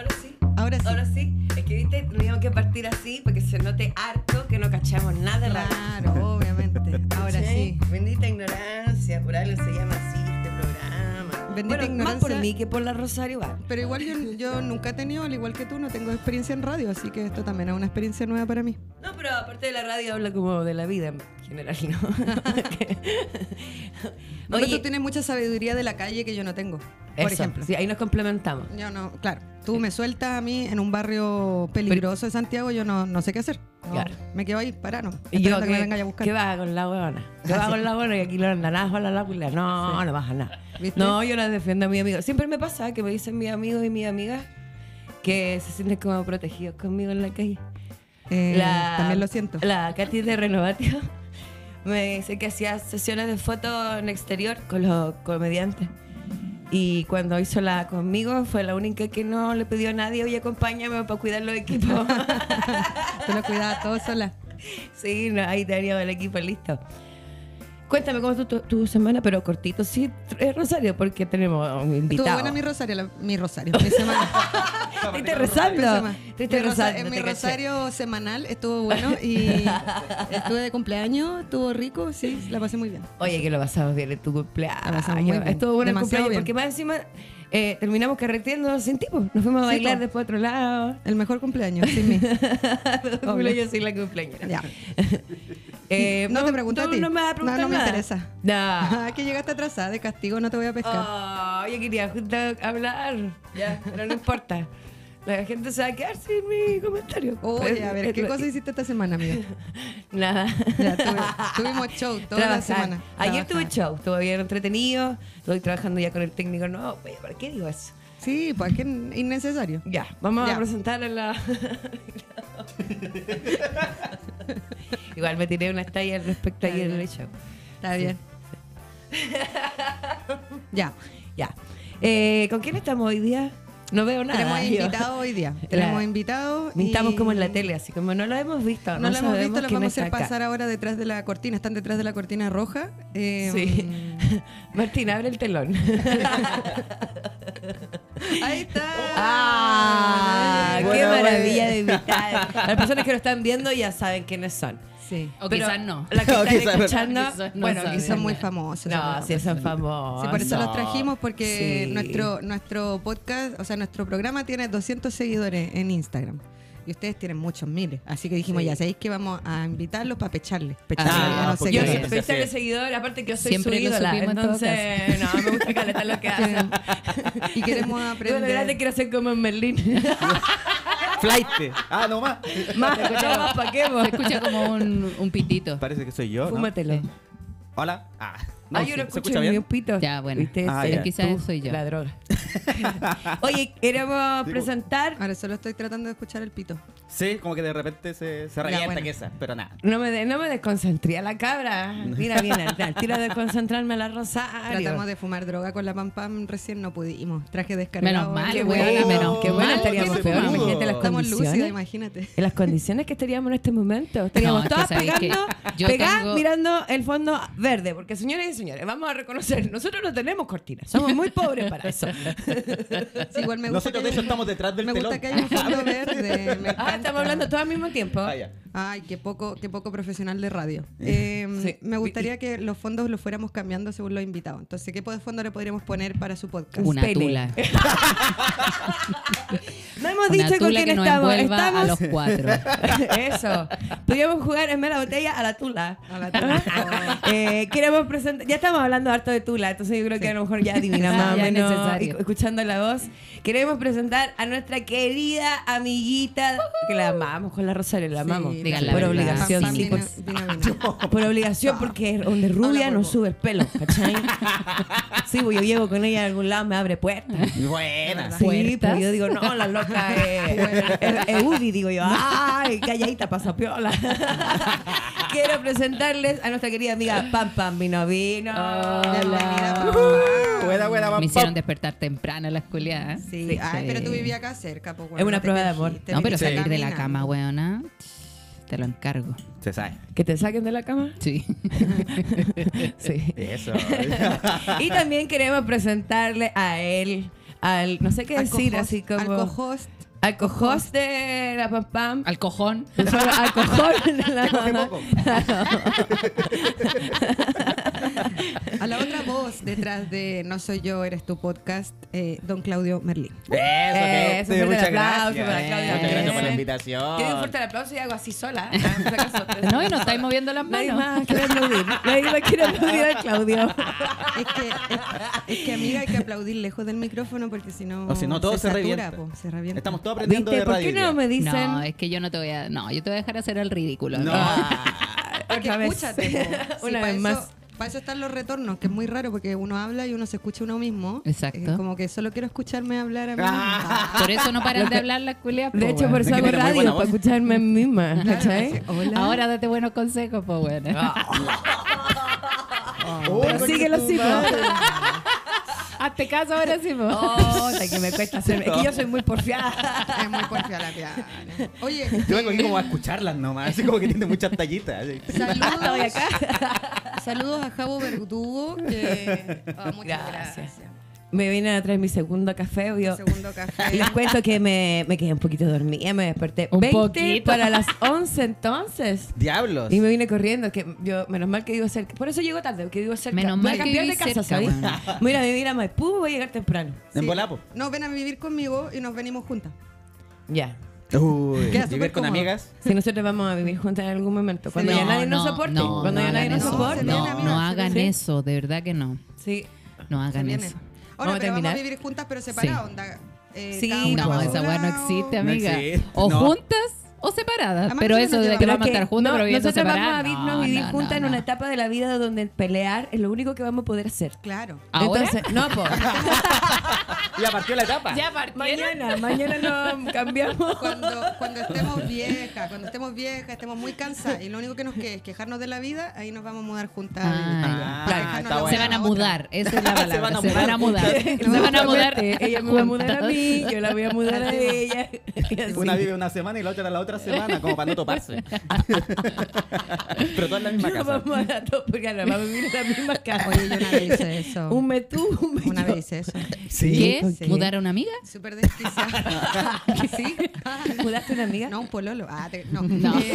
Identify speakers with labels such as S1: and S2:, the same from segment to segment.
S1: Ahora sí.
S2: Ahora sí, es que viste, tuvimos que partir así porque se note harto que no cachamos nada de radio.
S1: Claro, obviamente. Ahora sí.
S2: ¿Cachai? Bendita ignorancia, por algo se llama así este programa.
S1: Bendita
S2: Bueno, Más
S1: ignorancia.
S2: por mí que por la Rosario Bar.
S1: Pero igual yo, yo nunca he tenido, al igual que tú, no tengo experiencia en radio, así que esto también es una experiencia nueva para mí.
S2: No, pero aparte de la radio habla como de la vida en general, ¿no?
S1: Pero tú
S2: Oye,
S1: tienes mucha sabiduría de la calle que yo no tengo, por
S2: eso,
S1: ejemplo.
S2: sí, ahí nos complementamos.
S1: Yo no, claro. Tú me sueltas a mí en un barrio peligroso de Santiago, yo no, no sé qué hacer. No,
S2: Claro.
S1: Me quedo ahí, pará, no.
S2: Y yo,
S1: que
S2: ¿qué,
S1: me venga a buscar.
S2: ¿qué vas con la huevona? ¿Qué vas con la huevona? Y aquí lo anda nada, la lápila. No, no vas a nada.
S1: ¿Viste?
S2: No, yo la defiendo a mi amigo. Siempre me pasa que me dicen mis amigos y mis amigas que se sienten como protegidos conmigo en la calle.
S1: Eh,
S2: La-
S1: También lo siento.
S2: La Katy de Renovatio me dice que hacía sesiones de fotos en exterior con los comediantes. Y cuando hizo la conmigo, fue la única que no le pidió a nadie, oye, acompáñame para cuidar los equipos.
S1: Tú lo cuidabas todo sola.
S2: Sí, no, ahí teníamos el equipo listo. Cuéntame cómo estuvo tu, tu semana, pero cortito, sí, eh, Rosario, porque tenemos un
S1: Estuvo
S2: invitado.
S1: buena mi Rosario, la- mi Rosario, mi semana.
S2: Triste
S1: Mi
S2: rezando.
S1: semana.
S2: Triste
S1: Mi rosa-
S2: rezando.
S1: eh,
S2: te
S1: mi
S2: caché.
S1: Rosario semanal estuvo bueno y estuve de cumpleaños, estuvo rico, sí, la pasé muy bien.
S2: Oye, que lo pasamos bien en tu
S1: La
S2: cumpleaños.
S1: pasamos muy bien.
S2: Estuvo bueno el
S1: Demasiado
S2: cumpleaños,
S1: bien.
S2: porque más encima eh, terminamos carreteando sin tipo. Nos fuimos a
S1: Sí,
S2: bailar
S1: po.
S2: después a otro lado.
S1: El mejor cumpleaños, sin mí. Obvio.
S2: Yo soy la cumpleañera.
S1: Ya.
S2: Eh,
S1: No te pregunto
S2: tú
S1: a ti.
S2: No me vas a
S1: No,
S2: preguntar
S1: no me
S2: nada.
S1: interesa.
S2: No.
S1: Ah, que llegaste atrasada, de castigo no te voy a pescar.
S2: Oh, yo quería justo hablar. Ya, pero no importa. La gente se va a quedar sin mi comentario.
S1: Oye, a ver, ¿qué
S2: cosa
S1: cosa hiciste esta semana, amiga?
S2: Nada.
S1: Ya, tuve- tuvimos show toda la
S2: Trabajar.
S1: semana.
S2: Ayer
S1: Trabajar.
S2: tuve show, estuvo bien entretenido. Estoy trabajando ya con el técnico nuevo. Oye, ¿Para qué digo eso?
S1: Sí, pues que innecesario.
S2: Ya, vamos
S1: Ya.
S2: a presentar a la. Igual me tiré una estalla al respecto
S1: Está
S2: ayer
S1: bien.
S2: del show.
S1: Está bien. ya.
S2: Ya. Eh, ¿Con quién estamos hoy día? No veo nada.
S1: Tenemos
S2: yo.
S1: invitado hoy día. Tenemos invitado. y-
S2: Estamos como en la tele, así como no lo hemos visto.
S1: No, lo hemos
S2: sabemos
S1: visto, lo
S2: quién
S1: vamos a
S2: está
S1: hacer
S2: acá.
S1: pasar ahora detrás de la cortina. Están detrás de la cortina roja. Eh,
S2: Sí. Martín, abre el telón.
S1: Ahí está.
S2: ¡Ah!
S1: Ay,
S2: ¡Qué
S1: bueno,
S2: maravilla
S1: bueno.
S2: de invitados! Las personas que lo están viendo ya saben quiénes son.
S1: Sí.
S3: O
S2: Pero
S3: quizás no.
S2: Las que
S4: O
S2: están
S4: quizás no.
S2: escuchando,
S3: Quizás no
S2: bueno,
S3: saben.
S1: Y
S2: quizás
S1: son
S3: bien,
S1: muy
S3: bien.
S1: famosos. son muy
S2: No, sí,
S1: famosos.
S2: son famosos.
S1: Sí, por eso
S4: No.
S1: los trajimos, porque
S2: Sí.
S1: nuestro, nuestro podcast, o sea, nuestro programa tiene 200 seguidores en Instagram. Y ustedes tienen muchos miles. Así que dijimos,
S2: Sí.
S1: ya sabéis que vamos a invitarlos para pecharles. Pecharles
S4: Ah,
S1: a los
S4: porque
S2: Yo
S4: Sí,
S2: soy
S1: seguidores.
S4: sí,
S2: especial
S4: sí.
S2: de seguidor, aparte que yo soy
S3: Siempre
S2: su
S3: lo
S2: ídola.
S3: supimos en todo
S2: Entonces, no, me gusta calentar lo que hacen.
S1: Y queremos aprender.
S2: Yo de verdad te quiero hacer como en Berlín.
S4: Flight. Ah, no más.
S2: más, no, más pa' qué, vos.
S3: Se escucha como un, un pitito.
S4: Parece que soy yo. ¿no?
S2: Fúmatelo.
S3: Sí.
S4: Hola. Ah, no,
S2: Ah,
S4: sí,
S2: yo no
S4: ¿se
S2: escucho ni un pito.
S3: Ya, bueno.
S2: ¿Viste?
S4: Ah,
S2: Ese eres
S4: ya.
S3: Quizás
S2: tú,
S3: soy yo.
S2: La droga. Oye, queremos
S4: Digo-
S2: presentar.
S1: Ahora solo estoy tratando de escuchar el pito.
S4: Sí, como que de repente se, se
S1: Ya,
S4: revienta
S1: bueno.
S4: que esa, pero nada.
S2: No me, de- no me desconcentré a la cabra. Mira bien, al al tiro de concentrarme a la rosario.
S1: Tratamos de fumar droga con la pam pam, recién no pudimos. Traje
S3: Menos
S1: descargado.
S3: mal,
S2: Qué
S3: qué
S2: bueno,
S3: bueno,
S4: menos-
S3: menos.
S2: Qué bueno,
S4: mal,
S2: estaríamos
S4: qué
S2: peor.
S4: fumados.
S2: Imagínate las
S1: Estamos lúcidos,
S2: condiciones.
S1: imagínate.
S2: En las condiciones que estaríamos en este momento. Estaríamos
S3: No, es que
S2: todas
S3: sabéis que
S2: pegando,
S3: yo
S2: pegadas
S3: tengo-
S2: mirando el fondo verde. Porque, señores y señores, vamos a reconocer, nosotros no tenemos cortinas. Somos muy pobres para eso.
S1: Sí, igual me gusta que
S4: Nosotros de hecho
S1: haya-
S4: estamos detrás del
S1: Me
S4: telón.
S1: gusta que haya un fondo verde. me
S2: ah, estamos
S1: encanta.
S2: hablando todos al mismo tiempo.
S4: Ah, ya.
S1: Ay, qué poco, qué poco profesional de radio. Eh,
S2: Sí.
S1: Me gustaría que los fondos los fuéramos cambiando según los invitados. Entonces, ¿qué po- fondo le podríamos poner para su podcast?
S3: Una
S2: Pele.
S3: tula.
S2: No hemos
S3: Una
S2: dicho con quién
S3: tula que nos
S2: estamos.
S3: envuelva
S2: estamos
S3: a los cuatro.
S2: Eso. Podríamos jugar en mera botella a la tula.
S1: A la tula.
S2: Eh, queremos presentar. Ya estamos hablando harto de tula, entonces yo creo que a lo mejor ya adivinamos
S3: Ah,
S2: más o
S3: ya es
S2: menos,
S3: necesario.
S2: y- Escuchando la voz, queremos presentar a nuestra querida amiguita, que la amamos con la Rosario, la amamos.
S1: Sí,
S3: Digan la
S2: por
S3: verdad.
S2: obligación,
S3: Pam,
S2: sí,
S1: vino-
S2: por,
S1: vino, vino.
S2: por obligación, porque donde es
S1: Habla
S2: rubia
S1: por
S2: no
S1: vos.
S2: sube el pelo, ¿cachai? Sí, pues yo llego con ella a algún lado, me abre puertas.
S4: Buena.
S2: Sí,
S3: puertas.
S2: pues yo digo, no, la loca es, es- es Udi, digo yo. Ay, calladita, pasa piola. Quiero presentarles a nuestra querida amiga Pam Pam Vino Vino.
S1: Bienvenida,
S3: Hola.
S1: Pam Pam.
S4: Buena, buena,
S3: Me
S4: pam,
S3: hicieron
S4: pam.
S3: despertar temprano las culiadas.
S1: Sí, Ay, pero tú vivías acá cerca, po, weón,
S2: Es una
S1: no te
S2: prueba de
S1: cajiste,
S2: amor.
S3: No, pero
S1: viniste
S3: salir de la
S1: caminando.
S3: cama, weona. Te lo encargo.
S4: Se sabe.
S2: ¿Que te saquen de la cama?
S3: Sí.
S2: Sí.
S4: Eso.
S2: Y también queremos presentarle a él, al, no sé qué
S1: Al
S2: decir,
S1: co-host-
S2: así como...
S1: Al co-host
S2: Al cojos de la pam pam.
S3: Al cojón.
S2: Al cojón de la
S4: Hace poco.
S1: A la otra voz detrás de No Soy Yo, Eres Tu Podcast, eh, don Claudio Merlín.
S4: Eso,
S2: Eh,
S4: gente,
S2: eso, fuerte
S4: muchas
S2: el aplauso
S4: gracias.
S2: para Claudia.
S4: Muchas gracias por la
S2: Eh.
S4: invitación.
S2: Quiero un fuerte el aplauso y hago así sola. Ah, por si acaso.
S3: No, y no estáis moviendo las
S2: Nadie
S3: manos.
S2: más quiere aplaudir. Nadie más quiere aplaudir a Claudio.
S1: Es que, es, es que, amiga, hay que aplaudir lejos del micrófono porque si no.
S4: O si no, todo se,
S1: satura,
S4: revienta.
S1: po, se revienta.
S4: Estamos todos aprendiendo
S2: ¿Viste?
S4: de
S2: ¿Por
S4: radio.
S2: qué no
S4: hoy
S2: me dicen?
S3: No, es que yo no te voy a. No, yo te voy a dejar hacer el ridículo.
S4: día. No.
S1: Porque
S2: Otra vez.
S1: escúchate. po. Sí,
S2: Una
S1: pa'
S2: vez
S1: eso-
S2: más.
S1: Para eso están los retornos, que es muy raro porque uno habla y uno se escucha uno mismo.
S3: Exacto.
S1: Eh, como que solo quiero escucharme hablar a mí.
S4: Ah.
S3: Por eso no paran de hablar las culias.
S2: De hecho, por eso
S4: Es que
S2: hago
S4: tiene muy buena
S2: radio, para
S4: voz.
S2: escucharme a mí misma.
S1: Claro,
S2: ¿Cachai?
S1: así, Hola.
S3: Ahora date buenos consejos, pues bueno.
S4: Oh,
S2: Pero
S4: coño,
S2: síguelo,
S4: tu
S2: síguelo.
S4: madre.
S3: Hazte caso ahora sí, po.
S2: Oh, la que me cuesta hacerme. Es que yo soy muy porfiada.
S1: Es muy porfía la piana. Oye,
S4: Yo vengo aquí como a escucharlas nomás, así como que tiene muchas tallitas. así.
S2: Estoy
S1: saludos,
S2: acá.
S1: saludos a Javo Verdugo. Que, Ah, muchas
S2: Gracias.
S1: gracias.
S2: Me vine a traer mi segundo café, obvio.
S1: Segundo
S2: Y
S1: café.
S2: Les cuento que me, me quedé un poquito dormida, me desperté.
S3: Un
S2: 20
S3: poquito.
S2: para las 11 entonces.
S4: Diablos.
S2: Y me vine corriendo, que yo, menos mal que vivo cerca. Por eso llego tarde, que vivo cerca. Voy
S3: Menos
S2: a
S3: mal que
S2: cambiar de
S3: vivís
S2: casa,
S3: cerca,
S2: ¿sabes?
S3: weona.
S2: Mira, vivir a Maipú, voy a llegar temprano.
S4: En
S1: Sí.
S4: Volapo.
S1: No, ven a vivir conmigo y nos venimos juntas.
S2: Ya.
S4: Uy,
S1: Queda
S4: vivir
S1: súper
S4: con
S1: cómodo.
S4: amigas.
S2: Si nosotros vamos a vivir juntas en algún momento. Cuando
S1: No,
S2: ya nadie nos
S3: no,
S2: soporte.
S3: no,
S2: cuando
S3: no
S2: ya nadie
S3: hagan
S2: nos
S3: eso.
S2: soporte.
S1: viene
S3: No,
S1: amiga,
S3: no
S1: se
S3: hagan
S2: viene.
S3: eso, de verdad que no.
S2: Sí.
S3: No
S1: Se
S3: hagan
S1: vienen.
S3: eso.
S1: Ahora,
S2: ¿Vamos a
S1: pero vamos a
S2: terminar?
S1: vivir juntas, pero separadas, onda. Eh,
S2: Sí,
S1: cada una
S2: no,
S1: por su
S3: pues, esa weá no
S1: lado.
S3: existe,
S4: No
S3: amiga.
S4: existe,
S3: O
S4: no.
S3: juntas o separadas.
S1: Además,
S3: Pero
S1: yo no
S3: eso de
S1: llevo-
S3: que
S1: Pero
S3: vamos a
S2: que
S3: estar juntas,
S2: no,
S3: pero viviendo
S2: Nosotros vamos a
S3: separadas.
S2: vivir,
S3: no,
S2: nos vivir
S3: no,
S2: juntas en
S3: no.
S2: una etapa de la vida donde pelear es lo único que vamos a poder hacer.
S1: Claro.
S3: ¿Ahora?
S2: Entonces, no, pues.
S4: Ya partió la etapa.
S3: ya partieron.
S2: mañana, mañana nos cambiamos.
S1: Cuando, cuando estemos viejas, cuando estemos viejas, estemos muy cansadas y lo único que nos queda es quejarnos de la vida, ahí nos vamos a mudar juntas. a vivir.
S4: Ah,
S1: Para
S4: está
S1: dejarnos la
S4: bueno.
S3: Se
S1: una
S3: van a
S1: la otra.
S3: mudar, esa es la palabra. se, van a mudar.
S4: mudar.
S3: se van a mudar.
S2: Ella me va a mudar a mí, yo la voy a mudar a ella. Y así.
S4: Una vive una semana y la otra la otra semana, como para no toparse. Pero todas en la misma
S2: No
S4: casa.
S2: vamos a to- porque ahora vamos a vivir en la misma casa.
S1: Oye, yo una vez hice eso.
S2: un mes tú, un mes
S1: Una
S2: yo.
S1: vez hice eso.
S3: ¿Qué?
S1: Sí.
S3: ¿Mudar a una amiga?
S1: Súper desquiciada. ¿Sí?
S2: ¿Mudaste una amiga?
S1: No, un pololo. Ah, te- no.
S3: No.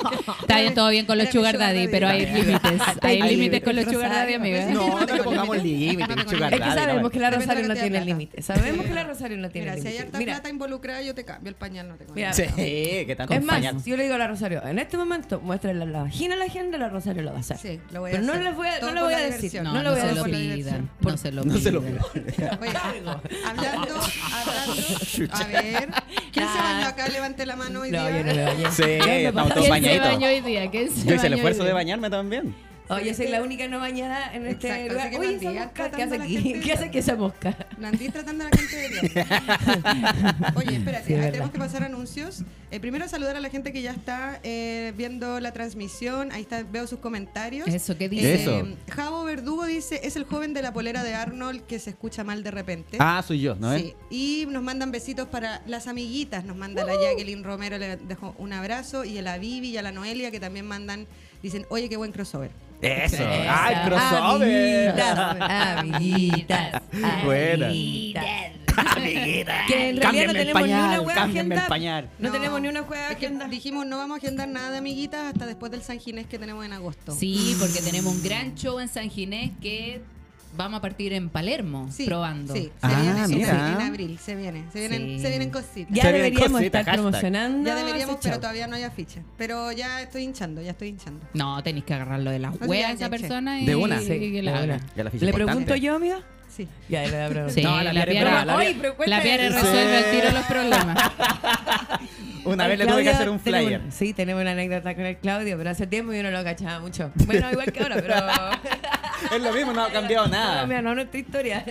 S1: Eh,
S3: Está bien, todo bien con los
S1: Era mi
S3: sugar
S1: sugar
S3: daddy,
S1: daddy.
S3: pero hay límites. Hay
S2: Hay
S3: límites
S2: límites.
S3: con los sugar daddy,
S2: Rosario,
S3: amiga.
S1: pues,
S4: No, no le pongamos el
S1: No
S4: límite,
S1: me
S4: el sugar
S1: acuerdo.
S2: es que
S4: daddy,
S2: sabemos
S4: no
S2: que la
S1: Depende de
S2: Rosario
S1: la
S2: no tiene
S1: cantidad de
S2: límite. Sabemos que la Rosario no tiene
S1: Mira, si hay
S2: límite.
S1: harta
S2: Mira,
S1: plata involucrada, yo te cambio el pañal, no te cambio.
S2: Mira,
S4: me- Sí, que tanto
S2: es más,
S4: pañal.
S2: si yo le digo a la Rosario, en este momento muéstrale la vagina a la gente, la Rosario lo va a hacer.
S1: Sí, lo voy a
S2: Pero no
S1: hacer.
S2: les voy a,
S1: Todo
S2: no lo
S1: por
S2: voy a
S1: la
S2: decir,
S1: diversión.
S2: no,
S3: No,
S2: lo voy a
S3: se lo
S1: por la
S2: decir.
S3: pidan.
S1: diversión.
S3: No se lo
S4: No se lo
S3: pidan.
S1: Oye, hablando, hablando, a ver, ¿quién se bañó acá? Levante la mano hoy
S2: No,
S1: día.
S2: yo no me bañé.
S4: Sí,
S2: Yo no me bañé.
S3: ¿Quién se
S4: estamos todos bañaditos.
S3: bañó hoy día? ¿Quién se
S4: Yo hice el
S3: bañó
S4: esfuerzo
S3: hoy
S4: de
S3: día?
S4: bañarme también.
S2: Oh, yo soy la única no bañada en este
S1: Exacto,
S2: lugar.
S1: así que
S2: Oye,
S1: no
S2: esa
S1: digas
S2: mosca, ¿qué hace
S1: tratando a la
S2: aquí?
S1: gente.
S2: ¿Qué hace aquí esa mosca?
S1: No andís tratando a la gente de Dios. Oye, espérate,
S2: Sí, es
S1: ahí
S2: verdad.
S1: tenemos que pasar anuncios. Eh, primero saludar a la gente que ya está eh, viendo la transmisión. Ahí está, veo sus comentarios.
S3: Eso, ¿qué
S1: Eh,
S3: dice?
S4: Eso.
S1: Javo Verdugo dice, es el joven de la polera de Arnold que se escucha mal de repente.
S4: Ah, soy yo, ¿no
S1: Sí, y nos mandan besitos para las amiguitas. Nos manda la Jacqueline Romero, le dejo un abrazo. Y a la Vivi y a la Noelia, que también mandan, dicen, oye, qué buen crossover.
S4: es? Eso.
S3: Esa.
S4: ¡Ay, crossover!
S2: Amiguitas, amiguitas,
S4: Buena.
S2: amiguitas.
S4: Amiguita.
S2: Que en realidad
S4: Cámbienme
S2: no
S4: el
S2: tenemos ni una
S4: pañal,
S2: hueá
S4: cámbienme el
S2: agenda.
S4: pañal.
S2: No tenemos ni una juega
S1: Es que
S2: agenda.
S1: dijimos, no vamos a agendar nada de amiguitas hasta después del San Ginés que tenemos en agosto.
S3: Sí, porque tenemos un gran show en San Ginés que vamos a partir en Palermo
S1: Sí,
S3: probando.
S1: Sí, se
S4: Ah,
S1: viene, se
S4: mira.
S1: viene en abril, se viene, se vienen,
S3: Sí.
S1: se vienen cositas.
S2: Ya
S4: Se vienen
S2: deberíamos
S4: cositas,
S2: estar
S4: hashtag.
S2: promocionando.
S1: Ya deberíamos,
S2: ese
S1: pero
S2: show.
S1: todavía no hay aficha. Pero ya estoy hinchando, ya estoy hinchando.
S3: No, tenéis que agarrarlo de las
S1: No,
S3: hueas
S1: ya,
S3: a esa
S1: ya,
S3: persona y,
S4: De una.
S3: y
S2: Sí,
S3: que
S2: de
S3: la
S2: una.
S3: haga.
S4: Ya la ficha
S2: ¿Le
S4: importante.
S2: pregunto yo, amiga?
S1: Sí.
S2: Ya, le voy a preguntar.
S3: Sí,
S4: No, la
S3: la,
S4: Piara-
S3: Piara-
S4: pero-
S2: oye, pero cuéntame.
S3: la Piara
S4: Sí.
S3: resuelve al tiro los problemas.
S4: Una
S2: Al
S4: vez le tuve que
S2: Claudio
S4: hacer un
S2: tenemos-
S4: flyer.
S2: sí, tenemos una anécdota con el Claudio, pero hace tiempo yo no lo cachaba mucho. Bueno, igual que ahora, pero.
S4: Es lo mismo, no ha cambiado
S2: No,
S4: nada.
S2: mira, no nuestra historia.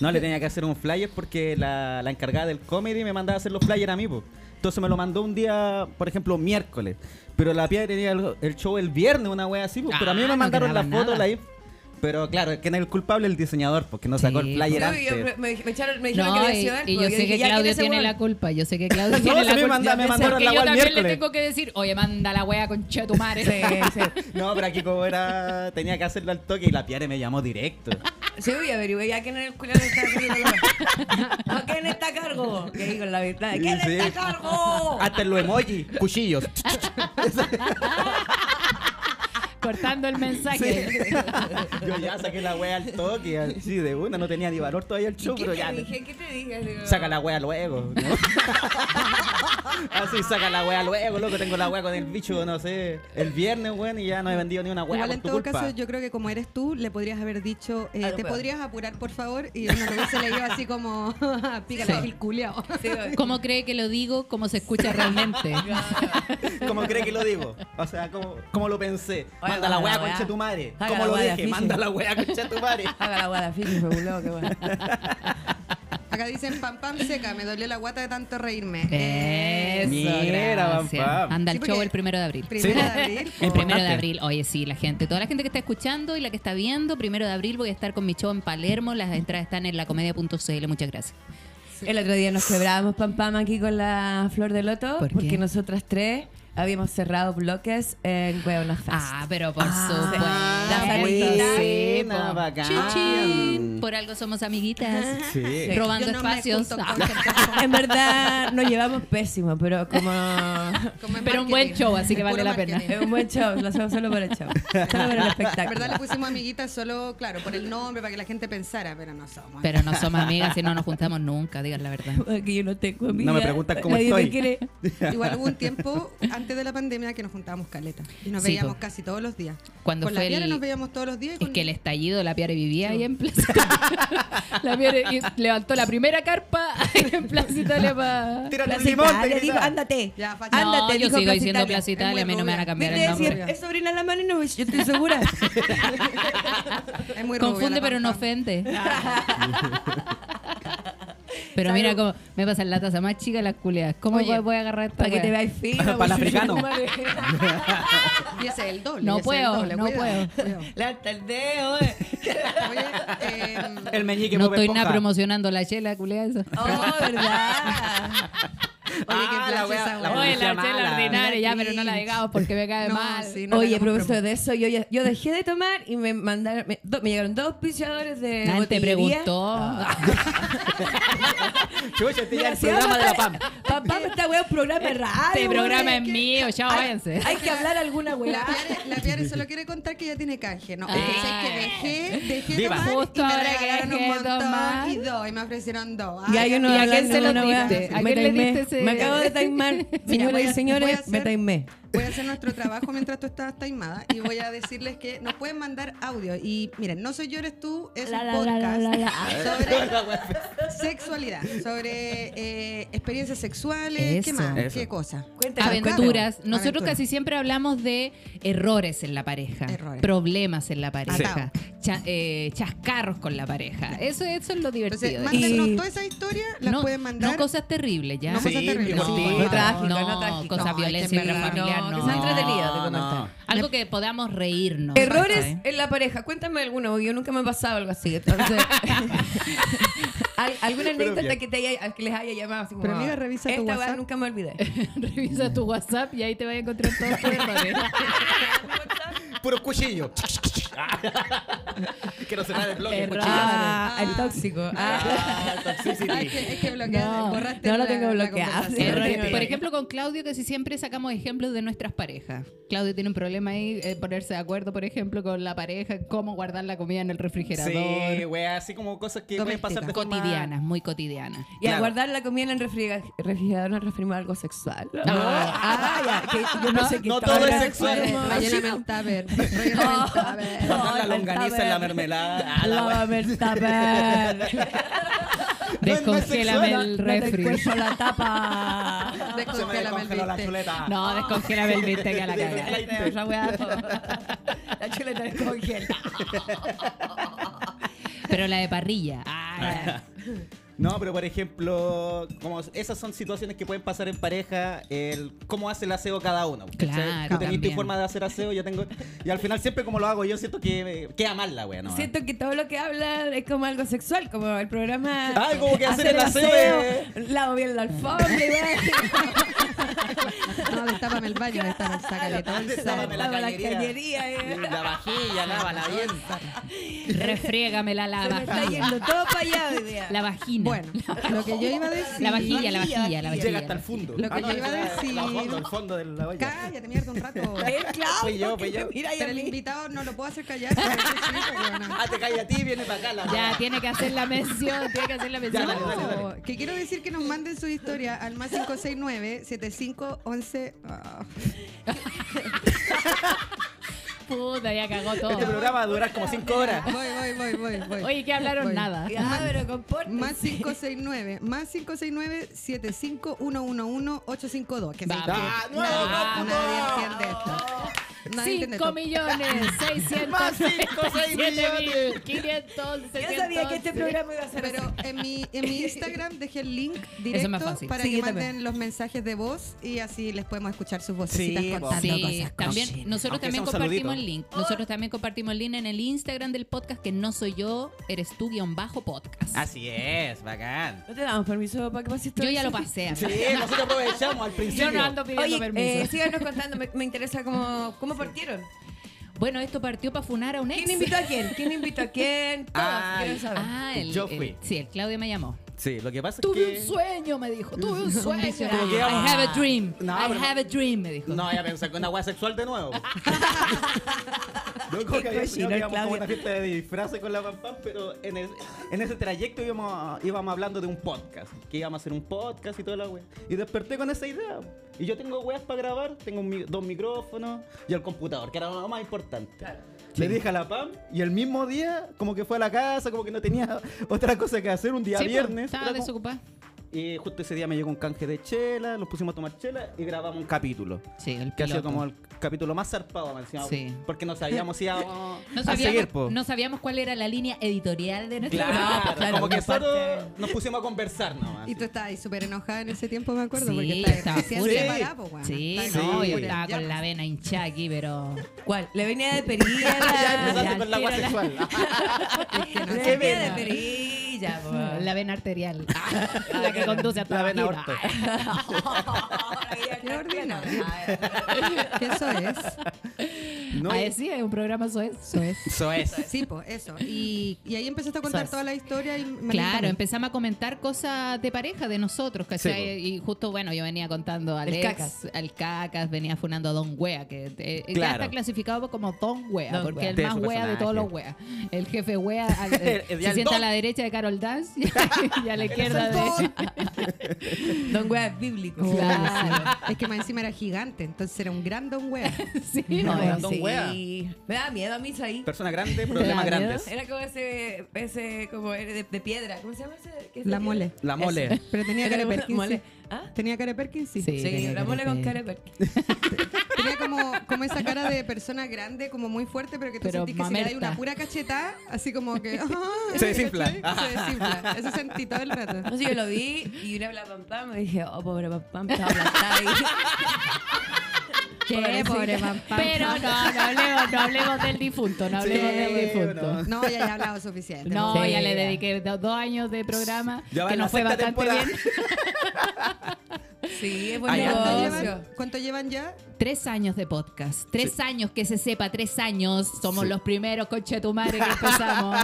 S4: No, le tenía que hacer un flyer porque la, la encargada del comedy me mandaba a hacer los flyers a mí, po. Entonces me lo mandó un día, por ejemplo, miércoles. Pero la piedra tenía el, el show el viernes, una wea así, po. Pero a mí
S3: Ah,
S4: me
S3: no
S4: mandaron la
S3: quedaba
S4: foto,
S3: nada.
S4: la inf- Pero claro, es que no es el culpable el diseñador, porque no sacó
S3: Sí,
S4: el flyer
S2: No, yo, me,
S4: antes.
S2: me, echaron, me dijeron que
S3: No,
S2: había
S3: y,
S2: sido él,
S3: y yo
S2: porque
S3: sé que
S2: dije, ya, ¿quién
S3: Claudio
S2: es ese
S3: tiene
S2: weón?
S3: la culpa. Yo sé que Claudio
S4: No,
S3: tiene
S4: si
S3: la
S4: me
S3: culpa.
S4: manda- me
S3: Porque
S4: mandaron
S3: yo
S4: la wea el
S3: también le
S4: miércoles.
S3: tengo que decir, oye, manda la wea con tu madre.
S2: Sí, sí.
S4: No, pero aquí como era, tenía que hacerlo al toque y la piedra me llamó directo.
S2: Sí, voy a averiguar ya quién era el culiado que estaba haciendo la weá. No, quién está está a cargo? Que ahí con la ventana. ¿Quién
S4: Sí.
S2: está a cargo?
S4: Hasta en los emoji, cuchillos.
S3: Cortando el mensaje.
S4: Sí. Yo ya saqué la wea al toque, así de una, no tenía ni valor todavía el
S2: ¿Y
S4: show,
S2: ¿Qué
S4: pero
S2: te
S4: ya.
S2: dije? ¿Qué te dije? Digo,
S4: Saca la wea luego, ¿no? Así saca la wea luego, loco, tengo la wea con el bicho, no sé, el viernes, weón, y ya no he vendido ni una wea
S1: Igual
S4: por
S1: en
S4: tu
S1: todo
S4: culpa.
S1: caso, yo creo que como eres tú, le podrías haber dicho, eh,
S2: Ah, no
S1: te
S2: puedo.
S1: podrías apurar, por favor, y uno lo se le iba así como, pícale
S3: Sí.
S1: el culiao.
S2: digo,
S3: ¿Cómo cree que lo digo? ¿Cómo se escucha realmente?
S4: ¿Cómo cree que lo digo? O sea, ¿cómo, cómo lo pensé?
S2: Oye,
S4: Manda la
S2: manda
S4: wea,
S2: la wea.
S4: concha tu madre.
S2: Haga
S4: ¿Cómo
S2: la
S4: lo
S2: wea,
S4: dije?
S2: fijo.
S4: Manda la wea, concha tu madre.
S2: Haga la guada fichi, fue culo, qué bueno.
S1: Acá dicen, pam, pam, seca, me dolió la guata de tanto reírme.
S2: Eh.
S3: Eso,
S4: Mira, pam,
S3: gracias.
S4: pam.
S3: Anda
S1: Sí,
S3: el show
S1: porque-
S3: el primero de abril.
S1: Eh, Primero
S4: Sí.
S1: de abril.
S4: El
S1: po.
S4: primer-
S3: Primero de
S4: Importante.
S3: abril, oye sí, la gente, toda la gente que está escuchando y la que está viendo, primero de abril voy a estar con mi show en Palermo, las entradas están en lacomedia.cl, muchas gracias.
S2: El otro día nos quebrábamos pam pam aquí con la flor de loto
S3: ¿Por qué?
S2: porque nosotras tres habíamos cerrado bloques en Huevona Fest.
S3: Ah, pero por supuesto.
S2: Ah,
S3: Sí,
S4: buena,
S3: po.
S4: bacán.
S3: Chichín. Por algo somos amiguitas.
S4: Sí.
S3: Robando
S1: Yo no me
S3: espacios.
S1: junto con
S3: Ah.
S1: gente como-
S2: En verdad nos llevamos pésimo, pero como
S1: como en
S3: Pero un buen
S1: marketing,
S3: show, así que
S1: puro
S3: vale la pena.
S1: marketing.
S2: es un buen show, lo hacemos solo por el show, solo por el
S1: En
S2: espectáculo.
S1: verdad le pusimos amiguitas solo, claro, por el nombre, para que la gente pensara, pero no somos.
S3: Pero no somos amigas y no nos juntamos nunca, digan la verdad.
S2: Porque yo no tengo
S4: me
S2: amiga.
S4: preguntan cómo
S2: Nadie me
S4: estoy.
S2: quiere.
S1: Igual hubo un tiempo antes de la pandemia que nos juntábamos caleta y nos
S3: Sí,
S1: veíamos
S3: po.
S1: casi todos los días.
S3: Cuando
S1: con
S3: fue
S1: la Piara
S3: el-
S1: nos veíamos todos los días. y
S3: Es
S1: con-
S3: que el estallido, la Piare vivía ahí en Plaza. la Piare y levantó la primera carpa ahí en Plaza Italia para.
S4: Tírate un
S2: Plaza
S4: limón,
S2: Italia,
S4: te
S2: dijo,
S4: grita.
S2: ándate.
S1: Ya, facha.
S2: ándate,
S3: no, yo
S2: dijo
S3: sigo
S2: Plaza
S3: diciendo
S2: Italia.
S3: Plaza Italia,
S1: Es
S3: a mí
S1: muy
S3: no me van a
S1: rubia.
S3: cambiar
S2: Viste
S3: el
S2: decir,
S3: nombre.
S1: nombre.
S2: es sobrina la mano y no, yo estoy segura.
S1: Es muy rubia
S3: Confunde
S1: la
S3: pero no
S1: Pam Pam.
S3: ofende. pero mira cómo me pasan latas a más chicas las culeas. ¿Cómo
S2: Oye,
S3: voy, voy a agarrar esta
S2: Para que
S3: wea?
S2: te veáis fino.
S4: Para el africano.
S1: Y ese es el doble.
S3: No
S1: y ese es el
S3: puedo,
S1: doble,
S3: no
S1: cuidado, cuidado.
S2: Lanta el dedo. eh.
S1: Oye, em,
S4: El meñique
S3: No
S4: Bob
S3: estoy nada
S4: Esponja.
S3: promocionando la chela, culea esa.
S2: Oh, verdad.
S4: Ah,
S1: qué plancha
S4: la wea-
S1: esa
S4: la
S1: wea.
S4: wea sea mala.
S3: ordinaria,
S1: Mira, cringe.
S3: porque me cae
S1: No, sí, no le
S2: Oye,
S1: hagamos
S2: profesor,
S1: promo.
S2: de eso yo, ya- yo dejé de tomar y me mandaron, me, do- me llegaron dos auspiciadores de
S3: Nadie te
S2: botillería.
S3: preguntó.
S4: Chucha, este ya
S2: Mira,
S4: el
S2: si vamos
S4: programa
S2: a
S4: de la
S2: estar-
S4: PAM.
S2: Papá, esta weá es un programa raro.
S3: Este programa es
S2: que-
S3: mío, ya
S2: hay-
S3: váyanse.
S2: Hay que hablar alguna
S1: La
S2: weá.
S1: Piare, la Piare solo quiere contar que ya tiene canje. No, es que,
S3: Ay.
S1: ¿sabes qué? dejé, dejé
S4: Diva.
S1: tomar
S3: Ah. Justo
S1: y me
S3: ahora que
S1: regalaron un
S3: dejé de
S1: montón
S3: tomar.
S1: y dos, y me ofrecieron dos.
S2: Ya
S1: Ay,
S2: yo no
S3: ¿Y a
S2: hablo
S3: quién se lo
S2: ninguna weá.
S3: diste? ¿A
S2: Me
S3: quién le
S2: taimé.
S3: diste ese-
S2: Me acabo de taimar.
S1: Mira,
S2: Señoras y
S1: voy a- voy a
S2: señores, me
S1: hacer-
S2: taimé.
S1: Voy a hacer nuestro trabajo mientras tú estás taimada y voy a decirles que nos pueden mandar audio. Y miren, No Soy Yo Eres Tú es
S2: La,
S1: un
S2: la, la,
S1: podcast
S2: la, la, la.
S1: sobre sexualidad, sobre eh, experiencias sexuales, ¿qué
S3: Eso.
S1: más?
S4: Eso.
S1: ¿Qué cosa?
S2: Cuéntanos,
S3: Aventuras.
S1: Claro,
S3: Nosotros
S1: aventuras.
S3: casi siempre hablamos de errores en la pareja,
S1: Errores.
S3: problemas en la pareja,
S1: Atado.
S3: cha- eh, chascarros con la pareja. Eso, eso es lo divertido.
S1: Entonces,
S3: de
S2: manda-
S1: mándennos
S2: Y-
S1: todas esas historias, las pueden mandar.
S3: no cosas terribles, ¿ya?
S1: No cosas
S4: Sí,
S1: terribles.
S4: mi cortita.
S3: no,
S2: trágico, no
S3: no,
S2: trágico.
S1: No, es
S3: cosas
S1: que en
S3: violencia
S1: verdad,
S2: no,
S3: intrafamiliar, no.
S2: que son entretenidas de
S4: no.
S2: contar.
S3: Algo que podamos reírnos.
S2: Errores
S3: ¿cachai?
S2: en la pareja. Cuéntame alguno, porque yo nunca me ha pasado algo así. Entonces, ¿Al- ¿Alguna
S4: Pero
S2: anécdota
S4: bien.
S2: que, te haya, que les haya llamado? Así como, "Ah,
S1: Pero, amiga, revisa tu
S2: Esta weá
S1: WhatsApp".
S2: nunca me olvidé.
S3: Revisa tu WhatsApp y ahí te vas a encontrar todos tus errores.
S4: Puro cuchillo. que no se va del bloque,
S3: Error.
S4: cuchillo.
S2: Ah, el tóxico. Ah.
S4: Ah, toxicity.
S1: Ah, es que, es que bloqueaste,
S2: No,
S1: borraste
S2: no lo
S1: la-
S2: tengo
S1: la
S2: bloqueado.
S1: conversación.
S3: Errores.
S2: Errores.
S3: Por ejemplo, con Claudio casi siempre sacamos ejemplos de nuestras parejas. Claudio tiene un problema ahí, eh, ponerse de acuerdo, por ejemplo, con la pareja, cómo guardar la comida en el refrigerador.
S4: Sí, wea, así como cosas que pueden pasar de forma-
S3: Cotidianas, muy cotidianas.
S2: Y al
S4: Claro.
S2: guardar la comida en el refrigerador, refrigerador nos referimos a algo sexual.
S3: Ah.
S2: Ah, ya, que yo no, sé qué
S4: no todo es
S2: estaba-
S4: sexual.
S1: Relléname el tupper, relléname el tupper.
S4: Bajar la
S2: No, el
S4: longaniza en la
S2: taber.
S4: mermelada. Ah, la wea.
S2: Lávame el tupper.
S4: No es- no es
S3: Descongélame
S4: sexual,
S3: el
S2: No te
S3: refri.
S2: encuentro la tapa.
S4: Se me
S1: Descongélame el
S4: descongeló la
S1: bistec.
S4: chuleta.
S3: No, descongélame el bistec a la cagada.
S2: Esa weá, po. La chuleta descongelada.
S3: Pero la de parrilla. Ah,
S4: No, pero por ejemplo, como esas son situaciones que pueden pasar en pareja, el cómo hace el aseo cada uno. ¿cachai?
S3: Claro,
S4: Tú tenés tu
S3: también.
S4: forma de hacer aseo, yo tengo. Y al final, siempre como lo hago yo, siento que eh, queda mal la wea, ¿no?
S2: Siento que todo lo que hablan es como algo sexual, como el programa.
S4: Ah, como que hacer el
S2: Lavo bien la alfombra y va.
S1: No, destápame el baño, destápame, sácale todo el
S4: Destápame
S1: sábado.
S4: la
S2: Lava la
S4: cañería.
S2: cañería. eh.
S4: La vajilla, lava la bien.
S3: refriégame la
S2: Se me está
S3: lava.
S2: yendo todo para allá hoy día.
S3: La vagina.
S1: Bueno, lo que yo iba a decir.
S3: La vajilla, la vajilla,
S2: Llega
S3: la vajilla.
S2: hasta el fondo.
S1: Lo que
S4: Ah,
S1: yo iba a
S4: la-
S1: decir-
S4: La fondo, el fondo de la olla.
S1: Cállate, mierda, un rato.
S5: claro,
S4: Fui yo, fui yo.
S5: Mira,
S1: Pero el invitado no lo puedo hacer callar. porque es chico, weona.
S4: Ah, te callas a ti, viene para acá la
S3: Ya, tiene que hacer la mención, tiene que hacer la mención.
S4: dale, dale, dale.
S1: Que quiero decir que nos manden su historia al más 569 7511. ah,
S3: Puta, ya cagó
S4: Este
S3: todo.
S4: programa va a durar como 5 horas.
S1: voy, voy, voy, voy, voy.
S3: Oye, que hablaron
S1: Voy.
S3: nada.
S5: Ya, pero compórtese.
S1: Más 569, más 569 75111 852. Que sí,
S3: Vamos.
S1: que
S3: Ah,
S1: nadie-
S2: nuevo cómputo.
S1: nadie entiende esto. Nadie entiende
S3: 5
S1: esto.
S3: millones, 600,
S4: Más cinco, seis millones.
S3: 500,
S5: Yo sabía que este programa iba a ser
S1: Pero en mi, en mi Instagram dejé el link
S3: Eso es más
S1: directo
S3: fácil.
S1: para
S5: Sí,
S1: que
S5: yo
S1: manden
S5: también.
S1: los mensajes de voz y así les podemos escuchar sus vocecitas
S4: Sí,
S1: contando
S3: Sí,
S1: cosas.
S3: también, nosotros
S4: Aunque
S3: también
S4: sea un saludito.
S3: compartimos el link. Nosotros también compartimos el link en el Instagram del podcast que no soy yo, eres tú guión bajo podcast.
S4: Así es, bacán.
S5: ¿No te damos permiso para que pase esto?
S3: Yo ya lo pasé.
S4: Sí,
S3: amigo.
S4: nosotros aprovechamos al principio.
S3: Yo no ando pidiendo
S5: Oye,
S3: permiso.
S5: eh, síganos contando, me, me interesa cómo, cómo partieron.
S3: Bueno, esto partió para funar a un ex.
S5: ¿Quién invitó a quién? ¿Quién invitó a quién? Todo,
S4: Ay.
S5: quiero saber.
S3: Ah, el,
S4: Yo fui.
S3: el- sí, el Claudio me llamó.
S4: Sí, lo que pasa
S3: Tuve
S4: es que.
S3: un sueño, me dijo. Tuve un sueño.
S4: Como que
S3: I
S4: vamos-
S3: have a dream.
S4: No,
S3: I
S4: pero-
S3: have a dream, me dijo.
S4: No, ya pensé que una agua sexual de nuevo. Yo creo que
S5: Qué
S4: había
S5: cochino
S4: sido que
S5: el
S4: íbamos
S5: Claudio.
S4: como una fiesta de disfraces con la pam Pam, pero en, el- en ese trayecto íbamos, íbamos hablando de un podcast. Que íbamos a hacer un podcast y toda la wea. Y desperté con esa idea. Y yo tengo weas para grabar, tengo un mi- dos micrófonos y el computador, que era lo más importante. Le dije a la Pam y el mismo día como que fue a la casa, como que no tenía otra cosa que hacer, un día
S3: Sí, pues,
S4: viernes.
S3: Estaba
S4: era como-
S3: desocupada.
S4: y justo ese día me llegó un canje de chela, nos pusimos a tomar chela y grabamos un capítulo.
S3: Sí, el
S4: Que ha sido
S3: piloto.
S4: como el capítulo más zarpado, me encima,
S3: Sí.
S4: Porque no sabíamos si íbamos
S3: No sabíamos,
S4: a
S3: pues,
S4: seguir, po.
S3: no sabíamos cuál era la línea editorial de nuestro
S4: Claro,
S3: programa.
S4: como que
S5: una parte-
S4: solo nos pusimos a conversar nomás.
S1: Y tú estabas ahí súper enojada en ese tiempo, me acuerdo,
S3: Sí,
S1: porque
S3: estaba
S1: estabas recién
S3: furia.
S1: separada, po, weona.
S3: Sí,
S1: Estabas
S3: no,
S1: furia.
S3: yo estaba
S1: Ya,
S3: con la vena hinchada aquí, pero.
S5: ¿Cuál? ¿Le venía de perilla?
S4: Ya empezaste
S5: Ya,
S4: con la agua
S5: tira
S4: sexual.
S1: que no
S5: Le
S1: se
S5: venía de
S1: pierda.
S5: perilla, po.
S1: Ah.
S3: La vena arterial. la que conduce hasta
S4: La vena
S3: vagina.
S4: orto.
S1: Qué ordinario. Que Eso es.
S4: No,
S3: Ah, sí, es un programa soez. soez.
S4: eso es.
S1: Sí, pues eso. Y, y ahí empezaste a contar
S4: es.
S1: toda la historia y me
S3: Claro,
S1: alimentaron.
S3: empezamos a comentar cosas de pareja de nosotros, ¿cachai? y justo, bueno, yo venía contando al
S5: El
S3: ex,
S5: Cacas.
S3: al cacas, venía funando a Don Wea, que eh, eh, ya
S4: Claro.
S3: está clasificado como Don Wea,
S5: Don
S3: porque
S5: Wea.
S3: es el
S4: Tiene
S3: más
S4: su
S3: wea de todos los weas. El jefe wea al- eh,
S4: El- el
S3: se sienta a
S4: Don.
S3: la derecha de Carol Dance y a la izquierda de.
S5: Don Wea es bíblico.
S1: Claro. Es que más encima era gigante, entonces era un gran don wea.
S3: Sí,
S5: No,
S4: No,
S5: Don
S4: Don Wea.
S5: Me da miedo a mí eso ahí.
S4: Persona grande,
S3: ¿Te da
S4: problemas
S3: miedo?
S4: grandes.
S5: Era como ese, ese como era de, de piedra. ¿Cómo se llama ese? que es de
S1: La
S5: piedra?
S1: mole.
S4: La mole.
S1: Pero tenía
S5: Era
S1: cara de
S5: una
S1: Perkins.
S5: mole.
S1: sí.
S5: ¿Ah?
S1: Tenía cara de Perkins, sí.
S3: Sí.
S5: Sí, la mole con cara de perca.
S1: Tenía como, como esa cara de persona grande, como muy fuerte, pero que tú
S3: Pero
S1: sentís que si le dais
S3: mamerta.
S1: una pura cachetada, así como que.
S4: Se desinfla.
S1: ¿cachai? Se desinfla. Eso sentí todo el rato.
S5: No sé, yo lo vi y una la pam pam me dije, oh, pobre pam pam, estaba aplastada ahí.
S1: Qué pobre pam, pam.
S3: Pero no, no hablemos, no hablemos del difunto, no hablemos
S4: Sí,
S3: del difunto.
S1: No, ya he hablado suficiente.
S3: No,
S5: Sí,
S3: ya le
S5: ya.
S3: dediqué do- dos años de programa
S4: Ya va
S3: que
S4: en
S3: no
S4: la
S3: fue
S4: sexta
S3: bastante
S4: temporada.
S3: bien.
S5: Sí, es buen
S4: Ay,
S1: ¿Cuánto
S4: no,
S5: negocio.
S1: llevan, ¿Cuánto llevan ya?
S3: Tres años de podcast. Tres años que se sepa, tres años. Somos
S4: Sí.
S3: los primeros conchetumare que empezamos.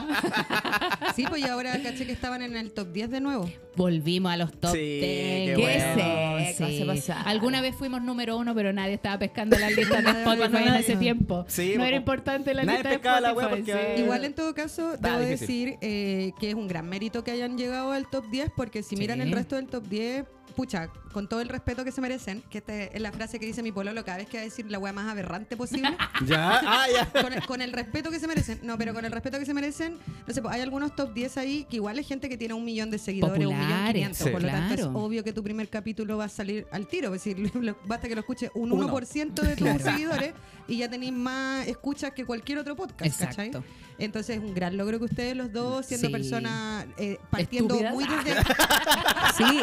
S1: Sí, pues y ahora caché que estaban en el top 10 de nuevo.
S3: Volvimos a los top
S4: Sí,
S3: 10.
S4: qué
S5: bueno. seco, se pasaron.
S3: Alguna vez fuimos número uno, pero nadie estaba pescando la lista de
S1: Nadie
S3: Spotify en
S1: pescaba
S3: ese
S1: eso.
S3: tiempo.
S4: Sí,
S3: no
S4: porque
S3: era importante la
S4: nadie
S3: lista de
S4: pescaba la
S3: Spotify.
S4: wea porque-
S3: sí.
S1: Igual en todo caso,
S4: Está
S1: debo
S4: difícil.
S1: decir eh, que es un gran mérito que hayan llegado al top 10, porque si miran
S3: Sí.
S1: el resto del top 10, pucha, con todo el respeto que se merecen, que esta es la frase que dice mi pololo cada vez que va a decir la wea más aberrante posible,
S4: Ya, ah, ya.
S1: con, el, con el respeto que se merecen, no, pero con el respeto que se merecen, no sé, pues, hay algunos top 10 ahí que igual es gente que tiene un millón de seguidores, un millón
S3: Populares,
S1: quinientos,
S4: sí.
S1: por lo tanto es
S3: claro.
S1: obvio que tu primer capítulo va a salir al tiro, es decir, lo- basta que lo escuche un
S4: Uno.
S1: 1% de tus seguidores y ya tenéis más escuchas que cualquier otro podcast, ¿cachai?
S3: Exacto.
S1: Entonces es un gran logro que ustedes los dos, siendo
S3: Sí.
S1: personas eh, partiendo
S3: Estúpidas.
S1: muy desde...
S5: Sí.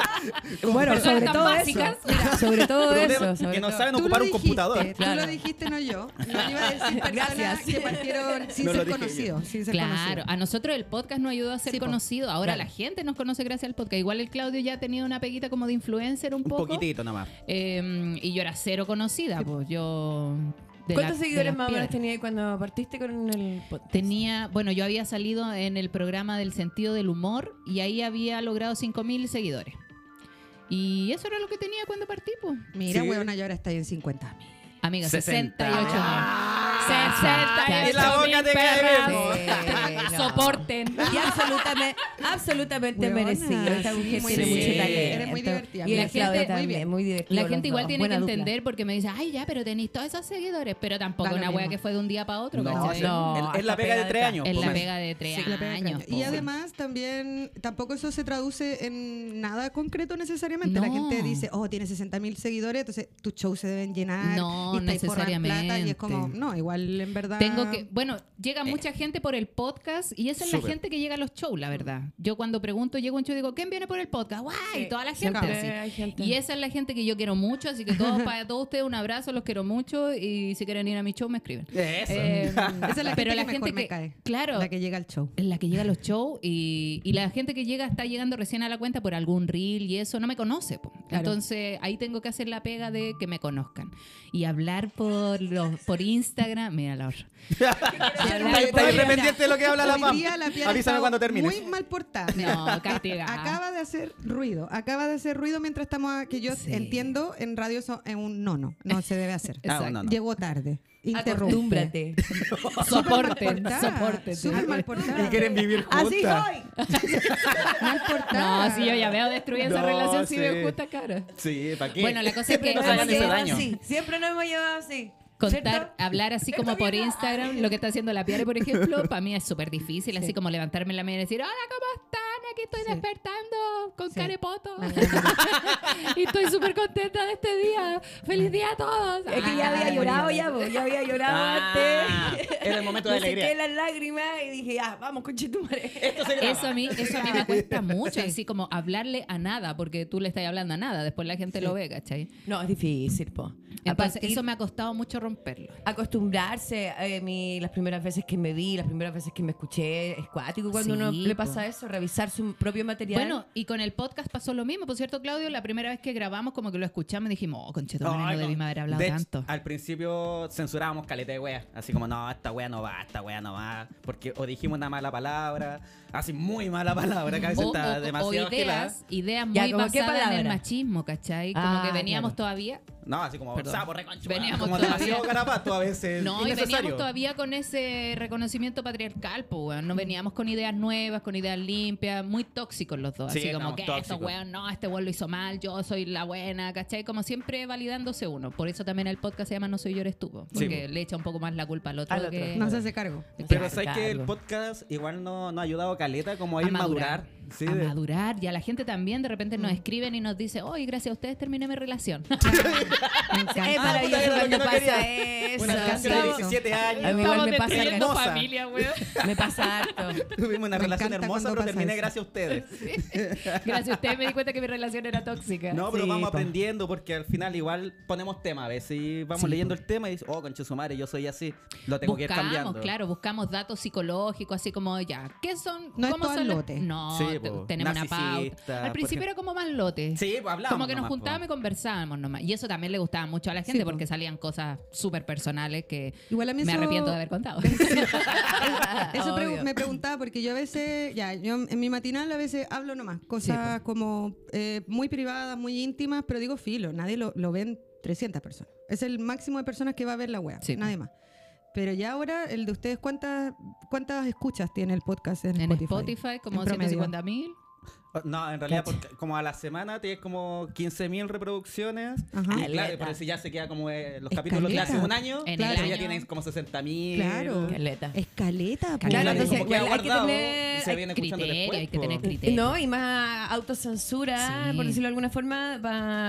S5: Bueno,
S3: personas
S5: sobre
S3: tan
S5: todo
S3: básicas.
S5: eso. Sobre todo eso.
S4: Problemas
S5: Sobre
S4: que no
S5: todo.
S4: saben
S1: Tú lo
S4: ocupar un
S1: dijiste,
S4: computador.
S1: Tú
S5: Claro.
S1: lo dijiste, no yo. No iba a decir personas
S5: Gracias.
S1: que partieron sin
S4: No lo
S1: ser
S4: dije yo.
S1: conocidos. Sin ser
S3: Claro,
S1: conocidos.
S3: a nosotros el podcast nos ayudó a ser
S1: Sí, po.
S3: conocido. Ahora
S5: Claro.
S3: la gente nos conoce gracias al podcast. Igual el Claudio ya tenía una peguita como de influencer un
S4: Un
S3: poco.
S4: poquitito nomás.
S3: Eh, y yo era cero conocida, pues yo de
S5: ¿Cuántos
S3: la- de
S5: seguidores
S3: las
S5: más o menos
S3: piedras.
S5: tenías cuando partiste con el podcast?
S3: Tenía, bueno, yo había salido en el programa del sentido del humor y ahí había logrado 5.000 seguidores. Y eso era lo que tenía cuando partí, pues.
S1: Mira,
S4: Sí.
S1: huevona, yo ahora estoy en 50
S3: Amiga,
S4: 60.
S3: 68 mil.
S1: Ah,
S4: Y la boca te cae
S5: Ah,
S4: bien.
S5: Sí, no.
S2: Soporten.
S5: Y absolutamente, absolutamente
S1: Huevona,
S5: merecido. Esta
S1: sí,
S5: mujer
S1: muy
S5: tiene
S4: bien.
S5: mucho talento.
S1: Eres muy divertida,
S5: Y
S1: amiga.
S5: la Claudia
S3: Muy
S5: también, muy,
S1: bien.
S5: divertida.
S3: La
S5: los
S3: gente igual
S5: dos.
S3: tiene que
S5: Buena dupla.
S3: entender porque me dice, ay, ya, pero tenéis todos esos seguidores. Pero tampoco
S1: Da lo
S3: una wea
S1: mismo.
S3: que fue de un día para otro,
S4: No,
S3: ¿cachai?
S4: sí. Es- es la
S5: hasta
S4: pega de
S5: pegada
S4: tres
S5: está.
S4: años.
S3: Es la
S4: Pues,
S3: pega de tres
S1: Sí, la pega de
S3: años.
S1: tres años. Y
S3: po.
S1: además también, tampoco eso se traduce en nada concreto necesariamente. La
S3: No.
S1: gente dice, oh, tiene 60 mil seguidores, entonces tus shows se deben llenar.
S3: No,
S1: y estáis forrando plata, y es como,
S3: necesariamente.
S1: no, igual en verdad.
S3: Tengo que, bueno,
S1: Eh.
S3: llega mucha gente por el podcast y esa es la
S4: Súper.
S3: gente que llega a los shows, la verdad. Yo cuando pregunto, llego a un show y digo, ¿quién viene por el podcast? ¡Guay!
S5: Sí,
S3: toda la eh, gente
S5: siempre
S3: así.
S5: hay gente.
S3: Y esa es la gente que yo quiero mucho, así que todos, para todos ustedes un abrazo, los quiero mucho y si quieren ir a mi show me escriben.
S4: Eso.
S3: Eh,
S1: Esa es la
S3: pero
S1: gente que
S3: la
S1: mejor
S3: gente
S1: me
S3: que-
S1: cae.
S3: claro.
S1: La que llega al show.
S3: en la que llega a los shows y, y la gente que llega está llegando recién a la cuenta por algún reel y eso no me conoce. po.
S5: Claro.
S3: Entonces ahí tengo que hacer la pega de que me conozcan. Y hablar por los, por Instagram, mira la otra.
S4: Está-
S3: la
S4: Está
S3: polla.
S4: independiente de lo que habla la
S1: Hoy
S4: PAM.
S1: día la Piara
S4: Avísame
S1: estaba
S4: cuando termines.
S1: Muy mal portada.
S3: No, castigada.
S1: Acaba de hacer ruido, acaba de hacer ruido mientras estamos a- que yo
S3: Sí.
S1: entiendo en radio eso es un no, no, no se debe hacer.
S4: Ah, no, no.
S1: Llegó tarde. Interrumpe.
S5: Acostúmbrate.
S3: Soporten,
S1: soporte.
S3: soporten.
S1: Súper mal portada.
S4: Y quieren vivir
S5: Así
S4: juntas.
S5: soy.
S1: Mal portada.
S3: No, si yo ya veo destruida esa
S4: No,
S3: relación si
S4: sí.
S3: veo justa cara.
S4: Sí, ¿para qué?
S3: Bueno, la cosa es que
S4: No
S5: Nos
S4: se hagan
S5: hemos
S4: ese
S5: llevado
S4: daño.
S5: así. Siempre nos hemos llevado así.
S3: contar,
S5: ¿Cierto?
S3: hablar así como por Instagram, lo que está haciendo la Piare, por ejemplo, para mí es súper difícil, así como levantarme en la mañana y decir, hola, ¿cómo están? Aquí estoy despertando con carepoto. y estoy súper contenta de este día. ¡Feliz día a todos!
S5: Es que ya
S3: Ah,
S5: había llorado, ya, vos, ya había llorado
S4: Ah,
S5: antes.
S4: era el momento de
S5: Me sequé
S4: alegría.
S5: las lágrimas y dije, ah, vamos,
S3: Eh,
S5: conchetumare.
S4: Esto se graba.
S3: Eso a mí, eso a mí me cuesta mucho, así como hablarle a nada, porque tú le estás hablando a nada, después la gente lo ve, ¿cachai?
S5: No, es difícil, po.
S3: Entonces,
S5: Aparte-
S3: eso me ha costado mucho romperlo.
S5: acostumbrarse eh, mi- las primeras veces que me vi, las primeras veces que me escuché, es cuático cuando uno
S3: Sí,
S5: le
S3: po.
S5: pasa eso, revisar su propio material.
S3: Bueno, y con el podcast pasó lo mismo. Por cierto, Claudio, la primera vez que grabamos, como que lo escuchamos y dijimos, oh, conchetumare, no,
S4: Ay,
S3: debimos haber hablado
S4: de hecho,
S3: tanto.
S4: Al principio censurábamos caleta de wea. Así como, no, esta wea no va, esta wea no va. Porque o dijimos una mala palabra, así muy mala palabra, que a veces
S3: o, o-
S4: está
S3: o
S4: demasiado gelada.
S3: ideas, ideas muy
S5: Ya, ¿como qué
S3: basadas en el
S5: palabra?
S3: machismo, ¿cachai? Como
S5: Ah,
S3: que veníamos
S5: claro.
S3: todavía.
S4: No, así como,
S3: Perdón.
S4: sapo, reconcha,
S3: Veníamos
S4: Como
S3: todavía-
S4: demasiado carapato a veces.
S3: No, y
S4: innecesario. Mm.
S3: veníamos todavía con ese reconocimiento patriarcal, pues, weón. No veníamos con ideas nuevas, con ideas limpias, muy tóxicos los dos.
S4: Sí,
S3: así como
S4: estábamos
S3: que
S4: tóxicos.
S3: estos weón, no, este weón lo hizo mal, yo soy la buena, ¿cachai? Como siempre validándose uno. Por eso también el podcast se llama No soy yo, eres tú, po,
S4: Sí,
S3: porque
S4: po.
S3: le echa un poco más la culpa al otro.
S5: Al otro.
S3: que-
S1: No se hace cargo.
S4: Pero
S5: Claro,
S4: sabes que el
S5: claro.
S4: podcast igual no, no ha ayudado a caleta como a ir madurar. Sí,
S3: a
S4: de- Mm.
S3: madurar. Y a la gente también de repente nos escriben y nos dice, oye, gracias a ustedes terminé mi relación.
S1: Me encanta.
S5: es
S4: Ah,
S5: maravilloso
S4: puta, era lo
S5: cuando
S4: que no
S5: pasa
S4: quería.
S5: eso.
S4: Una relación de
S5: Estamos-
S4: 17 años.
S5: A mí igual me pasa,
S4: destruyendo
S5: harto.
S4: hermosa.
S3: weón.
S5: me pasa harto.
S4: Tuvimos una
S1: Me
S4: relación
S1: encanta
S4: hermosa,
S1: cuando
S4: pero
S1: pasa
S4: terminé
S1: eso.
S4: gracias a ustedes.
S3: Gracias a ustedes me di cuenta que mi relación era tóxica.
S4: No, pero
S5: Sí,
S4: vamos
S5: po.
S4: aprendiendo porque al final igual ponemos tema a veces y vamos
S3: Sí,
S4: leyendo el tema y dices, oh, concha su madre, yo soy así, lo tengo que ir
S3: buscamos,
S4: cambiando.
S3: claro, buscamos datos psicológicos, así como ya, ¿qué son?
S1: No es
S3: ¿Cómo
S1: todo
S3: son
S1: al
S3: los-
S1: lote.
S3: No,
S4: Sí,
S3: te-
S4: po.
S3: tenemos una
S4: Narcisista,
S3: pauta. Al
S4: por
S3: principio
S4: ejemplo.
S3: era como más lote.
S4: Sí, pues hablábamos.
S3: Como que nos
S4: nomás, po.
S3: juntábamos y conversábamos nomás. Y eso también le gustaba mucho a la gente
S1: Sí, po.
S3: porque salían cosas súper personales que
S1: Igual a mí
S3: me
S1: eso-
S3: arrepiento de haber contado.
S1: Eso pregu-
S5: Obvio.
S1: me preguntaba porque yo a veces, ya, yo en mi matinal a veces hablo nomás, cosas como eh, muy privadas, muy íntimas, pero digo filo, nadie lo, lo ven 300 personas. Es el máximo de personas que va a ver la web,
S3: Sí.
S1: nadie más. Pero ya ahora, el de ustedes, ¿cuántas cuántas escuchas tiene el podcast en,
S3: en
S1: Spotify?
S3: Spotify, como
S1: En promedio.
S3: 150 mil.
S4: Oh, No, en realidad porque como a la semana tienes como 15.000 reproducciones.
S1: Ajá.
S4: Y claro, pero si ya se queda como eh, los
S1: Es
S4: capítulos de hace
S1: caleta.
S4: un año,
S3: En
S1: el
S4: eso
S3: año.
S4: ya tienes como 60.000.
S1: Claro.
S5: Caleta.
S1: Escaleta, po.
S5: Claro,
S4: Claro,
S5: entonces
S4: como que
S5: igual hay que
S4: guardado,
S5: tener-
S4: y se
S5: hay
S4: viene escuchando
S3: Criterio,
S4: después,
S3: hay que
S4: po.
S3: tener criterio.
S5: No, y más autocensura,
S3: Sí.
S5: por decirlo de alguna forma,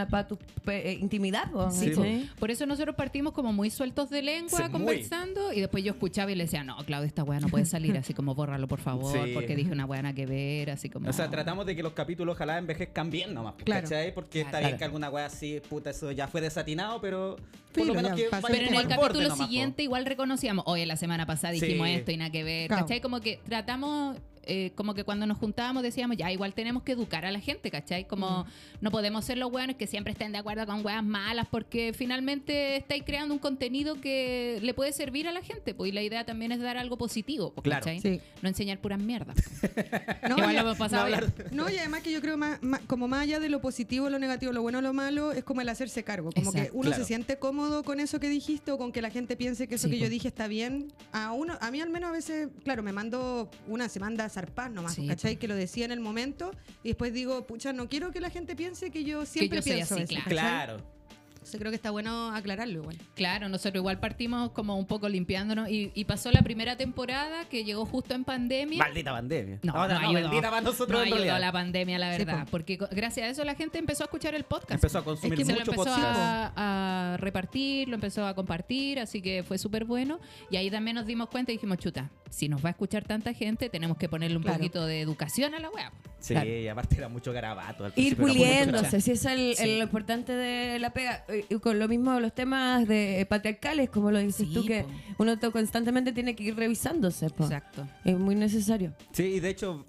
S5: para tu eh, intimidad. po,
S3: Sí,
S4: Sí,
S3: po.
S5: ¿cachai?
S3: Por eso nosotros partimos como muy sueltos de lengua
S4: Sí, muy.
S3: conversando y después yo escuchaba y le decía, no, Claudia, esta weá no puede salir, así como bórralo por favor,
S4: Sí.
S3: porque dije una weá nada que ver, así como...
S4: O sea, tratamos de que los capítulos ojalá envejezcan bien nomás, po,
S1: Claro.
S4: ¿cachai? Porque está
S3: Claro.
S4: bien que alguna wea así, puta, eso ya fue desatinado, pero por
S1: Filo,
S4: lo menos
S1: ya
S4: que
S1: pasó.
S4: vaya
S3: Pero en
S4: como
S3: el
S4: al borde
S3: capítulo
S4: nomás, po.
S3: siguiente igual reconocíamos, oye, la semana pasada dijimos
S4: Sí.
S3: esto y nada que ver,
S1: Claro.
S3: ¿cachai? Como que tratamos eh, como que cuando nos juntábamos decíamos, ya, igual tenemos que educar a la gente, ¿cachai? Como no podemos ser los hueones que siempre estén de acuerdo con hueas malas, porque finalmente estáis creando un contenido que le puede servir a la gente, pues, y la idea también es dar algo positivo, pues,
S4: Claro.
S3: ¿cachai?
S1: Sí.
S3: No enseñar puras mierdas.
S1: No,
S3: Igual
S1: y-
S3: lo hemos pasado
S4: no
S3: bien.
S4: hablar-
S1: No, y además que yo creo más, más- como más allá de lo positivo, lo negativo, lo bueno, lo malo, es como el hacerse cargo. Como
S3: Exacto.
S1: que uno
S4: Claro.
S1: se siente cómodo con eso que dijiste o con que la gente piense que eso
S3: Sí,
S1: que yo
S3: po.
S1: dije está bien. A uno, a mí al menos a veces, claro, me mando una semana a zarpar nomás,
S3: Sí,
S1: ¿cachai? Que lo decía en el momento y después digo, pucha, no quiero que la gente piense que yo siempre
S3: yo soy
S1: pienso
S3: así,
S1: eso.
S3: claro.
S1: ¿cachai?
S4: Claro.
S1: Entonces creo que está bueno aclararlo igual.
S3: Claro, nosotros igual partimos como un poco limpiándonos y, y pasó la primera temporada que llegó justo en pandemia.
S4: Maldita pandemia.
S3: No,
S4: Ahora,
S3: no ayudó.
S4: maldita para nosotros
S3: No
S4: en
S3: ayudó
S4: realidad.
S3: la pandemia, la
S1: Sí,
S3: verdad.
S1: po.
S3: porque co- gracias a eso la gente empezó a escuchar el podcast.
S4: Empezó a consumir
S1: Es que
S3: se lo
S4: mucho
S3: empezó
S4: podcast.
S3: a, a repartir, lo empezó a compartir, así que fue súper bueno. Y ahí también nos dimos cuenta y dijimos, chuta, si nos va a escuchar tanta gente, tenemos que ponerle un
S1: Claro.
S3: poquito de educación a la web.
S4: Sí,
S5: Claro.
S4: y aparte era mucho garabato. al
S5: Ir
S4: principio era puro
S5: puliéndose,
S4: escuchar.
S5: si eso es el-
S3: Sí.
S5: el- lo importante de la pega. Eh, Y con lo mismo los temas de eh, patriarcales, como lo dices
S3: Sí,
S5: tú, que
S3: po.
S5: uno to- constantemente tiene que ir revisándose. po.
S3: Exacto.
S5: Es muy necesario.
S4: Sí, y de hecho,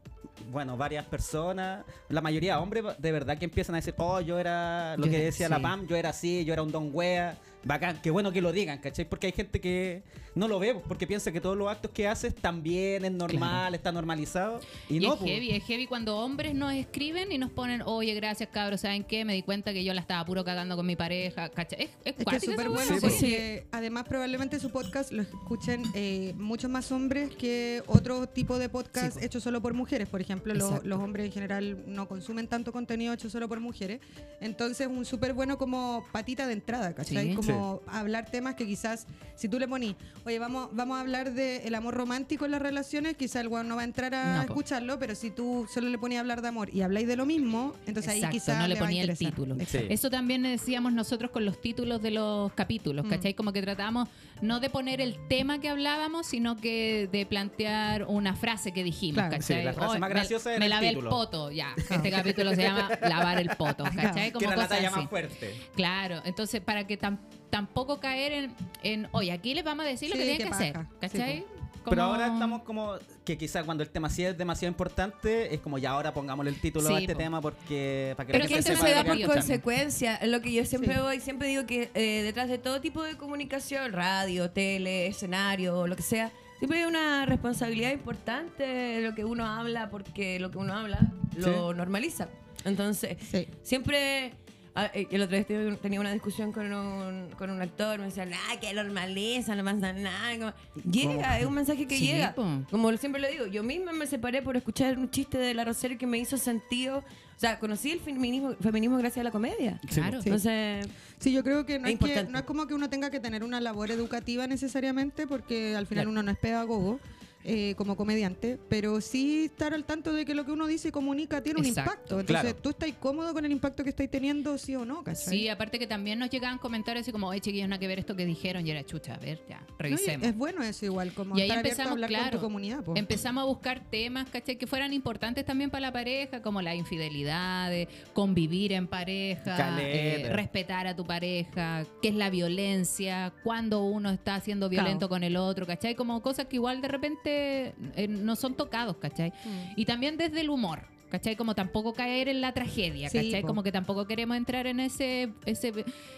S4: bueno, varias personas, la mayoría hombres, de verdad que empiezan a decir, oh, yo era lo
S3: Yo
S4: que
S3: era-
S4: decía
S3: sí.
S4: la PAM, yo era así, yo era un don wea. Bacán, qué bueno que lo digan, ¿cachai? Porque hay gente que no lo ve, porque piensa que todos los actos que haces también es normal, está normalizado. Y,
S3: Y,
S4: no,
S3: es
S4: pues, po.
S3: heavy, es heavy cuando hombres nos escriben y nos ponen, oye, gracias cabros, ¿saben qué? Me di cuenta que yo la estaba puro cagando con mi pareja, ¿cachai? Es,
S1: Es
S3: es
S1: Eh, que es
S3: cuática
S1: súper
S3: esa
S1: bueno
S3: wea, po.
S4: Sí, pues.
S1: porque además probablemente su podcast lo escuchen eh, muchos más hombres que otro tipo de podcast hecho solo por mujeres. Por ejemplo, lo-
S3: pues. Exacto.
S1: los hombres en general no consumen tanto contenido hecho solo por mujeres. Entonces un súper bueno como patita de entrada, ¿cachai?
S3: Sí.
S1: Como hablar temas que quizás si tú le ponís, oye, vamos, vamos a hablar del amor romántico en las relaciones, quizás el weón no va a entrar a
S3: No, po.
S1: escucharlo, pero si tú solo le ponís a hablar de amor y habláis de lo mismo, entonces ahí
S3: Exacto,
S1: quizás
S3: no le
S1: va a
S3: ponía el
S1: interesar.
S3: título.
S1: Exacto.
S4: Sí.
S3: Eso también decíamos nosotros con los títulos de los capítulos,
S1: Mm.
S3: ¿cachai? Como que tratábamos no de poner el tema que hablábamos, sino que de plantear una frase que dijimos,
S1: Claro.
S3: ¿cachai?
S4: Sí, la frase
S3: Hoy
S4: más
S3: me-
S4: graciosa
S3: Me,
S4: era el
S3: lavé
S4: título.
S3: el poto, ya. Este capítulo se llama Lavar el poto, ¿cachai?
S4: que
S3: Como
S4: era la
S3: cosas
S4: talla
S3: así.
S4: más fuerte.
S3: Claro, entonces para que tam- tampoco caer en, en, oye, aquí les vamos a decir lo
S1: Sí,
S3: que tienen
S1: qué
S3: que
S1: paja.
S3: hacer,
S1: Sí,
S3: ¿cachai?
S4: Pero
S3: Como-
S4: ahora estamos como que quizá cuando el tema sí es demasiado importante, es como ya ahora pongámosle el título
S3: Sí,
S4: a este
S3: po.
S4: tema porque para que
S3: Pero
S4: la
S5: que
S3: que
S4: gente
S5: esto
S3: se
S4: sepa
S5: se
S4: de
S5: da
S4: qué
S3: vaya
S5: por
S3: escuchando.
S4: escuchamos.
S5: consecuencia. Es Lo que yo siempre
S1: Sí.
S5: voy, siempre digo que eh, detrás de todo tipo de comunicación, radio, tele, escenario, lo que sea, siempre hay una responsabilidad importante de lo que uno habla, porque lo que uno habla lo normaliza. Entonces,
S1: Sí.
S5: siempre. ah, eh, El otro día estuve- tenía una discusión con un, con un actor, me decían, ah, que normaliza, no pasa nada. como- Llega, es un mensaje que
S3: Sí,
S5: llega.
S3: po.
S5: Como siempre lo digo, yo misma me separé por escuchar un chiste de la Rosario que me hizo sentido. O sea, conocí el feminismo, feminismo gracias a la comedia.
S3: Claro.
S1: Sí.
S5: Entonces,
S1: Sí, yo creo que no
S5: Es
S1: es, que-
S5: importante.
S1: no es como que uno tenga que tener una labor educativa necesariamente, porque al final uno no es pedagogo eh, como comediante, pero sí estar al tanto de que lo que uno dice y comunica tiene un
S3: Exacto.
S1: impacto. Entonces,
S4: Claro.
S1: ¿tú estás cómodo con el impacto que estáis teniendo, sí o no? ¿cachai?
S3: Sí, aparte que también nos llegaban comentarios así como, oye, chiquillos, nada que ver esto que dijeron, y era chucha, a ver, ya,
S1: No, y
S3: revisemos.
S1: es bueno eso igual, como
S3: Y ahí
S1: estar abierto a
S3: empezamos,
S1: hablar con
S3: claro.
S1: tu comunidad. po.
S3: Empezamos a buscar temas, ¿cachai? Que fueran importantes también para la pareja, como la infidelidad, eh, convivir en pareja,
S4: Caleta.
S3: eh, respetar a tu pareja, qué es la violencia, cuándo uno está siendo violento
S1: Claro.
S3: con el otro, ¿cachai? Como cosas que igual de repente eh, no son tocados, ¿cachai?
S1: Mm.
S3: Y también desde el humor. ¿Cachai? Como tampoco caer en la tragedia,
S1: Sí,
S3: ¿cachai?
S1: po.
S3: Como que tampoco queremos entrar en ese, ese,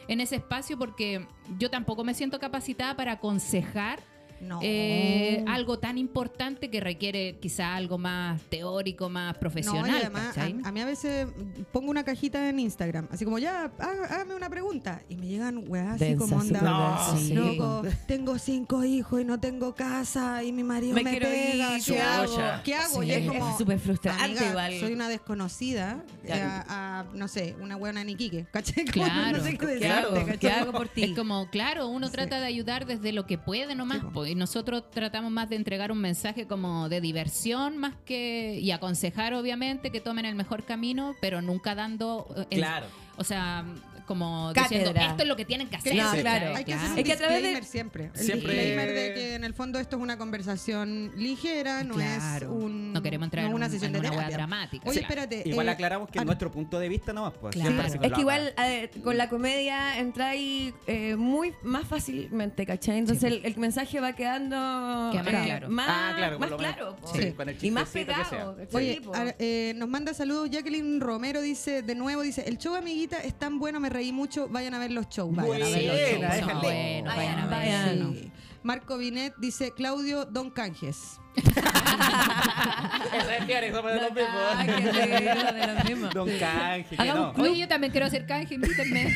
S3: en ese espacio porque yo tampoco me siento capacitada para aconsejar
S1: No.
S3: eh, algo tan importante que requiere quizá algo más teórico, más profesional.
S1: No, y además,
S3: ¿cachai?
S1: a, a mí a veces mm, pongo una cajita en Instagram, así como, ya, há- hágame una pregunta. Y me llegan weas así
S5: Densa,
S1: como onda.
S5: súper densa,
S3: sí.
S1: Loco, tengo cinco hijos y no tengo casa y mi marido me,
S5: Me quiero
S1: pega.
S5: ir,
S1: ¿Qué hago?
S4: chucha.
S1: ¿Qué hago?
S5: Sí,
S1: y es
S5: es
S1: como,
S5: súper frustrante
S1: amiga,
S5: igual.
S1: Soy una desconocida
S5: Ya.
S1: eh, a, a, no sé, una buena Niquique. ¿Caché? Como
S3: Claro,
S1: no sé qué
S5: ¿qué hago?
S1: decirte,
S5: ¿Qué
S1: ¿cachai?
S5: hago por ti?
S3: Es como, claro, uno
S1: Sí.
S3: trata de ayudar desde lo que puede nomás,
S1: Sí, po.
S3: po, y nosotros tratamos más de entregar un mensaje como de diversión más que y aconsejar obviamente que tomen el mejor camino, pero nunca dando eh, el-
S4: Claro.
S3: o sea, como
S2: Cátedra.
S3: diciendo esto es lo que tienen que hacer.
S2: No,
S3: ¿cachai?
S2: claro.
S1: Hay que hacer un
S2: Es que a través de-
S1: disclaimer siempre. El
S4: Siempre-
S1: disclaimer de que en el fondo esto es una conversación ligera, no
S2: Claro.
S1: es un,
S3: No queremos entrar
S1: no
S3: en
S1: una
S3: un-
S1: sesión
S3: en
S1: de
S3: una hueá
S1: terapia.
S3: dramática,
S1: Oye,
S3: claro.
S1: espérate.
S4: Igual
S1: eh,
S4: aclaramos que
S1: ah,
S4: es nuestro punto de vista nomás. Pues,
S3: Claro.
S4: siempre se
S2: Es que
S4: hablaba.
S2: igual a ver, con la comedia entráis eh, muy más fácilmente, ¿cachai? Entonces el, el mensaje va quedando
S3: Queda más
S2: eh,
S3: claro.
S2: más,
S4: Ah, claro,
S2: más
S4: por lo menos.
S2: claro, po.
S4: Sí, Sí. con el
S2: y más
S4: chistecito que
S2: pegado.
S4: sea.
S2: ¿cachai?
S1: Oye,
S2: po.
S1: a- eh, nos manda saludos Jacqueline Romero, dice de nuevo, dice, el show amiguita es tan bueno, me reí mucho, vayan a ver los shows.
S4: Buena,
S1: Vayan a ver los shows.
S4: déjale.
S3: Son buenos, vayan a
S2: Vayan,
S3: verlo.
S1: Sí. Marco Binet dice, Claudio Don Canjes.
S4: Esa es fiera, esa es de los
S2: Ah,
S4: mismos.
S2: que de- de los mismos.
S4: Don Canje, que
S3: Hagamos
S4: no.
S3: un club. Oye, yo también quiero hacer canje, invítenme.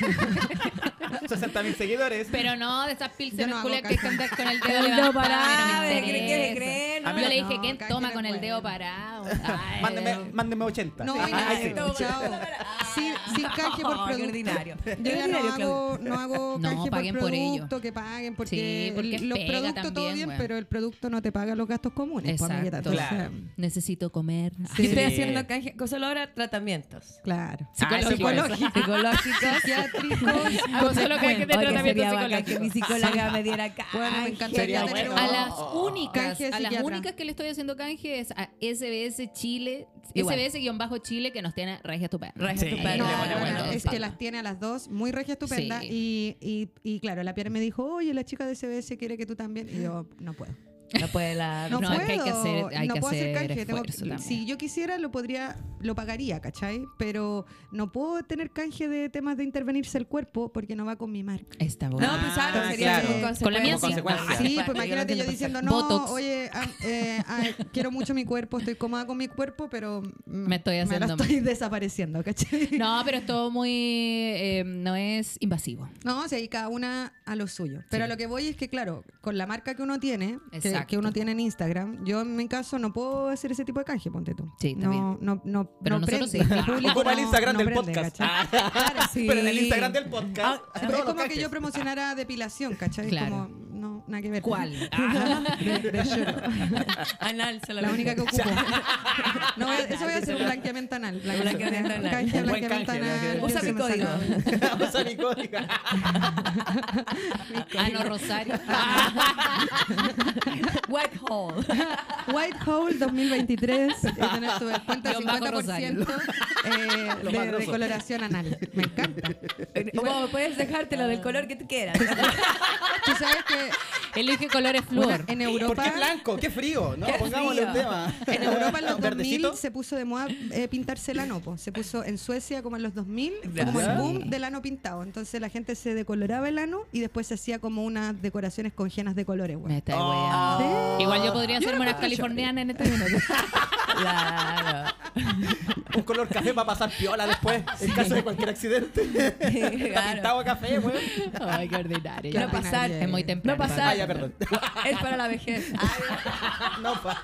S4: 60 mil seguidores.
S3: Pero no, de esas
S1: Yo
S3: pilsenes
S1: no hago
S3: culias que hay que
S1: canje.
S3: andar con el
S2: El
S3: dedo
S2: dedo
S3: levantado.
S2: parado,
S3: no
S2: ¿de
S3: me
S2: cree que
S3: interesa.
S2: le creen? No,
S3: Yo le dije,
S1: no,
S3: ¿quién
S1: canje
S3: toma
S1: no
S3: con el
S1: puede.
S3: dedo parado? Ay,
S4: Mándeme, mándeme 80.
S1: No, y
S4: Ahí
S1: nada,
S4: sí.
S1: no. chao. Sin- sin canje por
S2: Ah, Qué
S1: producto.
S2: ordinario. Qué
S1: Yo ya no
S2: ordinario, Claudio.
S1: hago, no hago
S3: No,
S1: canje
S3: paguen por
S1: por
S3: ello.
S1: producto, que paguen, porque,
S3: Sí, porque
S1: el- los
S3: pega
S1: productos todo
S3: también,
S1: bien,
S3: weón.
S1: pero el producto no te paga los gastos comunes. pues, amiguita.
S3: Exacto.
S1: Entonces,
S4: Claro.
S3: Necesito comer.
S2: Yo estoy
S4: Sí.
S2: haciendo canje, con solo ahora tratamientos.
S1: Claro.
S3: Psicológico.
S2: Psicológicos, psiquiátricos.
S3: Con solo canje de
S2: Oye,
S3: tratamiento
S2: sería bacán
S3: psicológico.
S2: que mi psicóloga me diera canje.
S1: Bueno, me encantaría
S4: Sería
S1: tener
S4: bueno.
S1: un-
S3: A las
S4: Oh.
S3: únicas,
S1: Canje de
S3: a las
S1: psiquiatra.
S3: únicas que le estoy haciendo canje es a SBS Chile,
S2: Igual.
S3: SBS-Chile que nos tiene regia estupenda.
S2: Regia
S4: Sí,
S2: estupenda.
S1: No,
S4: Le
S3: Ahí,
S4: pone
S1: bueno,
S4: bueno,
S1: es
S3: espalda.
S1: que las tiene a las dos, muy regia estupenda. Y, y, y claro, la Pierre me dijo, oye, la chica de CBS quiere que tú también. Y yo, no puedo.
S2: No puede la...
S1: No,
S3: No,
S1: puedo.
S3: es que hay que hacer- hay
S1: no
S3: que
S1: puedo hacer
S3: hacer
S1: canje. tengo-
S3: esfuerzo también.
S1: si yo quisiera, lo podría, lo pagaría, ¿cachai? Pero no puedo tener canje de temas de intervenirse el cuerpo porque no va con mi marca.
S3: Está bueno.
S2: No, pues claro,
S4: Ah,
S2: sería
S4: claro.
S2: muy
S3: Con la mía
S4: Como
S3: sí.
S4: consecuencia.
S1: Sí,
S2: Claro,
S1: pues imagínate yo
S2: entiendo
S1: diciendo, no,
S3: perfecto. Botox.
S1: oye, ah, eh, ah, quiero mucho mi cuerpo, estoy cómoda con mi cuerpo, pero mm,
S3: Me estoy
S1: la
S3: haciendo
S1: estoy desapareciendo, ¿cachai?
S3: No, pero es todo muy. eh, no es invasivo.
S1: No, se dedica una a lo suyo. Pero a lo que voy es que, claro, con la marca que uno tiene, que,
S3: Exacto.
S1: que uno tiene en Instagram, yo en mi caso no puedo hacer ese tipo de canje, ponte tú.
S3: Sí, está
S1: no, no, no,
S3: Pero
S1: no
S3: nosotros
S1: prende,
S3: sí.
S1: mi público
S4: Ocupa el
S1: no-
S4: Instagram
S1: no
S4: del
S1: prende,
S4: podcast.
S1: ¿cachai?
S4: Ah,
S2: sí.
S4: Pero en el Instagram del
S2: Ah,
S4: podcast.
S1: Pero es
S4: todos los
S1: como que
S4: canjes.
S1: yo promocionara depilación, ¿cachai? Como,
S3: Claro.
S1: no, nada que ver.
S3: ¿Cuál?
S1: de, de Shuro.
S2: Anal, solo
S1: La única que ocupo. No, voy a- eso voy a hacer un blanqueamiento anal.
S2: Blanqueamiento anal.
S1: Canje,
S4: Un buen
S1: blanqueamiento
S4: canje,
S1: anal.
S2: Usa mi código.
S4: Vamos a mi código.
S1: Ah,
S3: Ano Rosario.
S2: Whitehall.
S1: Whitehall 2023 y tener tu descuento de
S3: Guión bajo
S1: 50%
S3: Rosario.
S1: eh,
S4: Lo más
S1: de
S4: grosso.
S1: decoloración anal. Me encanta.
S2: Como puedes dejártelo del color que tú quieras.
S1: Tú sabes que
S3: Elige colores
S1: bueno,
S3: flúor.
S1: en
S4: ¿Por
S1: Europa,
S4: qué blanco? ¡Qué frío! No,
S2: Qué
S4: pongámosle un
S2: frío.
S4: tema.
S1: en Europa en los 2000
S4: ¿Verdecito?
S1: se puso de moda eh, pintarse el ano. po. Se puso en Suecia como en los 2000, fue
S4: Ya.
S1: como el boom del ano pintado. Entonces la gente se decoloraba el ano y después se hacía como unas decoraciones con jenas de colores.
S3: Me
S1: güey.
S3: estáis
S4: Ah.
S3: weando. Igual yo podría
S1: Oh. Yo
S3: hacerme
S1: no puedo
S3: unas
S1: llorar.
S3: californianas en este minuto.
S2: Claro.
S4: Un color café para pasar piola después, en caso de cualquier accidente. Está
S2: claro.
S4: pintado a café, weón.
S3: Ay, qué ordinario.
S1: Quiero pasar.
S3: Es muy temprano.
S2: No pasar.
S4: Ah, ya, perdón.
S2: Es para la vejez.
S4: No, pa-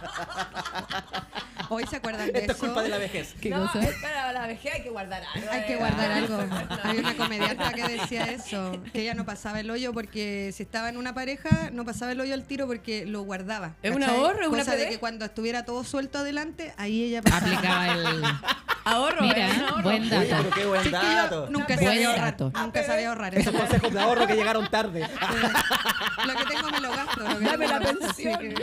S1: Hoy se acuerdan de
S4: esto es
S1: eso.
S4: culpa de la vejez.
S3: ¿Qué
S2: no,
S3: cosa?
S2: es para la vejez, hay que guardar algo.
S1: Hay que
S2: eh.
S1: guardar
S2: Ah,
S1: algo.
S2: no.
S1: Había una comedianta que decía eso, que ella no pasaba el hoyo porque si estaba en una pareja, no pasaba el hoyo al tiro porque lo guardaba.
S2: ¿Es un
S1: ¿cachai?
S2: ahorro, es una
S1: Cosa de
S2: PD?
S1: que cuando estuviera todo suelto adelante, ahí ella pasaba.
S3: Aplicaba el.
S2: Ahorro,
S3: Mira,
S2: ¿eh? Un ahorro.
S3: buen
S4: Oye, pero
S3: dato.
S4: qué
S1: Sí,
S4: buen
S1: es que yo
S4: dato.
S1: nunca
S2: Buen
S1: sabía ahorrar.
S3: dato.
S1: Nunca sabía ahorrar. Eso
S4: Esos consejos de ahorro que llegaron tarde.
S1: lo que tengo me lo gasto. lo que
S2: Dame la
S1: tengo me lo gasto, así
S2: pensión.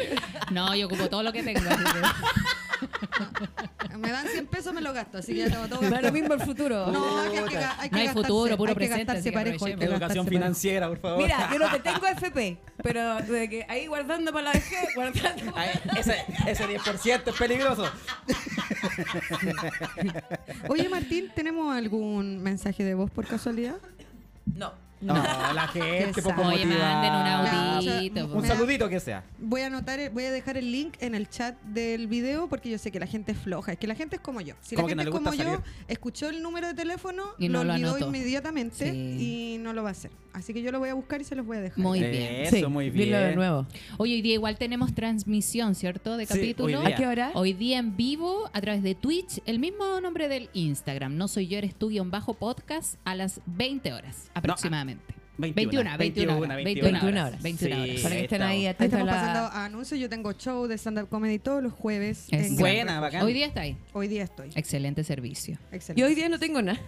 S3: No, yo ocupo todo lo que tengo. así que-
S1: que me dan 100 pesos, me lo gasto. Así que ya tengo todo
S2: Da lo
S1: gastado.
S2: mismo el futuro.
S1: No, que hay que, ga- hay que
S3: No hay
S1: gastarse,
S3: futuro, puro
S1: hay que
S3: presente, así
S1: gastarse
S3: que
S1: parejo, hay que
S3: aprovechemos.
S4: Educación
S1: gastarse parejo.
S4: financiera, por favor.
S2: Mira, yo lo que tengo es FP, pero de que ahí guardando para la vejez, guardando.
S4: Ay, ese, ese 10% es peligroso.
S1: Oye, Martín, ¿tenemos algún mensaje de voz por casualidad?
S2: No.
S4: No, la gente,
S1: Qué
S4: poco
S1: sad.
S3: Oye, manden un pues.
S4: motivada.
S3: audito.
S1: Un
S4: Un
S3: po.
S1: Me da-
S4: saludito que sea.
S1: Voy a anotar, el- voy a dejar el link en el chat del video porque yo sé que la gente es floja, es que la gente es como yo. Si la
S4: Como que
S1: gente
S4: no
S1: es
S4: le gusta
S1: como yo,
S4: salir.
S1: escuchó el número de teléfono,
S3: Y
S1: lo
S3: no lo
S1: olvidó
S3: anotó.
S1: inmediatamente
S3: Sí.
S1: y no lo va a hacer. Así que yo lo voy a buscar y se los voy a dejar.
S3: Muy bien.
S4: Eh, Eso, muy bien.
S2: Dilo de nuevo.
S3: Hoy, hoy día igual tenemos transmisión, ¿cierto? De
S4: Sí,
S3: capítulo.
S4: hoy
S2: ¿A
S4: día.
S2: qué hora?
S3: Hoy día en vivo a través de Twitch, el mismo nombre del Instagram, no soy yo, eres tú, guión bajo podcast, a las 20 horas
S4: ah,
S3: aproximadamente. 21, 21, 21,
S2: 21
S3: horas. 21 horas.
S4: Sí,
S2: Para que estén ahí
S1: Ahí
S2: atentos a
S1: estamos pasando
S2: la...
S1: a anuncios. Yo tengo show de stand-up comedy todos los jueves.
S3: Es
S1: en
S4: Buena,
S1: Gran Refugio.
S4: bacán.
S3: Hoy día está ahí.
S1: Hoy día estoy.
S3: Excelente servicio.
S1: Excelente.
S2: Yo hoy día no tengo nada.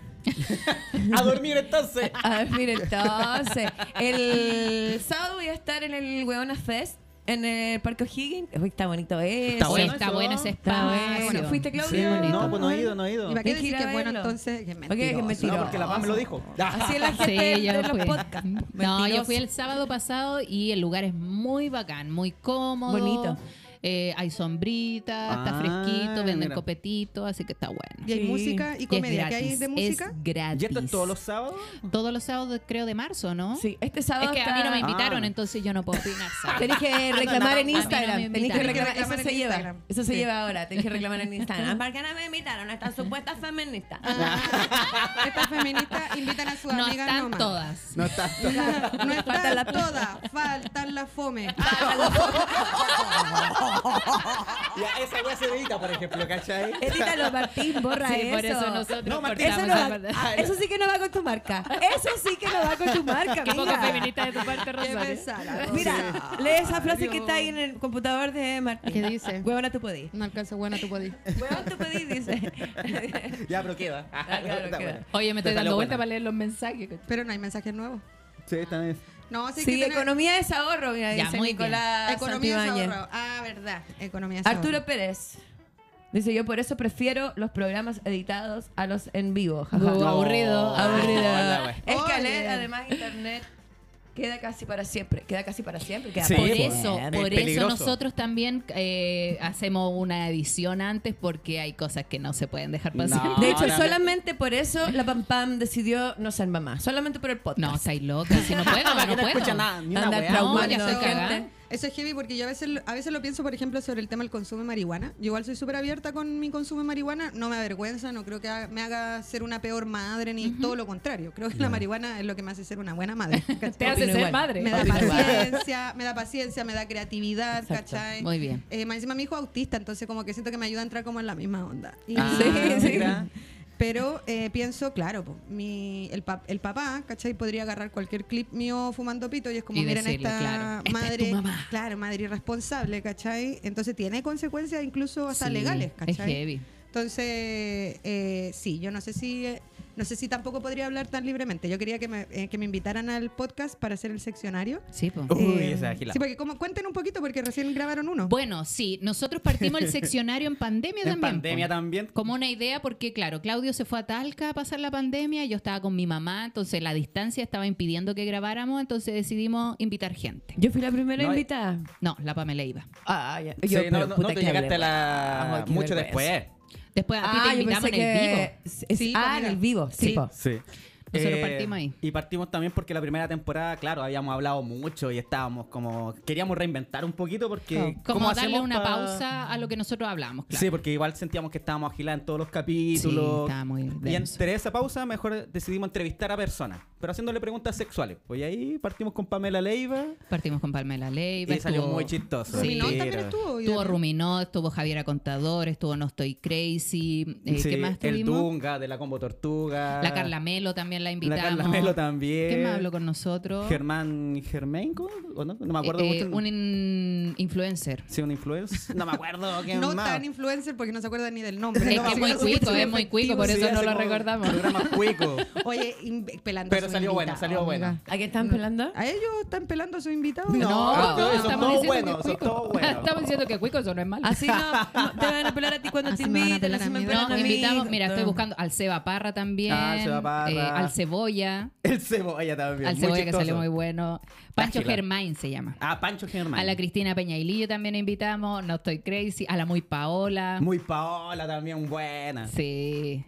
S4: A dormir entonces.
S2: A ver, mire, entonces, el sábado voy a estar en el Weona Fest, en el Parque O'Higgins. Uy, está bonito eso.
S4: Está
S3: Sí,
S4: bueno
S3: está
S4: eso.
S3: bueno ese
S2: Está
S3: espacio.
S2: bueno. ¿Fuiste, Claudio?
S3: Sí, bonito.
S4: No, pues no he ido, no he ido.
S1: ¿Y para qué
S2: Hay que
S1: decir
S2: ir a
S1: que es bueno
S2: verlo.
S1: entonces? Que es
S2: Ok, que es
S1: mentiroso.
S2: mentiroso.
S4: No, porque la PAM me lo dijo.
S2: Así es la
S3: Sí,
S2: gente
S3: yo
S2: de los
S3: fui.
S2: podcasts.
S3: No, yo fui
S2: Mentirosos.
S3: el sábado pasado y el lugar es muy bacán, muy cómodo.
S2: Bonito.
S3: Eh, hay sombritas, está
S4: Ah,
S3: fresquito, venden
S4: mira.
S3: copetitos, así que está bueno.
S1: Y hay
S2: Sí.
S1: música y
S3: es
S1: comedia. ¿Qué hay
S3: gratis,
S1: de música?
S3: Es gratis.
S4: ¿Y esto es todos los sábados?
S3: Todos los sábados, de- creo, de marzo, ¿no?
S2: Sí, este sábado
S3: Es que a
S2: está-
S3: mí no me
S4: Ah.
S3: invitaron, entonces yo no puedo opinar. ¿sabes?
S2: Tenés que reclamar en
S3: no, a mí no
S2: Instagram.
S3: me
S2: Tenés que
S3: invitaron.
S2: reclamar.
S1: Tenés que reclamar
S2: Eso
S1: en
S2: se lleva.
S1: Instagram.
S2: Eso se
S1: Sí.
S2: lleva ahora. Tenés que reclamar en Instagram. ¿Por qué no me invitaron? Estas supuestas feministas.
S1: Ah. Estas feministas invitan a sus
S3: no
S1: amigas
S3: están
S1: nomás.
S3: todas.
S4: No está.
S1: No
S2: Faltan
S1: están
S2: las-
S1: todas, faltan las fome.
S4: Ya, esa weá se edita, por ejemplo, ¿cachai?
S2: Edítalo, Martín, borra
S3: Sí,
S2: eso.
S3: por eso nosotros
S4: No, Martín,
S2: Eso,
S3: cortamos
S2: no
S3: esa
S2: va-
S3: parte.
S2: ah, eso sí que no va con tu marca. Eso sí que no va con tu marca.
S3: Qué poco
S2: amiga.
S3: feminista de tu parte,
S1: Qué
S3: Rosario.
S1: pesada.
S2: Mira, lee esa frase que está ahí en el computador de Martín.
S1: ¿Qué dice?
S2: Huevona, tú podís.
S1: No alcanza buena tu podí.
S2: Huevona, tú podís, dice.
S4: Ya, pero queda.
S2: claro,
S4: Está
S2: queda.
S4: buena.
S3: Oye, me
S4: Te
S3: estoy
S4: salió
S3: dando vuelta
S4: buena.
S3: para leer los mensajes. ¿cachai?
S1: Pero no hay mensajes nuevos.
S4: Sí, está bien.
S1: No, sí,
S2: Sí,
S1: que tener-
S2: economía es ahorro, mira,
S3: Ya,
S2: dice
S3: muy bien.
S2: Nicolás
S1: Economía es
S2: Santibáñez.
S1: ahorro. Ah, verdad. Economía es
S2: Arturo
S1: ahorro.
S2: Pérez. Dice, yo por eso prefiero los programas editados a los en vivo. jaja".
S3: Uh, aburrido.
S4: No.
S2: Aburrido.
S4: Hola, güey.
S2: Es que
S1: Oye.
S2: Ale, además internet queda casi para siempre. Queda casi para siempre. Queda
S4: Sí,
S2: para
S3: por
S4: pues,
S2: siempre.
S3: eso,
S4: es
S3: por eso
S4: peligroso.
S3: nosotros también eh, hacemos una edición antes porque hay cosas que no se pueden dejar
S4: No.
S3: pasar.
S2: De hecho,
S4: Ahora-
S2: solamente por eso la Pam Pam decidió no ser mamá. Solamente por el podcast.
S3: No, estáis loca, si no puedo,
S4: Para
S3: no
S4: que no escucha
S3: puedo.
S4: nada, ni una
S2: Anda
S4: weá.
S2: trauma.
S3: No, ya
S1: Eso-
S3: estoy cagada.
S1: Eso es heavy porque yo a veces, lo- a veces lo pienso, por ejemplo, sobre el tema del consumo de marihuana. Yo igual soy súper abierta con mi consumo de marihuana. No me avergüenza, no creo que ha- me haga ser una peor madre ni todo lo contrario. Creo que la marihuana es lo que me hace ser una buena madre. ¿cachai?
S3: Te hace
S2: Opino
S3: ser
S2: igual.
S3: madre.
S1: Me da
S2: Opino igual.
S1: paciencia, me da paciencia, me da creatividad,
S2: Exacto.
S1: ¿cachai?
S3: Muy bien.
S1: Eh, más encima mi hijo es autista, entonces como que siento que me ayuda a entrar como en la misma onda. Y-
S4: Ah,
S2: Sí, sí.
S4: mira.
S1: Pero eh, pienso, claro, po, mi, el, pap- el papá, ¿cachai? Podría agarrar cualquier clip mío fumando pito y es como,
S3: Y
S1: miren,
S3: decirle,
S1: esta
S3: claro, esta es
S1: madre,
S3: tu mamá".
S1: claro, madre irresponsable, ¿cachai? Entonces tiene consecuencias incluso hasta
S3: Sí,
S1: legales,
S3: Es
S1: ¿cachai?
S3: heavy.
S1: Entonces, eh, sí, yo no sé si eh, no sé si tampoco podría hablar tan libremente. Yo quería que me, eh, que me invitaran al podcast para hacer el seccionario.
S3: Sí, po.
S4: Uy,
S1: Eh,
S4: esa gila.
S1: Sí, porque como, cuenten un poquito porque recién grabaron uno.
S3: Bueno, sí, nosotros partimos el seccionario en pandemia
S4: En
S3: también.
S4: pandemia
S3: po.
S4: también.
S3: Como una idea, porque claro, Claudio se fue a Talca a pasar la pandemia, yo estaba con mi mamá, entonces la distancia estaba impidiendo que grabáramos, entonces decidimos invitar gente.
S2: Yo fui la primera
S4: No,
S2: invitada.
S3: No, la Pamela iba.
S2: Ah, ya.
S4: Sí,
S2: Yo, pero
S4: no, no,
S2: puta
S4: no, tú
S2: que hablé,
S4: llegaste a
S2: weón.
S4: la...
S2: Ay, qué
S4: mucho
S2: vergüenza.
S4: después.
S3: Después a ti
S2: Ah,
S3: te
S2: yo
S3: invitamos
S2: pensé
S3: en el vivo.
S2: que... es-
S1: Sí,
S2: ah,
S1: pues,
S2: en
S1: mira.
S2: el vivo. Sí,
S3: Sí.
S2: po.
S4: Sí. Eh,
S3: Nosotros partimos ahí.
S4: Y partimos también porque la primera temporada, claro, habíamos hablado mucho y estábamos como. Queríamos reinventar un poquito porque.
S2: Claro.
S4: ¿cómo
S3: Como darle
S4: hacemos
S3: una
S4: pa-
S3: pausa a lo que nosotros hablamos, claro.
S4: Sí, porque igual sentíamos que estábamos agilados en todos los capítulos.
S3: Sí, estaba muy
S4: y
S3: denso.
S4: entre esa pausa, mejor decidimos entrevistar a personas, pero haciéndole preguntas sexuales. Pues y ahí partimos con Pamela Leiva.
S3: Partimos con Palmela Leiva.
S4: Y salió
S3: estuvo-
S4: muy chistoso.
S3: Sí.
S1: Ruminón también
S4: Pero-
S1: estuvo. y-
S3: Estuvo Ruminó, estuvo Javiera Contador, estuvo No Estoy Crazy. eh,
S4: Sí,
S3: ¿Qué más
S4: el
S3: tuvimos?
S4: Dunga de la Combo Tortuga.
S3: La Carla Melo también la
S4: La
S3: invitamos.
S4: Carla Melo también.
S3: ¿Qué más habló con nosotros?
S4: Germán Germain, ¿cómo? ¿O no? No me acuerdo
S3: Eh, eh,
S4: mucho.
S3: un in- influencer.
S4: Sí, un influencer. No me acuerdo quién
S1: No
S4: más.
S1: tan influencer porque no se acuerda ni del nombre.
S3: Es
S1: No,
S3: que es
S1: así
S3: muy
S1: no sé
S3: cuico,
S1: si
S3: es muy cuico,
S1: efectivo.
S3: por
S4: Sí,
S3: eso no
S4: hace
S3: lo
S4: como
S3: recordamos.
S4: Programa cuico.
S1: Oye, in- pelando a
S4: Pero
S1: su
S4: salió bueno,
S1: invitado,
S4: salió
S1: amiga.
S4: bueno.
S2: ¿A qué están pelando?
S1: A ellos están pelando a su invitado.
S4: No,
S3: no,
S4: pero son
S3: estamos diciendo
S4: todos
S3: que
S4: buenos,
S3: es
S4: son
S3: cuico.
S4: todos buenos.
S3: Estamos diciendo que cuico, eso no es malo.
S2: Así Ah, no, no, te van a pelar a ti cuando
S1: Así
S2: te
S1: me van a
S2: inviten.
S1: pelar
S2: así
S1: a
S2: me
S1: mí.
S2: pelan
S3: No,
S2: a mí.
S3: invitamos, mira, estoy
S2: No.
S3: buscando al Seba Parra también,
S4: Ah, al Seba Parra.
S3: eh, al Cebolla,
S4: El cebolla también.
S3: al
S4: muy
S3: Cebolla que
S4: chistoso.
S3: salió muy bueno, Pancho
S4: Ágila.
S3: Germain se llama,
S4: Ah, Pancho Germán.
S3: a la Cristina Peñailillo también invitamos, No Estoy Crazy, a la Muy Paola,
S4: Muy Paola también, buena.
S3: sí,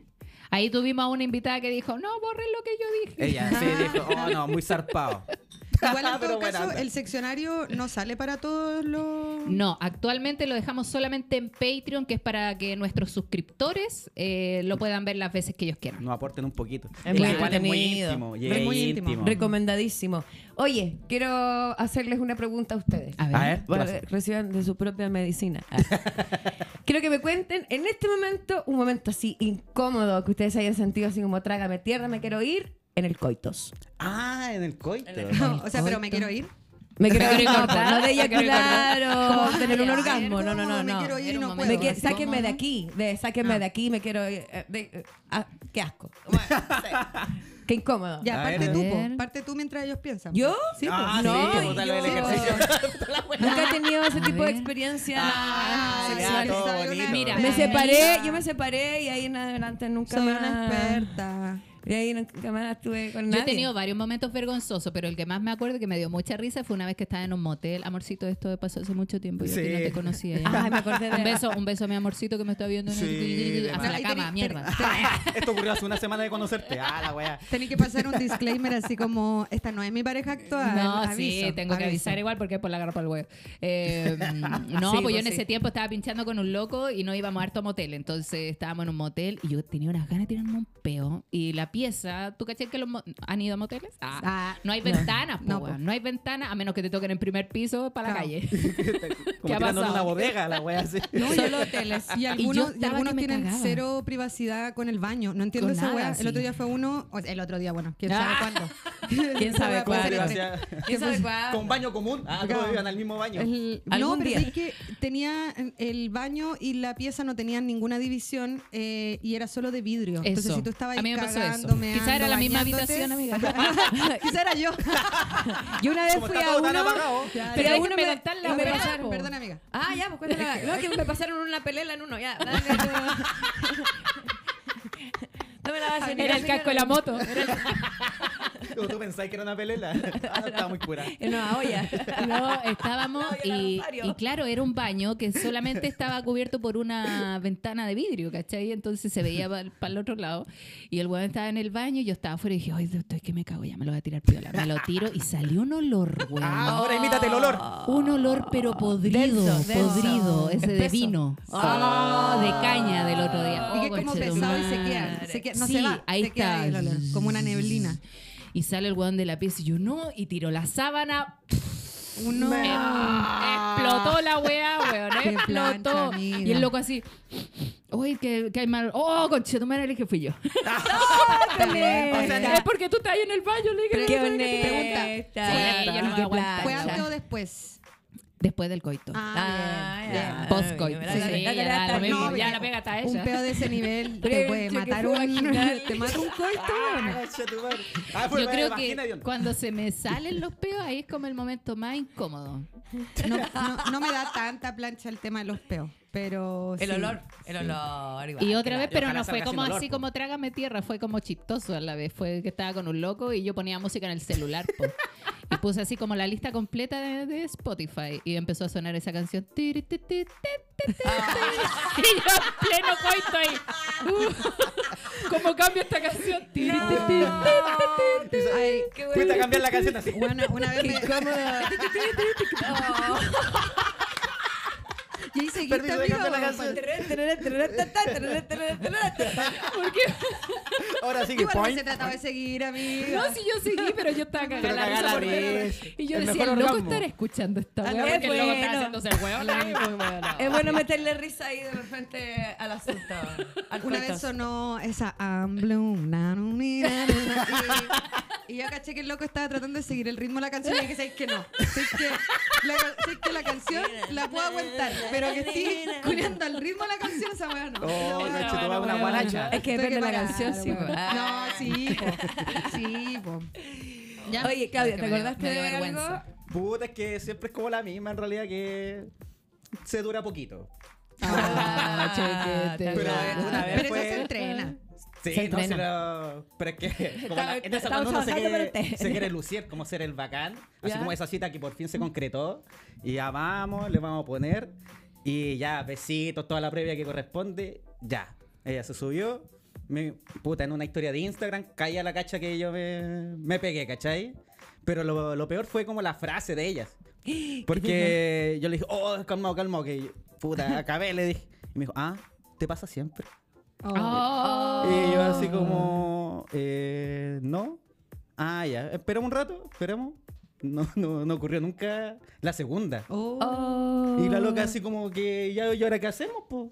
S3: ahí tuvimos a una invitada que dijo, no, borren lo que yo dije.
S4: Ella sí dijo, oh no, muy zarpado.
S1: Igual en
S4: Pero
S1: todo
S4: buena
S1: caso,
S4: onda.
S1: el seccionario no sale para todos los.
S3: No, actualmente lo dejamos solamente en Patreon, que es para que nuestros suscriptores eh, lo puedan ver las veces que ellos quieran.
S4: Nos aporten un poquito.
S2: Es
S4: Igual
S2: muy
S4: es muy
S2: entretenido.
S4: íntimo. y
S1: Es muy íntimo.
S2: Recomendadísimo. Oye, quiero hacerles una pregunta a ustedes.
S3: A ver.
S4: A ver,
S2: Para
S4: ¿qué
S2: que eh, reciban de su propia medicina. Ah. quiero que me cuenten en este momento, un momento así incómodo que ustedes hayan sentido así como trágame tierra, me quiero ir en el coitos.
S4: pasa? Ah, en el coito.
S1: No, o sea, pero me quiero ir.
S2: Me quiero
S3: quiero
S2: ir, no,
S3: engordar,
S2: no de
S3: me quiero
S2: eyacular o
S3: Como,
S2: tener un
S3: "Ay, a ver,
S2: orgasmo. No, no,
S1: ¿cómo?
S2: no,
S1: Me
S2: no.
S1: quiero ir,
S3: Era un
S1: no
S3: momento.
S1: puedo.
S2: Me que-
S3: ¿cómo,
S2: sáquenme
S3: no?
S2: de aquí, de, sáquenme de aquí, me quiero ir. eh, de- eh, ah, qué asco. Ah. Bueno, sí. qué incómodo.
S1: Ya,
S4: A
S1: parte
S4: ver.
S1: tú, po,
S3: A ver.
S1: parte tú mientras ellos piensan.
S2: ¿Yo?
S1: Sí,
S4: Ah,
S1: po.
S4: sí,
S2: No,
S4: pues, dale
S2: yo-
S4: el ejercicio.
S2: Nunca he tenido ese
S3: A
S2: tipo de
S3: ver.
S2: experiencia.
S3: Ah,
S2: sexual.
S4: ya, todo
S1: Soy una
S4: bonito.
S1: Mira,
S2: me
S3: Ay,
S2: separé, yo me separé y ahí en adelante nunca
S1: Soy
S2: más.
S1: una experta.
S2: Y ahí nunca más estuve con
S3: Yo
S2: nadie.
S3: he tenido varios momentos vergonzosos, pero el que más me acuerdo que me dio mucha risa fue una vez que estaba en un motel. Amorcito, esto me pasó hace mucho tiempo. Yo a ti no
S4: Sí.
S3: te conocía. ya.
S2: Ay, me acordé de
S3: Un beso, un beso a mi amorcito que me está viendo en el-
S4: Sí, de
S3: hasta
S1: más.
S3: la cama, mierda.
S4: Esto ocurrió hace una semana de conocerte. Ah, la wea.
S1: Tenés que pasar un disclaimer así como, esta no es mi pareja actual.
S3: No, sí,
S1: aviso,
S3: tengo que
S1: aviso.
S3: avisar igual porque es por la garpa del huevo. Eh, no,
S2: Sí,
S3: pues yo
S2: pues
S3: en
S2: sí.
S3: ese tiempo estaba pinchando con un loco y no íbamos a harto motel. Entonces estábamos en un motel y yo tenía unas ganas de tirarme un peo. Y la pieza, ¿tú caché que los mo- han ido a moteles? Ah,
S1: Ah,
S3: no hay ventanas,
S1: No,
S3: no,
S1: po.
S3: no hay ventanas a menos que te toquen en primer piso para la
S1: Claro.
S3: calle. ¿Qué
S4: Como
S3: ha
S4: tirando en
S3: pasado?
S4: una bodega, la wea. así.
S2: Solo hoteles.
S1: Y
S3: yo
S1: algunos, y
S3: estaba
S1: algunos
S3: que me
S1: tienen
S3: cagaba.
S1: cero privacidad con el baño. No entiendo
S3: Con
S1: esa
S3: nada,
S1: weá. El
S3: sí.
S1: otro día fue uno, o sea, el otro día, bueno, quién
S3: Ah.
S1: sabe cuándo.
S2: ¿Quién sabe
S1: Esa weá puede ser
S2: cuándo?
S1: el tres.
S4: Privacidad.
S2: ¿Quién sabe cuándo?
S4: Con baño común. Ah, todos
S1: Claro.
S4: vivían al mismo baño.
S1: El- no,
S2: Algún
S1: pero
S2: día.
S1: es que tenía eh, el baño y la pieza no tenían ninguna división eh, y era solo de vidrio. Entonces,
S3: Eso.
S1: si tú estabas
S3: A mí
S1: ahí
S3: me pasó eso.
S1: cagando, meando,
S3: Quizá era la misma
S1: bañándote,
S3: habitación, amiga.
S1: Quizá era yo.
S2: Yo una vez
S4: Como
S2: fui
S4: está
S2: a
S4: todo tan
S2: uno.
S4: apagado.
S3: Pero
S2: a uno
S3: déjenme contar la
S2: y me
S3: weá,
S2: pasaron-
S3: po.
S1: Perdón, amiga.
S2: Ah, ya, pues cuéntala. No, que me pasaron una pelela en uno, ya. Dale, tú. No me la vas a venir
S3: Era
S2: a
S3: el
S2: explicar.
S3: casco de la moto.
S4: ¿Tú, tú pensáis que era una pelela? Ah, no, estaba muy pura.
S2: En una olla.
S3: No, estábamos
S2: No, yo la
S3: y,
S2: Rosario.
S3: y claro, era un baño que solamente estaba cubierto por una ventana de vidrio, ¿cachai? Entonces se veía para el otro lado y el weón estaba en el baño y yo estaba afuera y dije, ay, estoy que me cago, ya me lo voy a tirar piola. Me lo tiro y salió un olor, weón.
S4: Ah, ahora imítate el olor.
S3: Un olor pero podrido,
S2: Denso, denso.
S3: podrido, ese de
S2: Espeso.
S3: vino.
S2: Ah.
S3: Oh, de caña del otro día.
S1: Y que
S3: Oh,
S1: es como
S3: conchetumare.
S1: pesado y se queda. se queda- no se
S3: Sí,
S1: va.
S3: ahí
S1: se queda
S3: está.
S1: ahí el olor, como una neblina.
S3: Y sale el weón de la pieza y yo no, y tiró la sábana,
S1: Uno.
S3: Eh, Explotó la weá, weón.
S1: Qué
S3: Explotó.
S1: plancha, amiga.
S3: y el loco así. Uy, que, que hay mal. Oh, conchetumare, le dije, fui yo.
S2: Dale.
S3: es porque tú estás ahí en el baño, le dije.
S2: Qué
S3: "No sé qué te gusta".
S2: honesta.
S3: Sí, yo no
S2: Qué
S3: lo aguanto.
S1: ¿Fue
S2: plancha.
S1: antes o después?
S3: Después del coito.
S1: Ah,
S2: Ah,
S1: bien,
S2: ya.
S1: bien.
S3: Post-coito.
S2: Mira,
S3: Sí,
S2: la- la-
S3: ya,
S2: la- la-
S3: da lo
S2: la-
S3: mismo,
S2: no,
S3: ya
S2: mira.
S3: la pega hasta
S1: Un
S3: ella.
S1: pedo de ese nivel te
S2: Creo
S1: puede
S2: que fue
S1: matar un,
S2: vaginal.
S1: te mata un coito.
S4: Ah, concha tu madre. Ah, fue
S3: Yo
S4: la
S3: creo
S4: vagina de
S3: que
S4: onda.
S3: cuando se me salen los peos, ahí es como el momento más incómodo.
S1: No, no, no me da tanta plancha el tema de los peos, pero
S2: El
S1: sí.
S2: olor. El olor. igual,
S3: Pues Y otra
S2: que
S3: vez,
S2: la-
S3: pero
S4: ojalá
S3: no fue
S4: salga
S3: como
S4: sin olor,
S3: así
S4: po.
S3: como trágame tierra, fue como chistoso a la vez. Fue que estaba con un loco y yo ponía música en el celular. po. Y puse así como la lista completa de, de Spotify y empezó a sonar esa canción. Tiri, ti, ti, ti, ti, ti. Y yo en pleno coito ahí. Uh, ¿Cómo cambio esta canción? Tiri, ti, ti, ti.
S1: Ay,
S4: Fuiste a cambiar la canción así.
S1: bueno, una vez me... Y ahí seguiste,
S4: Permiso de
S1: amigo.
S4: cambiar la canción. Ahora sí que
S1: Igual no
S4: point.
S1: se trataba de seguir, amigo.
S3: No, si yo seguí, pero yo estaba cagada.
S4: Pero
S3: la
S4: cagada
S3: risa
S4: la
S3: por ver.
S4: risa.
S3: Y yo
S4: El
S3: decía,
S4: mejor
S3: el loco
S4: orgasmo.
S3: estará escuchando esta
S2: Ah,
S3: weá.
S2: no,
S3: Porque el loco está
S2: bueno.
S3: haciéndose el weón. ahí, muy bueno.
S2: Es eh, bueno meterle risa ahí de repente al asunto. al
S1: Una
S2: coito.
S1: vez sonó esa I'm Bloom, na, nu, ni, na, nu, na, y, y yo caché que el loco estaba tratando de seguir el ritmo de la canción y dije, ¿sabes que no? ¿Sabes que la, sabes que la canción la puedo aguantar, pero que estoy culiando al ritmo de la canción, esa weá no.
S4: Oh,
S1: Esa weá
S4: concha tu
S1: no.
S4: madre, una
S3: bueno,
S4: guaracha.
S2: Es que
S1: Tuve
S2: depende de la
S1: parar,
S2: canción, sí.
S1: weón.
S2: po. Ah.
S1: No, sí, po. Sí, po. Ya.
S2: Oye, Claudia, ¿te
S3: Que me dio-
S2: acordaste
S3: me dio
S2: de
S3: vergüenza.
S2: algo?
S4: Puta, es que siempre es como la misma en realidad que se dura poquito.
S3: Ah,
S2: Ah,
S3: chiquete.
S4: Pero
S2: claro.
S4: una vez
S1: Pero eso
S4: fue-
S1: se entrena.
S4: Sí,
S2: Se
S4: no,
S2: entrena.
S4: sí, no, pero es que como la- en esa
S2: Estamos
S4: cuando uno se
S2: trabajando para
S4: quiere,
S2: usted.
S4: se quiere lucir, como ser el bacán, así
S2: Ya.
S4: como esa cita que por fin se concretó, y ya vamos, le vamos a poner, y ya, besitos, toda la previa que corresponde, ya. Ella se subió, me, puta, en una historia de Instagram, caía la cacha que yo me, me pegué, ¿cachai? Pero lo, lo peor fue como la frase de ellas. Porque yo le dije, oh, calmado, calmado, que puta, acabé, le dije. Y me dijo, ah, te pasa siempre.
S3: Oh.
S4: Y yo así como, eh, no. Ah, ya. Esperamos un rato, esperamos. No, no, no ocurrió nunca la segunda.
S1: Oh.
S4: Y la loca así como que, ya, ¿y ahora qué hacemos, po?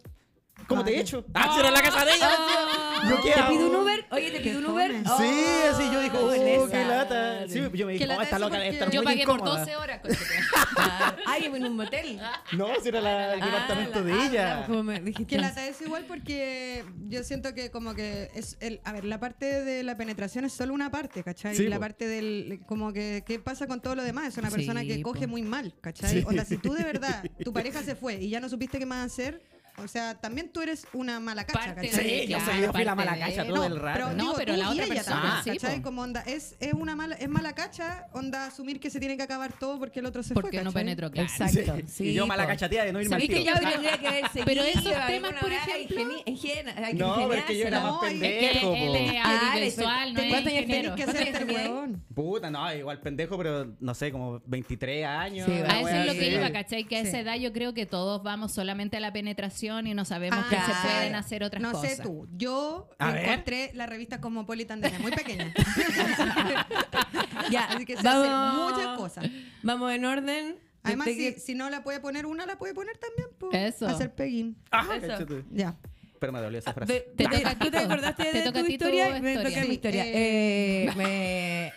S4: ¿Cómo te he hecho?
S2: pues.
S4: Ah,
S3: Oh.
S4: si era la casa de ella.
S3: Oh.
S4: ¿Yo qué
S2: ¿Te
S4: hago?
S2: pido un Uber? Oye, ¿te pido un Uber?
S1: fome.
S4: Sí, así yo digo,
S2: Oh,
S4: oh,
S2: esa
S4: qué lata. Sí,
S2: madre.
S4: yo me
S1: Que
S4: dije,
S1: la
S4: oh, esta
S1: tenso
S4: loca debe estar
S1: porque-
S3: Yo
S4: muy
S3: pagué por
S4: incómoda".
S3: 12 horas. conchetumare.
S2: Ah, Ay, en un motel.
S4: No, si era la- el
S2: Ah,
S4: departamento
S2: la-
S4: de
S2: ah,
S4: ella.
S2: la- como me dijiste.
S1: Que la es igual porque yo siento que como que es el, a ver, la parte de la penetración es solo una parte, ¿cachai?
S4: Sí,
S1: y la
S4: po.
S1: parte del como que qué pasa con todo lo demás, es una
S3: Sí,
S1: persona que
S3: po.
S1: coge muy mal, ¿cachai?
S4: Sí.
S1: O sea, si tú de verdad, tu pareja se fue y ya no supiste qué más hacer, o sea, también tú eres una mala cacha,
S3: Parte
S1: ¿cachai?
S3: de-
S4: Sí, yo
S3: Ya,
S4: soy yo fui la
S3: parte
S4: mala
S3: de-
S4: cacha
S3: No,
S4: todo el rato.
S1: Pero,
S3: No,
S1: digo,
S3: pero
S1: tú
S3: la
S1: y
S3: otra
S1: ella
S3: persona,
S1: también,
S3: sí,
S1: ¿cachai?
S3: po.
S1: Como onda, es, es una mala, es mala cacha, onda asumir que se tiene que acabar todo porque el otro se fue.
S3: Porque no
S1: ¿cachai?
S3: penetró, claro.
S2: Exacto. Sí,
S4: y yo mala
S2: po.
S4: cachateada de no irme al
S2: Es que
S4: tiro.
S2: yo tendría que haber seguido.
S3: Pero esos
S2: alguna
S3: temas, por
S2: hora,
S3: ejemplo-
S2: ingeni- ingenia- hay que
S4: No, pero es que yo era
S2: ingeniársela.
S4: más
S1: No, es que
S3: Que
S4: pendejo. po.
S3: él es
S2: Ah,
S3: audiovisual, no
S2: ¿de
S3: es
S2: cuántos años
S1: Tenés
S3: ingeniero.
S2: ¿Cuántos
S1: que este hacerte el
S2: años tenía ahí?
S1: huevón.
S4: Puta, no, igual pendejo, pero no sé, como 23 años.
S2: Sí,
S4: una
S2: va.
S3: A Ah, eso
S4: wea
S3: es lo que
S4: así.
S3: iba, ¿cachai? Que a
S1: Sí.
S3: esa edad yo creo que todos vamos solamente a la penetración y no sabemos
S1: Ah,
S3: que se
S2: claro.
S3: pueden hacer otras
S1: no
S3: cosas.
S1: sé tú. Yo
S4: A ver.
S1: encontré la revista Cosmopolitan desde muy pequeña.
S2: Ya,
S1: Así que se
S2: vamos,
S1: hacen muchas cosas.
S2: Vamos en orden.
S1: Además,
S2: Yo
S1: si,
S2: te-
S1: si no la puede poner una, la puede poner también. po.
S3: Eso.
S1: Hacer pegging.
S4: Ah,
S2: Eso.
S4: cachate.
S1: Ya.
S4: Pero me dolió esa frase.
S2: Ve- te
S3: Dale.
S2: toca a ti, ¿Tú te acordaste
S3: Te
S2: de
S3: toca a
S2: tu
S3: ti tu
S2: historia? Me
S3: historia.
S2: toca mi
S1: Sí,
S2: historia.
S1: eh,
S2: Eh, me...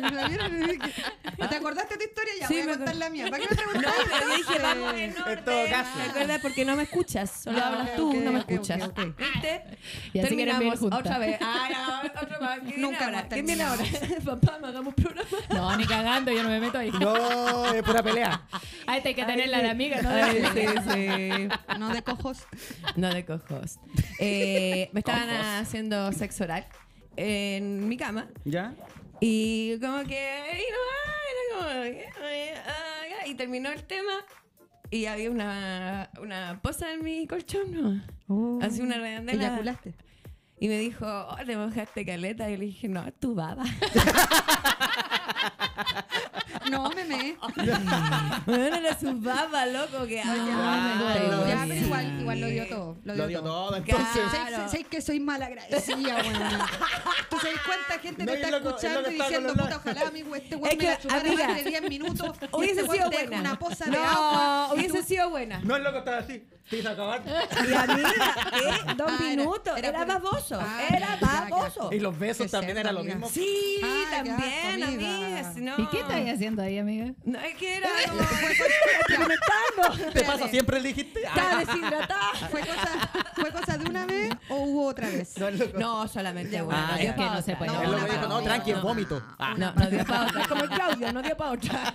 S1: La vieron, es que- ¿Te acordaste de tu historia? Ya
S2: Sí,
S1: voy a
S2: me
S1: contar
S2: acordé.
S1: la mía. ¿Para qué me preguntas?
S2: No, pero yo dije, vamos en
S4: En
S2: orden.
S4: todo caso.
S2: Es verdad, porque no me escuchas. Solo
S1: Ah,
S2: hablas
S1: ok,
S2: tú,
S1: ok,
S2: no me
S1: ok,
S2: escuchas. Ah,
S1: ok, ok.
S2: ¿Viste?
S3: Y así queremos vivir
S2: Terminamos
S3: juntas.
S2: otra vez. Ah, no, otra más. ¿Qué viene
S1: Nunca
S2: ahora?
S1: hemos
S2: ¿Qué viene ahora? Papá, me hagamos un programa.
S3: No, ni cagando, yo no me meto ahí.
S4: No, es pura pelea.
S3: A este hay que tenerla
S2: Ay,
S3: de
S2: sí.
S3: amiga, ¿no?
S2: Ay, sí, sí.
S1: No de cojos.
S2: No de cojos. Eh, me estaban haciendo sexo oral en mi cama.
S4: ¿Ya?
S2: Y como que. ay, no, ay, era como, ay, ay, ay, y terminó el tema. Y había una, una poza en mi colchón, ¿no? Así una redondela.
S1: Eyaculaste.
S2: Y me dijo, oh, te mojaste caleta. Y le dije, no, tu baba.
S1: No, meme.
S2: bueno, era su baba, loco. Que
S4: Claro,
S1: ya,
S4: sí.
S1: pero igual, igual lo dio todo. Lo dio,
S4: Lo dio todo,
S2: Claro.
S4: entonces.
S1: Sé- sé- sé que soy mal agradecida, weón. Tú sabes cuánta gente
S4: No,
S1: te
S4: y
S1: está
S4: es loco- es
S1: escuchando
S4: loco
S1: y
S4: estar
S1: diciendo,
S4: hablando.
S1: puta, ojalá, amigo, este weón
S2: Es
S1: me la
S2: que,
S1: chupara
S2: amiga,
S1: más de 10 minutos. y
S2: Hubiese
S1: este weón
S2: sido
S1: te deja
S2: buena.
S1: Una poza de agua.
S2: no, hubiese sido buena.
S4: No, el loco estaba así. Te hizo acabar.
S2: Y a mí, ¿qué? Dos
S1: Ah, era-
S2: minutos.
S1: era
S2: Era,
S1: por-
S2: baboso.
S1: Ah,
S2: era
S1: ya, ya.
S2: baboso.
S4: Y los
S1: Qué
S4: besos también
S1: cerdo,
S4: era lo
S1: amiga.
S4: mismo.
S2: Sí,
S1: Ay, qué
S2: también,
S1: asco, amiga.
S2: amigas. No.
S3: ¿Y qué estáis haciendo ahí, amiga?
S2: No, es que era como
S1: experimentando.
S4: ¿Te pasa siempre le dijiste? Ah,
S2: estaba deshidratada.
S1: ¿Fue cosa, ¿Fue cosa de una vez o hubo otra vez?
S4: No, el loco.
S2: No, solamente una.
S4: Ah,
S2: dio
S4: es
S2: pa'
S3: que no se
S2: otra.
S3: puede.
S4: el loco
S1: no,
S4: dijo, no,
S1: no,
S4: tranqui,
S1: no,
S4: es vómito. Ah,
S2: No, no dio pa' otra. Como el Claudio, no dio pa' otra.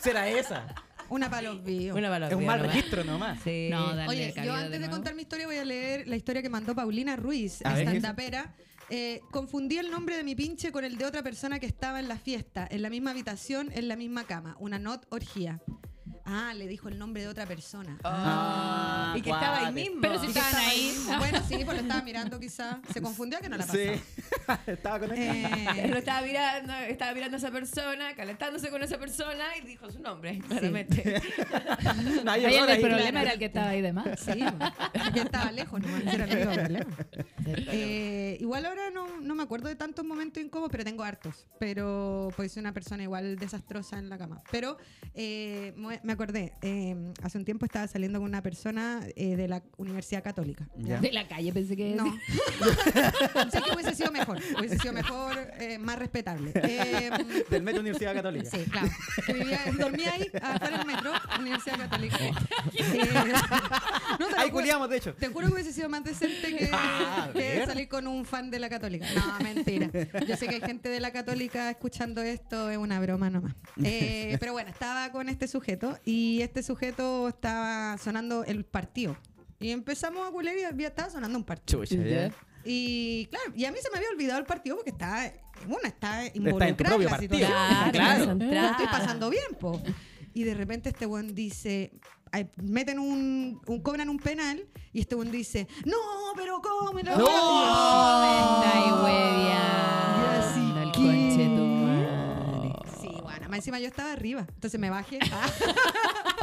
S4: será esa.
S1: Una para los vivos.
S2: Una palabra.
S4: Es un mal registro nomás.
S2: ¿eh? Sí.
S3: No, dale.
S1: Oye,
S3: cabido
S1: yo antes de
S3: nuevo.
S1: contar mi historia voy a leer la historia que mandó Paulina Ruiz,
S4: A ver, ¿qué es?
S1: estandapera. Eh, confundí el nombre de mi pinche con el de otra persona que estaba en la fiesta, en la misma habitación, en la misma cama. Una not orgía. Ah, le dijo el nombre de otra persona.
S4: Ah,
S2: y que estaba ahí
S4: cuate.
S2: mismo.
S3: Pero si
S2: Y que
S3: estaban
S2: estaba
S3: ahí.
S1: Bueno, sí, pues lo estaba mirando quizá. Se confundió que no la pasó.
S4: Sí. estaba con él.
S2: ahí. Lo
S1: Eh,
S2: estaba mirando, estaba mirando a esa persona, calentándose con esa persona y dijo su nombre, claramente.
S4: Nadie
S3: Ahí el
S4: error
S3: del
S4: ahí.
S3: problema era el que estaba ahí de más.
S1: sí, bueno. que estaba lejos, no era el único problema. Eh, igual ahora no, no me acuerdo de tantos momentos incómodos, pero tengo hartos. Pero pues soy una persona igual desastrosa en la cama. Pero eh, mue- me acordé, eh, hace un tiempo estaba saliendo con una persona eh, de la Universidad Católica.
S4: Ya.
S3: De la calle pensé que...
S1: No. sé que hubiese sido mejor, hubiese sido mejor, eh, más respetable. Eh,
S4: Del Metro Universidad Católica.
S1: Sí, claro. Que vivía- dormía ahí, afuera del metro, Universidad Católica. Eh, no, te lo
S4: Oh. Ahí
S1: juro.
S4: culiamos, de hecho.
S1: Te juro que hubiese sido más decente que,
S4: Ah, a
S1: que
S4: ver.
S1: salir con un fan de la Católica. No, mentira. Yo sé que hay gente de la Católica escuchando esto, es una broma nomás. Eh, pero bueno, estaba con este sujeto y este sujeto estaba sonando el partido. Y empezamos a culer y había- estaba sonando un partido.
S4: Chucha, ya.
S1: Y claro, y a mí se me había olvidado el partido porque estaba, bueno, está involucrada en
S4: propio
S1: la
S4: partido.
S1: situación.
S2: Claro,
S4: Claro.
S2: concentrada.
S1: Lo estoy pasando bien, po. Y de repente este buen dice, ay, meten un, un- cobran un penal y este buen dice, no, pero cómo.
S4: No.
S3: Ay,
S1: Y
S3: huevia.
S1: así
S3: El
S1: que-
S3: conchetumare.
S1: Sí, bueno, más encima yo estaba arriba, entonces me bajé.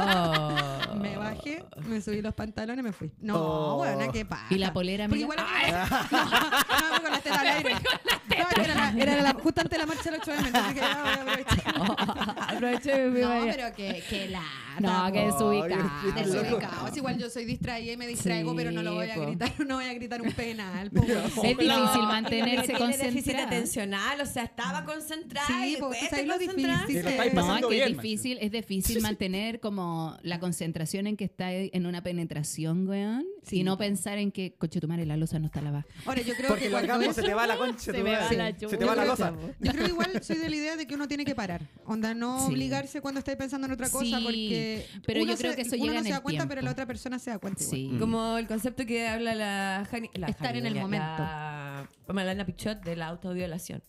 S2: Oh.
S1: Me bajé, me subí los pantalones, me fui. No,
S4: Oh.
S1: bueno, qué pasa.
S3: ¿Y la polera,
S1: Porque
S3: amiga?
S1: igual era como- No, no, Ah. me fui con las tetas al aire. No, era, la, era la- justo antes de la marcha del 8M, entonces dije, ah, voy a aprovechar.
S3: noche me
S1: No,
S3: vaya.
S1: pero que, que la.
S3: No, que desubicado.
S4: Ay, el loco.
S1: Desubicado. Es igual yo soy distraída y me distraigo,
S5: Sí,
S1: pero no lo voy a
S5: po.
S1: gritar, no voy a gritar un penal. po, weón.
S3: Es difícil
S2: No,
S3: mantenerse
S2: y tiene déficit
S3: concentrada.
S2: atencional, o sea, estaba concentrada
S1: Sí,
S2: y
S1: po,
S2: después
S1: ¿sabes
S2: te
S1: lo
S2: concentras.
S1: difícil
S4: Sí, lo
S1: que
S4: estáis
S1: es?
S3: No,
S4: pasando
S3: que es
S4: bien,
S3: difícil, es difícil mantener como la concentración en que está en una penetración, weón,
S1: Sí.
S3: y no pensar en que, coche tu madre, la losa no está lavada.
S1: Ahora, yo creo
S4: Porque
S1: que
S4: lo
S1: cuando
S4: hagamos,
S1: es-
S4: se te va la concha.
S3: Se
S4: tu
S3: me va
S4: madre.
S3: la
S4: Se te va la
S3: chucha,
S4: cosa.
S3: po.
S1: Yo creo igual soy de la idea de que uno tiene que parar. Onda, no
S3: Sí.
S1: obligarse cuando estáis pensando en otra cosa,
S3: Sí,
S1: porque.
S3: pero
S1: uno
S3: yo creo
S1: se-
S3: que eso
S1: uno
S3: llega
S1: no
S3: en
S1: se
S3: el
S1: da cuenta,
S3: tiempo.
S1: pero la otra persona se da cuenta. igual.
S4: Mm.
S3: Sí.
S2: Como el concepto que habla la, Jani- la
S1: Estar
S2: Jani,
S1: en el
S2: la-
S1: momento.
S2: la Malana Pichot de la autoviolación.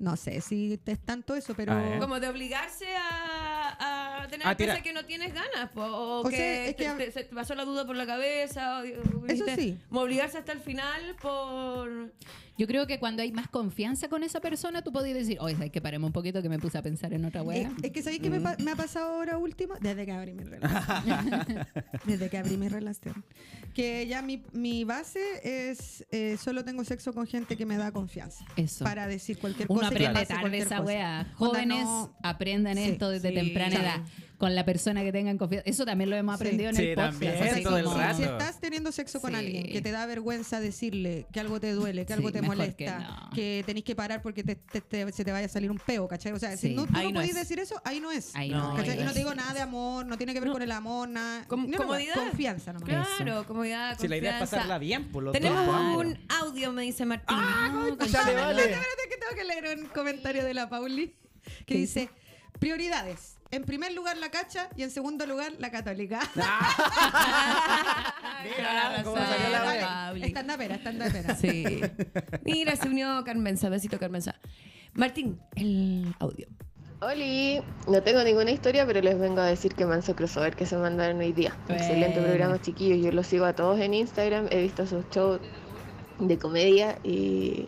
S1: No sé si es tanto eso, pero.
S4: Ah, ¿eh?
S2: Como de obligarse a, a tener
S4: A tirar.
S2: cosas que no tienes ganas, po, o,
S1: O
S2: que,
S1: sea, es
S2: te-
S1: que-
S2: te, se te pasó la duda por la cabeza. o- o-
S1: Eso
S2: viste,
S1: sí.
S2: Como obligarse hasta el final por...
S3: Yo creo que cuando hay más confianza con esa persona, tú podías decir, oye, ¿sabes que paremos un poquito que me puse a pensar en otra
S1: Es,
S3: wea?
S1: eh, es que ¿sabéis qué me,
S3: Mm.
S1: pa- me ha pasado ahora último? Desde que abrí mi relación. Desde que abrí mi relación. Que ya mi, mi base es eh, solo tengo sexo con gente que me da confianza.
S3: Eso.
S1: Para decir cualquier
S3: Uno
S1: cosa. y que
S3: aprende
S1: pase
S3: tarde
S1: cualquier
S3: esa
S1: cosa.
S3: wea.
S1: Onda,
S3: Jóvenes,
S1: no-
S3: aprendan
S1: Sí,
S3: esto desde
S2: sí.
S3: temprana
S2: Sí.
S3: edad. Con la persona que tengan confianza. Eso también lo hemos
S1: Sí.
S3: aprendido en
S4: Sí,
S3: el podcast.
S4: también,
S3: así
S4: todo el
S3: como-
S4: rato.
S1: Si estás teniendo sexo con
S3: Sí.
S1: alguien que te da vergüenza decirle que algo te duele, que algo
S3: Sí,
S1: te
S3: mejor
S1: molesta, que,
S3: que no.
S1: tenés que parar porque te- te- te- se te vaya a salir un peo, ¿cachai? O sea, si
S3: Sí.
S1: no, tú
S2: Ahí
S1: no
S2: no
S1: podés
S2: es.
S1: decir eso, ahí no es.
S3: Ahí no,
S1: ¿cachai?
S3: ahí
S1: Y
S3: no
S1: no
S3: es.
S1: te digo nada de amor, no tiene que ver con el amor, nada.
S2: Com-
S1: Ni una wea,
S2: comodidad.
S1: Confianza nomás.
S2: Claro, comodidad,
S4: Si la idea es
S2: confianza.
S4: pasarla bien, por lo
S2: Tenemos
S4: tanto.
S2: un audio, me dice Martín.
S3: No,
S4: Ya le
S3: conchita,
S4: vale.
S1: Espérate que tengo que leer un comentario de la Pauli que
S3: ¿Qué
S1: dice, prioridades. En primer lugar la cacha y en segundo lugar la católica.
S4: Mira, cómo
S2: razón.
S4: salió la
S2: Dale.
S4: wea.
S2: Pauli.
S1: Están de pera, están de pera.
S2: Sí. Mira, se unió Carmenza. Besito, Carmenza. Martín, el audio.
S6: Oli, no tengo ninguna historia, pero les vengo a decir que manso crossover que se mandaron hoy día.
S3: Bueno.
S6: Excelente programa, chiquillos. Yo los sigo a todos en Instagram, he visto sus shows de comedia y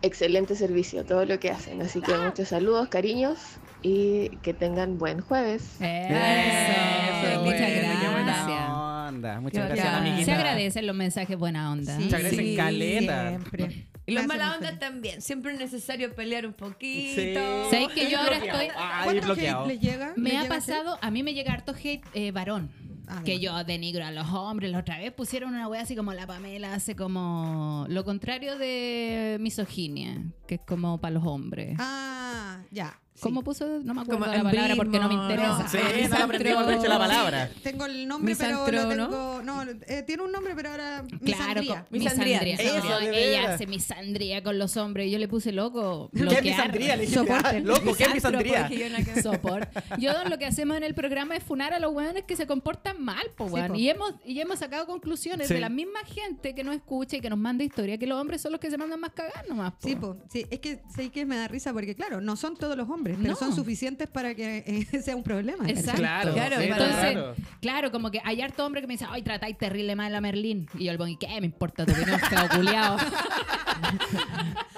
S6: excelente servicio, todo lo que hacen. Así que muchos saludos, cariños y que tengan buen jueves.
S3: Ah, Eso.
S2: Eso,
S3: Muchas
S2: bueno, qué buena
S3: gracias.
S4: onda. Muchas
S2: Qué
S4: gracias,
S2: bacán.
S4: amiguita.
S3: Se agradecen los mensajes buena onda.
S1: Sí,
S4: Te agradecen
S2: Sí,
S4: caleta.
S1: Siempre.
S2: Y los
S1: Me hace muy
S2: malas ondas
S1: feliz.
S2: también. Siempre es necesario pelear un poquito.
S4: Sí.
S3: ¿Sabes que yo ahora
S4: Bloqueado.
S3: estoy-
S4: Ay,
S1: ¿Cuánto
S4: bloqueado.
S1: hate les llega?
S3: Me
S1: ¿Les
S3: ha
S1: llega
S3: pasado, a mí me llega harto hate eh, varón.
S1: Ah,
S3: que
S1: bueno.
S3: yo denigro a los hombres. La otra vez pusieron una wea así como la Pamela hace como lo contrario de misoginia, que es como para los hombres.
S1: hate? Ah, ya. sí.
S3: ¿Cómo puso? No me acuerdo
S2: Como
S3: la palabra porque no me
S2: embrismo,
S3: interesa.
S4: Sí,
S2: Ah,
S4: no la aprendimos
S2: misantro-
S4: de la palabra.
S1: Tengo el nombre, pero lo
S2: Misantro, ¿no?
S1: tengo. No, eh, tiene un nombre, pero ahora.
S3: Claro,
S1: misandría.
S3: con-
S2: Misandría.
S3: misandría.
S4: Eso,
S3: No,
S4: de
S3: ella
S4: veras.
S3: hace misandría con los hombres. Yo le puse loco.
S4: ¿Qué es
S3: bloquear.
S4: misandría? Le dijiste,
S3: Soporte.
S4: ah, loco, ¿qué es misandría?
S2: Porque yo no que-
S3: Soport. Yo lo que hacemos en el programa es funar a los hueones que se comportan mal, po,
S1: Sí,
S3: weón.
S1: po.
S3: Y hemos, y hemos sacado conclusiones
S4: Sí.
S3: de la misma gente que nos escucha y que nos manda historia, que los hombres son los que se mandan más cagar nomás, po.
S1: Sí, po. sí, es que sé que me da risa porque, claro, no son todos los hombres, pero
S3: No.
S1: son suficientes para que eh, sea un problema. ¿cachai?
S3: Exacto.
S4: Claro,
S2: Claro,
S4: sí,
S2: para-
S3: Entonces,
S4: claro.
S3: claro, como que hay harto hombre que me dice, ay, tratáis terrible mal a Merlín. Y yo el boni, ¿qué me importa tu opinión, feo culiao?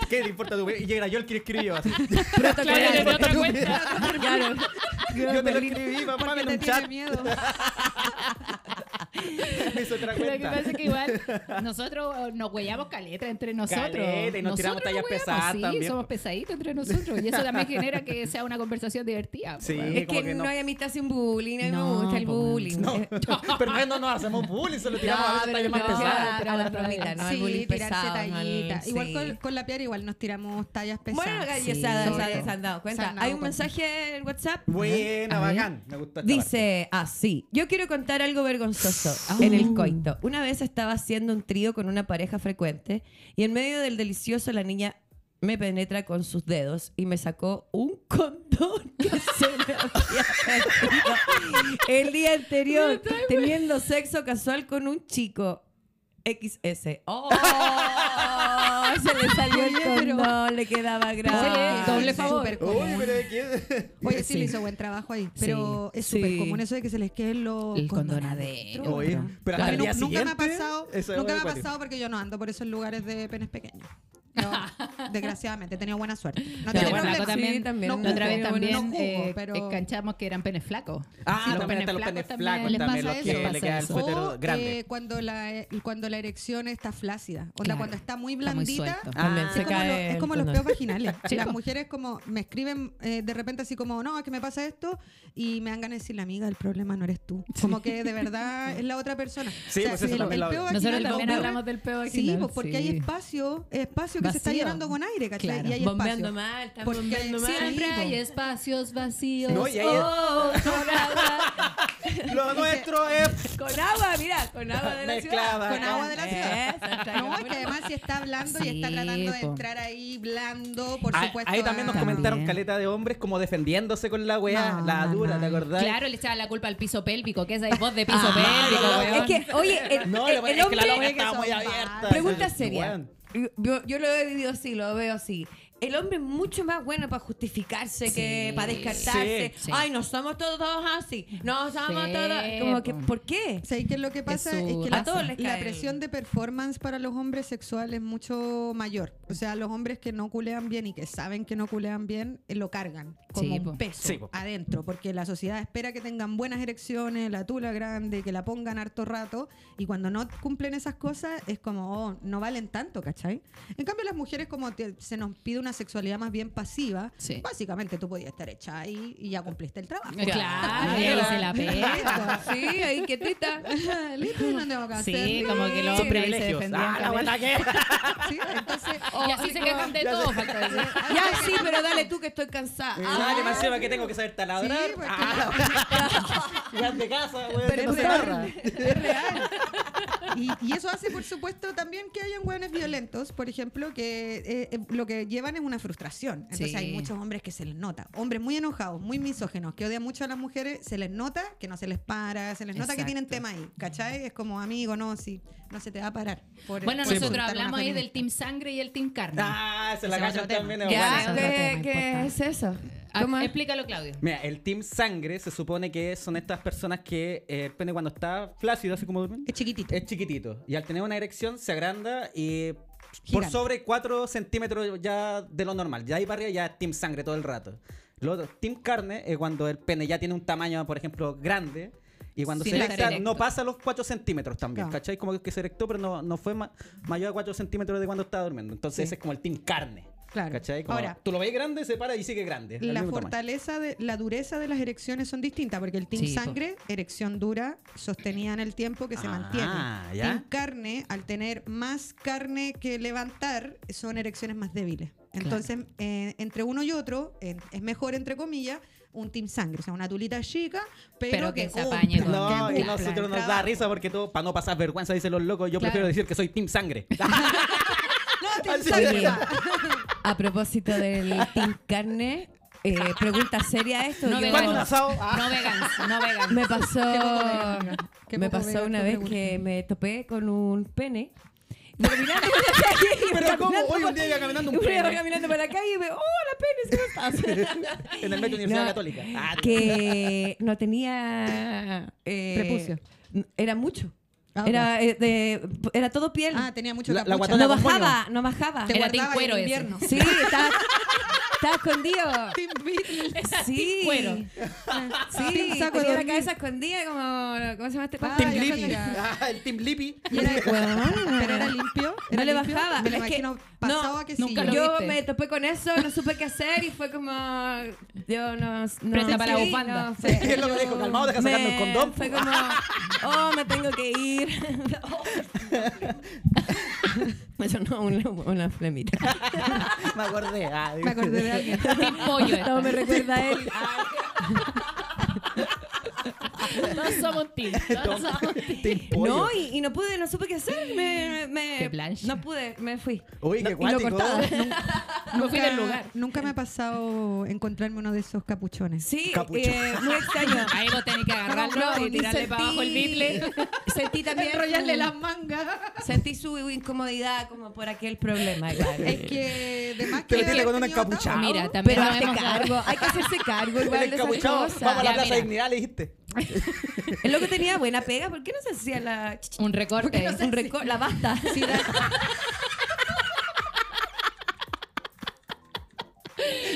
S4: ¿Qué le importa tu Y era yo el que escribió. así.
S3: Claro,
S4: le
S3: de
S4: importa
S3: otra
S4: tu
S3: cuenta. Claro.
S4: Yo te lo escribí, papá,
S1: Porque
S4: en
S1: te
S4: un
S1: tiene
S4: chat.
S1: miedo.
S4: Me hizo otra
S3: Lo que
S4: cuenta.
S3: pasa es que igual nosotros eh, nos huellamos caleta entre nosotros.
S4: Caleta, y nos
S3: Nosotros
S4: tiramos tallas
S3: nos hueamos,
S4: pesadas
S3: sí,
S4: también.
S3: somos pesaditos entre nosotros. Y eso también genera que sea una conversación divertida. pues,
S4: Sí.
S3: weón.
S2: Es
S4: como
S2: que,
S4: que no.
S2: no. hay amistad sin bullying. A mí
S3: No,
S2: me gusta el
S3: po, weón.
S2: bullying.
S4: No,
S2: Eh,
S4: pero no, no nos hacemos bullying, se lo tiramos a
S2: pero
S4: veces más
S2: no,
S4: pesado.
S2: a-
S3: pero
S2: a la
S3: no,
S2: bromita, no al
S1: Sí,
S2: bullying
S1: tirarse
S2: pesado,
S1: tallita.
S2: al-
S1: Igual
S2: sí.
S1: con, con la piara, igual nos tiramos tallas pesadas.
S2: Bueno,
S1: Sí.
S2: gallesadas,
S1: Sobre
S2: se
S1: todo.
S2: han dado
S1: Se
S2: cuenta.
S1: han dado
S2: Hay un
S1: cuenta.
S2: mensaje en WhatsApp.
S4: Buena,
S2: A ver.
S4: bacán. Me gustó esta
S2: Dice así, yo quiero contar algo vergonzoso en
S1: Oh.
S2: el coito. Una vez estaba haciendo un trío con una pareja frecuente y en medio del delicioso la niña me penetra con sus dedos y me sacó un condón que se me había perdido el día anterior teniendo sexo casual con un chico. XS. ¡Oh! Se le salió el
S1: Oye, pero-
S2: condón, le quedaba grave.
S3: Sí, doble favor.
S1: Súper
S4: parte.
S1: común.
S4: Uy, pero ¿de qué?
S1: Oye, sí,
S3: Sí.
S1: le hizo buen trabajo ahí. Pero es
S2: Sí.
S1: súper común eso de que se les quede lo
S3: El condón
S1: adentro.
S3: adentro.
S4: Oye, pero hasta
S1: A mí
S4: el
S1: nu-
S4: día
S1: nunca me ha
S4: siguiente,
S1: pasado,
S4: eso es
S1: nunca me ha
S4: acuático.
S1: pasado porque yo no ando por esos lugares de penes pequeños. Yo, desgraciadamente, he tenido buena suerte. No
S3: Pero
S1: tengo
S3: bueno,
S1: problema.
S3: acá también,
S2: Sí, también.
S1: No
S3: la otra vez
S1: jugo,
S3: también
S1: no jugo,
S3: eh,
S1: pero-
S3: eh, canchamos que eran penes flacos.
S4: Ah,
S3: los
S4: también
S3: penes
S4: están los
S3: flacos
S4: penes
S3: también
S4: flacos
S3: les
S4: también,
S3: pasa eso.
S4: los que le queda el
S3: Pasa
S4: fuerte
S3: eso.
S1: O,
S4: grande.
S1: eh, cuando, la, cuando la erección está flácida, o sea,
S3: Claro,
S1: cuando está muy
S3: Está muy
S1: blandita,
S3: suelto.
S2: También se
S1: Ah, es como, lo-
S2: cae.
S1: es
S2: el
S1: como los
S2: condón.
S1: peos vaginales.
S3: Sí,
S1: Las
S3: po.
S1: mujeres como me escriben eh, de repente así como, no, es que me pasa esto y me dan ganas de decir, amiga, el problema no eres tú. Como que de verdad es la otra persona.
S4: Sí, pues eso
S1: el,
S4: también lo-
S1: peo
S3: Nosotros
S1: vaginal
S3: también
S1: bombea-
S3: hablamos del peo
S1: Sí,
S3: vaginal,
S1: pues porque
S3: sí.
S1: hay espacio, espacio que se está
S3: Vacío.
S1: llenando con aire, ¿cachai?
S3: Claro.
S1: Y hay
S2: Bombeando
S1: espacio.
S2: mal, están
S1: Porque
S2: bombeando mal.
S3: Siempre
S1: Sí, po.
S3: hay espacios vacíos.
S4: No, y ahí-
S3: Oh, con agua.
S4: Lo nuestro es
S2: Con agua, mira, con agua de la ciudad.
S4: mezclada.
S1: Con agua de la ciudad.
S2: Eso, traigo
S1: No,
S2: la
S1: es que
S2: buena
S1: además si está hablando y está
S3: Sí,
S1: tratando de
S3: po.
S1: entrar ahí blando, por
S4: Ah,
S1: supuesto.
S4: Ahí también nos
S1: ah,
S4: comentaron
S3: También.
S4: caleta de hombres como defendiéndose con la weá,
S1: No,
S4: la dura, ¿te acordás?
S3: Claro, le echaba la culpa al piso pélvico, que esa es voz de piso pélvico,
S2: Ah,
S3: weón.
S2: Es que, oye, el,
S4: No,
S2: el-
S4: la
S2: el
S4: weá- es que
S2: hombre...
S4: la weá
S1: es que
S4: estaba muy
S1: son
S4: abierta.
S1: malos.
S2: Pregunta
S4: Sí,
S2: seria.
S4: weón.
S2: Yo, yo lo he vivido así, lo veo así. El hombre es mucho más bueno para justificarse que para descartarse.
S3: Sí, sí.
S2: Ay, no somos todos, todos así. No somos
S3: Sí,
S2: todos. Como que,
S3: po.
S2: ¿por qué?
S1: ¿Sabéis que lo que pasa
S3: su
S1: es que
S3: raza.
S1: la,
S2: A todos les
S1: la
S2: cae el-
S1: presión de performance para los hombres sexuales es mucho mayor? O sea, los hombres que no culean bien y que saben que no culean bien, eh, lo cargan como
S3: Sí,
S1: un
S3: po.
S1: peso
S4: Sí, po.
S1: adentro, porque la sociedad espera que tengan buenas erecciones, la tula grande, que la pongan harto rato, y cuando no cumplen esas cosas es como, oh, no valen tanto, ¿cachai? En cambio, las mujeres como te- se nos pide una sexualidad más bien pasiva,
S3: Sí.
S1: básicamente tú podías estar hecha ahí y ya cumpliste el trabajo.
S3: Claro, y ahí se la pega.
S2: Ah, Sí, ahí quietita.
S1: Listo, no tengo que hacer
S3: Sí, como que los
S4: Son
S3: hombres ahí se
S4: privilegios.
S3: defendían.
S4: Ah, la
S3: caleta.
S4: weá que
S1: Sí, entonces.
S3: y así se quejan de
S4: ya
S3: todo,
S4: sé.
S3: falta decir.
S2: Ya, sí, pero dale tú que estoy cansada.
S4: Dale, más encima que tengo que saber taladrar.
S1: Ah. Sí, porque-
S4: Ah, la- Las de casa, weón.
S1: Pero
S4: que no
S1: es
S4: se
S1: real.
S4: barra.
S1: Es real. Y, y eso hace, por supuesto, también que hayan hueones violentos, por ejemplo, que eh, eh, lo que llevan es una frustración. Entonces
S3: Sí.
S1: hay muchos hombres que se les nota. Hombres muy enojados, muy misógenos, que odian mucho a las mujeres, se les nota que no se les para, se les nota que tienen tema ahí. ¿Cachai? Es como, amigo, no, si no se te va a parar. por-
S3: Bueno,
S1: por
S3: nosotros
S1: insultar a una
S3: hablamos ahí
S1: feminista.
S3: del team sangre y el team carne.
S4: Ah, se la
S1: Ese es
S4: cachan
S1: otro tema.
S4: también.
S1: Ya,
S4: es
S2: Ya,
S3: Bueno,
S4: buena.
S2: ¿qué,
S3: eso es otro tema
S2: qué es
S3: importante.
S2: eso?
S3: Ah,
S2: ¿Cómo
S1: eh,
S2: es?
S3: Explícalo, Claudio.
S4: Mira, el Team Sangre se supone que son estas personas que eh, el pene cuando está flácido, así como
S1: Es chiquitito.
S4: es chiquitito. Y al tener una erección se agranda y por
S1: Gigante.
S4: sobre 4 centímetros ya de lo normal. Ya ahí para arriba ya es Team Sangre todo el rato. Lo otro, Team Carne es cuando el pene ya tiene un tamaño, por ejemplo, grande. Y cuando
S3: Sin
S4: se
S3: estar
S4: erecta
S3: erecto.
S4: no pasa los 4 centímetros también,
S1: Claro.
S4: ¿cachai? Como que se erectó, pero no, no fue ma- mayor a 4 centímetros de cuando estaba durmiendo. Entonces ese es como el Team Carne.
S1: Claro.
S4: ¿Cachai? Como
S1: Ahora-
S4: tú lo ves grande, se para y sigue grande. del
S1: la
S4: mismo tamaño.
S1: fortaleza de la dureza de las erecciones son distintas porque el team
S3: Sí, po.
S1: sangre erección dura sostenida en el tiempo que se
S4: Ah,
S1: mantiene
S4: ¿ya?
S1: team carne al tener más carne que levantar son erecciones más débiles entonces eh, entre uno y otro en- es mejor entre comillas un team sangre o sea una tulita chica pero,
S3: Pero que
S1: que,
S3: se apañe
S1: cumpla,
S3: con-
S4: No,
S1: que
S4: y
S1: cumpla el
S4: nosotros nos da
S1: trabajo.
S4: risa porque todo, para no pasar vergüenza, dicen los locos, yo
S1: Claro.
S4: prefiero decir que soy Team Sangre.
S1: no team
S4: Así
S1: sangre
S4: es.
S2: A propósito del Team Carne, eh, pregunta seria esto.
S3: No
S2: yo-
S3: vegano.
S4: ¿Cuándo un asado? Ah,
S3: No vegans, no vegans.
S2: Me pasó,
S1: vegan, qué
S2: me
S1: poco
S2: pasó
S1: vegan
S2: una
S1: tu
S2: vez
S1: pregunta.
S2: que me topé con un pene. Pero mirá,
S4: Pero cómo,
S2: caminando
S4: hoy un
S2: por-
S4: día iba caminando un
S2: día iba
S4: pene
S2: caminando por la calle y veo, ¡oh, la pene! ¿sí
S4: en el metro Universidad
S2: No.
S4: Católica. Ah,
S2: que no tenía... eh,
S1: Prepucio.
S2: n- Era mucho.
S1: Ah,
S2: era, eh, de- era todo piel.
S1: ah tenía mucho
S4: La- la
S1: capucha.
S4: guatona
S2: no
S4: con moño.
S2: bajaba, no bajaba.
S1: te
S3: Era team
S1: guardaba en
S3: cuero ese.
S1: invierno
S2: Sí, estaba, estaba escondido.
S1: Team Beatles.
S2: Sí.
S3: cuero.
S2: Sí,
S1: Team
S2: tenía la
S1: saco de dormir.
S2: cabeza escondida como... ¿Cómo se llama este
S1: Ah,
S2: papá?
S4: Team
S1: ya
S4: Lippy.
S1: sabía.
S4: Ah, el Team Lippy.
S1: Y era- pero era limpio.
S2: No
S1: ¿Era
S2: le
S1: limpio?
S2: bajaba.
S1: Me lo
S2: Es que-
S1: imagino pasado
S2: no,
S1: a que sí.
S3: nunca lo
S2: yo
S3: viste.
S2: me topé con eso, no supe qué hacer y fue como. Yo no. no
S3: Presta para la
S2: sí,
S3: bufanda.
S2: no, fue-
S4: Y es lo que dijo, calmado, deja sacarme el
S2: me-
S4: condón.
S2: Fue como, oh, me tengo que ir. Me sonó una, una flemita.
S4: Me acordé. Ah,
S1: Me acordé de alguien.
S3: Team pollo. este.
S2: No me
S3: esta.
S2: recuerda a él. Ah,
S3: Todos somos team. Todos somos team.
S4: Team Pollo.
S2: No, y, y no pude, no supe qué hacer. Me, me-
S3: Qué plancha.
S2: No pude, me fui.
S4: Uy, qué cuático.
S3: Me fui del lugar.
S1: Nunca me ha pasado encontrarme uno de esos capuchones.
S2: Sí,
S4: Capucho.
S2: eh, muy extraño.
S3: Ahí vos tenés que agarrarlo y tirarle para abajo el bitle.
S2: Sentí también.
S1: Enrollarle las mangas.
S2: Sentí su incomodidad como por aquel problema. igual.
S1: Es que de más
S4: Te
S1: que.
S4: lo tiene
S1: haber
S4: con un
S1: tenido atado.
S4: encapuchado.
S3: Mira,
S2: Ah,
S3: también
S2: Pero
S3: lo
S2: hazte
S3: hemos dado.
S2: cargo, hay que hacerse cargo igual
S4: El
S2: de esas
S4: encapuchado.
S2: cosas.
S4: Vamos a
S3: Ya,
S4: la plaza
S3: mira.
S4: de dignidad, le dijiste.
S2: El loco tenía buena pega, ¿por qué no se hacía la,
S3: Un recorte.
S2: un reco- la basta?
S1: Sí, da-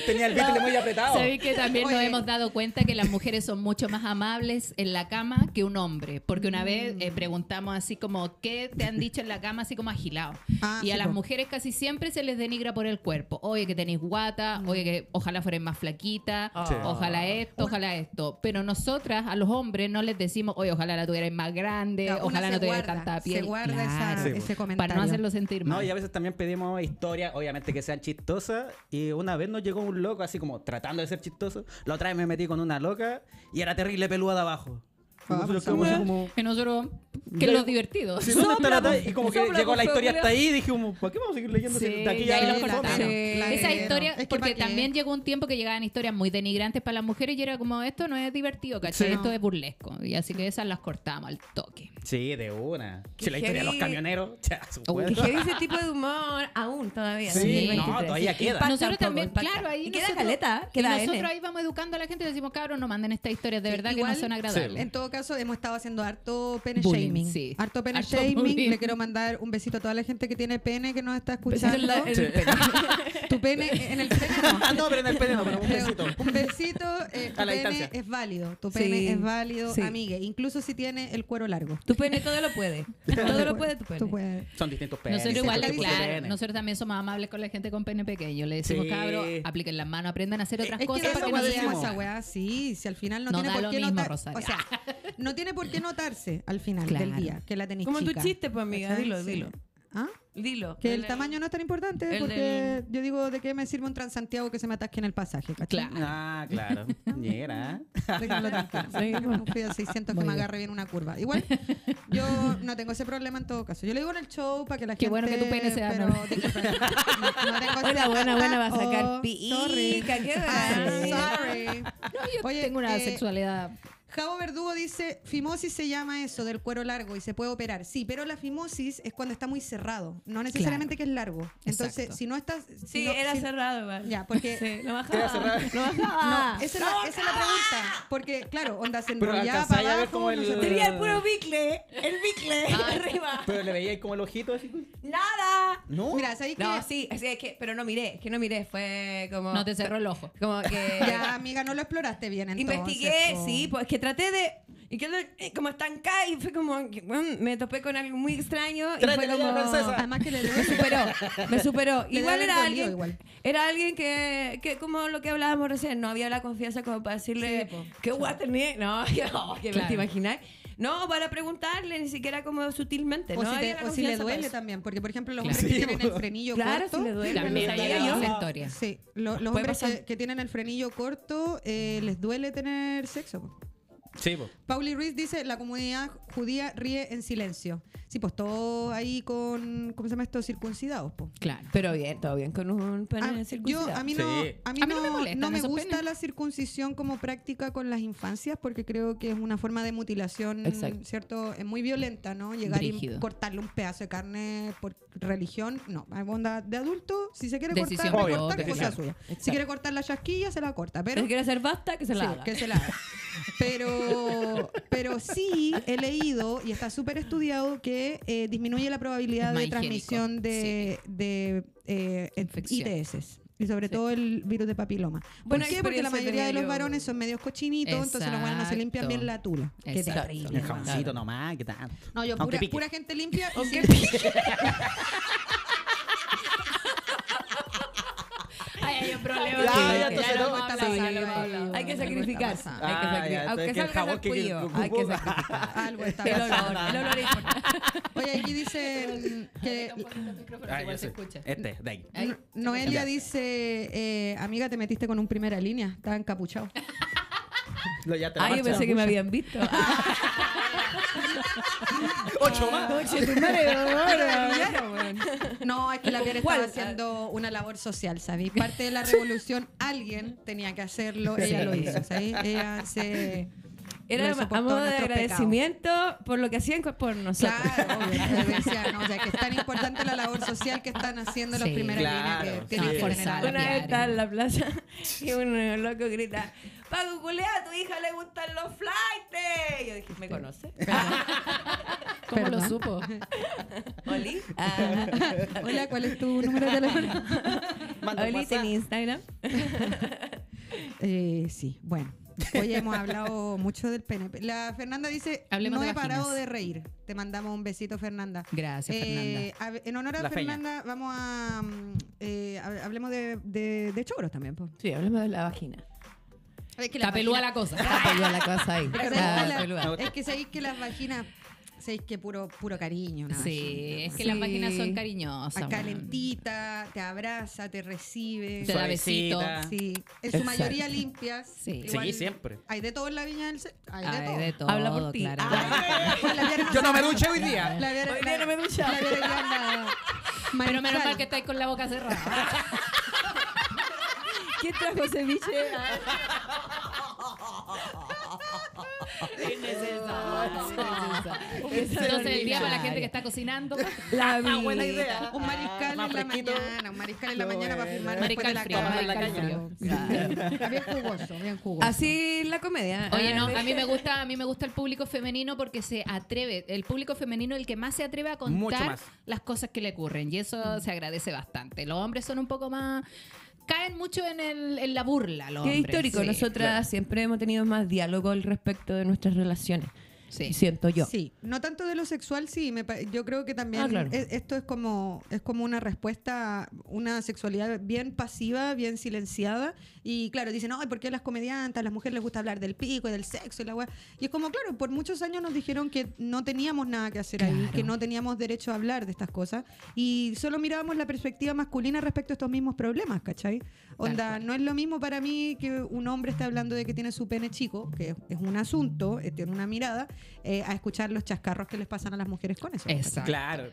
S4: Tenía el bitle muy apretado.
S3: Sabéis que también nos
S1: Oye.
S3: hemos dado cuenta que las mujeres son mucho más amables en la cama que un hombre. Porque una vez
S1: Mm.
S3: eh, preguntamos así como, ¿qué te han dicho en la cama? Así como agilado.
S1: Ah,
S3: y a
S1: sí,
S3: las
S1: po.
S3: mujeres casi siempre se les denigra por el cuerpo. Oye, que tenéis
S1: Mm.
S3: guata, oye, que ojalá fueres más flaquita,
S4: Sí.
S3: ojalá esto, ojalá esto. Pero nosotras, a los hombres, no les decimos, oye, ojalá la tuvieras más grande,
S1: Ya, una
S3: Eh, ojalá
S1: se
S3: no tuvieras
S1: guarda,
S3: tanta piel.
S1: Se guarda
S3: Claro.
S1: esa-
S4: Sí, po.
S1: ese comentario.
S3: Para no hacerlo sentir mal.
S4: No, y a veces también pedimos historias, obviamente que sean chistosas. Y una vez nos llegó un loco, así como tratando de ser chistoso. La otra vez me metí con una loca y era terrible peluda de abajo. Y
S1: Ah, pues,
S4: nosotros quedamos así
S1: ah.
S4: como,
S3: Que nosotros, que
S4: Ya-
S3: es lo divertido.
S4: "Sí, ¿dónde está la
S5: Sopla,
S4: talla?" Y como que
S5: sopla,
S4: llegó la
S5: pues,
S4: historia
S5: culiao.
S4: hasta ahí y dije, como, ¿para qué vamos a seguir leyendo? si
S3: Sí,
S4: de aquí
S3: ya
S4: ya
S3: ahí lo
S4: no fue?"
S3: cortaron.
S4: Sí.
S3: Esa
S1: Claro.
S3: historia,
S1: Es que
S3: porque
S1: ¿pa' qué?
S3: también llegó un tiempo que llegaban historias muy denigrantes para las mujeres y era como, esto no es divertido, ¿cachai?
S1: Sí.
S3: Esto es burlesco. Y así que esas las cortamos al toque.
S4: Sí, de una. Si la
S2: Qué
S4: historia de los
S2: heavy.
S4: camioneros, ya, su
S3: Uy,
S4: cuerpo.
S2: Que heavy ese tipo de humor aún todavía.
S4: Sí,
S2: 2023.
S4: no, todavía queda.
S2: Impacta
S3: nosotros
S2: un poco,
S3: también,
S2: impacta.
S3: claro, ahí
S2: Y queda
S3: nosotros-
S2: caleta,
S3: y
S2: queda
S3: nosotros
S2: N.
S3: ahí vamos educando a la gente y decimos, cabros, no manden estas historias de
S1: Sí,
S3: verdad
S1: igual-
S3: que no son agradables.
S1: En todo caso, hemos estado haciendo harto pene
S3: Bullying,
S1: shaming.
S3: sí.
S1: Harto pene
S3: Harto bullying.
S1: shaming. Le quiero mandar un besito a toda la gente que tiene pene que nos está escuchando.
S2: En la- en el pene.
S1: tu pene en el pene no.
S4: Ah, no, pero en el pene no, pero un
S1: Pero
S4: besito.
S1: Un besito, eh, tu
S4: A la
S1: pene
S4: distancia.
S1: es válido. Tu
S2: Sí,
S1: pene es válido,
S2: sí.
S1: amigue. Incluso si tiene el cuero largo.
S2: Tu pene todo lo puede. Todo lo puede tu pene.
S1: Tú puedes.
S4: Son distintos penes.
S3: Nosotros igual,
S4: distintos tipos de
S3: claro,
S4: penes.
S3: nosotros también somos amables con la gente con pene pequeño. Le decimos,
S4: Sí.
S3: cabros, apliquen las manos, aprendan a hacer otras
S1: es
S3: cosas
S1: que
S3: para que
S1: nosotros
S3: no
S4: decimos.
S1: decimos
S3: sean-
S1: esa weá, sí, si al final no,
S3: No
S1: tiene
S3: da
S1: por
S3: lo
S1: qué
S3: mismo,
S1: notar,
S3: Rosario.
S1: o sea, no tiene por qué notarse al final del
S3: Claro.
S1: día que la tenéis
S2: Como tu
S1: chica.
S2: chiste, pues, amiga.
S1: ¿Cachai?
S2: Dilo,
S1: Sí.
S2: dilo.
S1: ¿Ah?
S2: Dilo.
S1: Que el tamaño no es tan importante,
S2: el
S1: porque yo digo, ¿de qué me sirve un Transantiago que se me atasque en el pasaje? ¿cachai?
S3: Claro.
S4: Ah, claro. Ñera.
S1: Déjenlo tranquilo. Déjenme un Fiat 600 que me agarre bien una curva. Igual, yo no tengo ese problema en todo caso. Yo lo digo en el show para que la
S3: Qué
S1: gente...
S3: bueno que tu pene sea
S1: pero,
S3: normal.
S1: disculpa, no, no tengo
S2: Buena,
S1: esa
S2: buena, buena, va a
S1: pata.
S2: sacar
S1: Oh, sorry.
S2: pica, qué
S1: I'm
S2: buena.
S1: sorry.
S3: Yo
S1: Oye,
S3: tengo una
S1: eh,
S3: sexualidad
S1: Javo Verdugo dice, fimosis se llama eso, del cuero largo y se puede operar. Sí, pero la fimosis es cuando está muy cerrado, no necesariamente que es largo. Entonces,
S3: Exacto.
S1: si no estás... si
S2: Sí,
S1: no-
S2: era
S1: si-
S2: cerrado, igual.
S1: Ya, porque...
S2: Sí, lo
S4: Era
S2: bajaba.
S4: cerrado.
S2: Lo bajaba.
S1: No, esa es, la, esa es la pregunta. Porque, claro, onda se
S4: Pero
S1: enrollaba
S4: alcanzáis
S1: para
S4: a ver
S1: abajo,
S4: como
S1: no
S4: el-
S1: se-
S2: Tenía el puro bicle. El bicle. arriba.
S4: Pero le veía ahí como el ojito así. pues.
S2: Nada.
S4: No.
S1: Mira, ¿sabéis que
S2: No, sí, así es que, pero no miré, es que no miré, fue como...
S3: no te cerró el ojo.
S2: Como que...
S1: Ya, amiga, no lo exploraste bien entonces.
S2: Investigué,
S1: po.
S2: sí, pues que traté de. Y que lo- eh, como estancá y fue como. que, bueno, me topé con algo muy extraño y
S4: Tráete
S2: fue
S4: la
S2: como.
S4: llave, princesa.
S1: Además que le
S2: Me superó, me superó.
S1: Le
S2: Igual
S1: debe
S2: era
S1: haber
S2: alguien,
S1: dolido igual.
S2: era alguien que, que, como lo que hablábamos recién, no había la confianza como para decirle
S1: Sí, po.
S2: qué guay tenía. No, que, no, que
S3: Claro.
S2: te imaginas. No, para preguntarle, ni siquiera como sutilmente.
S1: O,
S2: pues, no
S1: si,
S2: había
S1: te-
S2: la
S1: o si le
S2: confianza para
S1: duele
S2: eso.
S1: también, porque por ejemplo los
S3: Claro.
S1: hombres que
S4: Sí,
S1: tienen
S4: po.
S1: el frenillo
S2: Claro,
S1: corto,
S2: si le duele.
S3: También
S2: no
S3: hay
S2: sabía yo.
S3: esa historia.
S1: sí, lo- los
S2: Puede
S1: hombres
S2: pasar.
S1: que, que tienen el frenillo corto eh, les duele tener sexo. po.
S4: Sí, po.
S1: Pauli Ruiz dice, la comunidad judía ríe en silencio. Sí, pues todo ahí con, ¿cómo se llama esto? Circuncidados, po.
S3: Claro.
S2: Pero bien, todo bien con un
S1: Ah,
S2: panel
S1: yo,
S2: circuncidado.
S1: a mí no,
S4: Sí.
S1: a mí
S3: A mí no
S1: no,
S3: me molestan
S1: no me
S3: esos
S1: gusta
S3: penes.
S1: la circuncisión como práctica con las infancias porque creo que es una forma de mutilación,
S2: Exacto.
S1: ¿cierto? Es muy violenta, ¿no? Llegar
S3: Brígido.
S1: y cortarle un pedazo de carne por religión, no. Hay onda de adulto, si se quiere
S3: Decisión
S1: cortar,
S4: propia,
S1: cortar, cosa
S4: decisión.
S1: suya.
S2: Exacto.
S1: Si quiere cortar la chasquilla, se la corta, pero...
S2: Si quiere hacer basta, que se la
S1: Sí,
S2: haga.
S1: que se la haga. Pero, pero sí he leído y está súper estudiado que eh, disminuye la probabilidad
S3: Es más
S1: de transmisión
S3: higiénico,
S1: de, de eh,
S3: Infección.
S1: ITS. Y sobre todo el virus de papiloma. ¿Por
S2: Bueno,
S1: qué?
S2: por
S1: Porque la
S2: eso
S1: mayoría de
S2: tenía
S1: los
S2: yo-
S1: varones son medios cochinitos, entonces los buenos no se limpian
S3: Exacto.
S1: bien la tula. Qué
S3: Exacto.
S1: terrible,
S4: El
S1: weón.
S4: jamoncito nomás, ¿qué tal?
S1: No, yo
S4: Aunque
S1: pura,
S4: pique.
S1: pura gente limpia. y
S2: Aunque
S1: siempre-
S3: Ay, hay un problema.
S4: Ya,
S2: ya,
S3: Sí,
S2: entonces
S3: claro,
S2: no,
S3: vamos a
S2: está
S3: hablar,
S2: pasado,
S3: vamos a
S2: ahí.
S3: hablar.
S2: Hay que
S3: Algo está
S2: sacrificarse.
S3: pasando.
S2: Hay que
S4: Ah,
S2: sacrificar.
S4: ya,
S2: Aunque
S4: es que el
S2: salga el
S4: jabón que-
S2: cuyo, hay que sacrificar.
S1: Ah, Algo está
S2: El olor,
S1: pasando.
S2: el olor es importante.
S1: Oye, aquí dicen que
S4: Ah,
S3: Ah,
S4: yo
S3: igual se
S4: sé.
S3: escucha.
S4: Este, de ahí.
S3: Ahí.
S1: No- Noelia dice, eh, amiga, te metiste con un primera línea, estaba encapuchado.
S4: Lo ya te la
S2: Ah, yo
S4: marcha.
S2: pensé que me habían visto. Ah,
S4: Ocho más.
S2: coche, tu madre,
S1: No, es que la Pilar estaba
S2: ¿Cuál?
S1: haciendo una labor social, ¿sabéis? Parte de la revolución, alguien tenía que hacerlo, ella lo hizo, ¿sabéis? Ella se...
S2: Era
S1: lo
S2: a
S1: soportó
S2: modo de
S1: nuestros pecados.
S2: agradecimiento por lo que hacían con- por nosotros.
S1: Claro, obvio, yo decía, no, o sea, que es tan importante la labor social que están haciendo los
S3: Sí,
S1: primeros
S4: claro,
S1: líneas que
S4: sí.
S1: tienen que
S3: Forzada.
S1: tener
S2: Una
S1: algo.
S2: vez estaba en la plaza y un loco grita, para googlear, a tu hija le gustan los flights. Yo dije, ¿me conoce?
S3: ¿Cómo lo supo?
S2: Oli. Ah.
S1: Hola, ¿cuál es tu número de teléfono?
S4: Manda un
S2: Oli,
S4: WhatsApp.
S2: ¿tenés Instagram?
S1: Eh, sí, bueno. Hoy hemos hablado mucho del pene. La Fernanda dice,
S3: Hablemos
S1: no
S3: de
S1: he parado
S3: vaginas".
S1: de reír. Te mandamos un besito, Fernanda.
S3: Gracias,
S1: Eh,
S3: Fernanda.
S1: a- en honor a
S4: La feña.
S1: Fernanda, vamos a... mm, eh, hab- hablemos de, de, de choros también. po.
S2: Sí, hablemos de la vagina.
S1: Es que
S3: Está
S1: las
S3: pelúa
S1: vaginas-
S3: la Ah, cosa.
S2: Está peluda la cosa ahí.
S1: Pero
S2: Está
S1: sabéis que la-
S2: peluda.
S1: Es que sabéis que las vaginas... Sabéis que puro, puro cariño. una
S3: Sí,
S1: vagina,
S3: es que
S1: weón.
S3: las vaginas son
S2: Sí.
S3: cariñosas.
S1: Está
S3: weón.
S1: calentita, te abraza, te recibe.
S3: Te da besito.
S4: Suavecita.
S1: Sí, en su
S2: Exacto.
S1: mayoría limpias.
S3: Sí.
S4: Sí, siempre.
S1: Hay de todo en la viña del Señor. Hay,
S3: Ay,
S1: de
S3: de
S1: todo.
S3: todo.
S2: Habla por ti.
S3: claro.
S4: Yo no me duché hoy día.
S1: La Viera-
S2: Hoy día
S1: la-
S2: no me he duchado.
S1: la Viera ya anda
S3: Pero menos
S1: mariscal.
S3: mal que estáis con la boca cerrada.
S2: ¿Qué trajo ceviche?
S3: Entonces, el día para la gente que está cocinando.
S2: La vi.
S4: buena idea.
S1: Un
S4: Ah,
S1: mariscal
S4: más
S1: en la
S4: fresquito.
S1: mañana, un mariscal en la
S4: Lo
S1: mañana para
S4: bueno.
S1: firmar
S3: Mariscal
S1: después de
S3: frío,
S1: la cama.
S3: mariscal frío.
S1: Claro. Bien jugoso, bien jugoso.
S2: Así la comedia. Ah,
S3: Oye, no, a mí me gusta, a mí me gusta el público femenino porque se atreve, el público femenino es el que más se atreve a
S4: Mucho
S3: contar
S4: más.
S3: las cosas que le ocurren y
S2: Mm.
S3: eso se agradece bastante. Los hombres son un poco más caen mucho en, el, en la burla, los
S2: Qué
S3: hombres.
S2: histórico.
S3: Sí,
S2: Nosotras siempre hemos tenido más diálogo al respecto de nuestras relaciones.
S3: sí.
S2: Siento yo.
S1: Sí, no tanto de lo sexual, sí, me pa- yo creo que también
S2: Ah, claro.
S1: es- e, esto es como es como una respuesta, una sexualidad bien pasiva, bien silenciada y claro, dicen, "Ay, ¿por qué las comediantes, a las mujeres les gusta hablar del pico y del sexo y la weá?" Y es como, claro, por muchos años nos dijeron que no teníamos nada que hacer ahí,
S3: Claro.
S1: que no teníamos derecho a hablar de estas cosas y solo mirábamos la perspectiva masculina respecto a estos mismos problemas, ¿cachai? Onda,
S3: cual.
S1: no es lo mismo para mí que un hombre esté hablando de que tiene su pene chico, que es- es un asunto, eh, tiene una mirada, eh, a escuchar los chascarros que les pasan a las mujeres con eso.
S3: Exacto.
S4: Claro.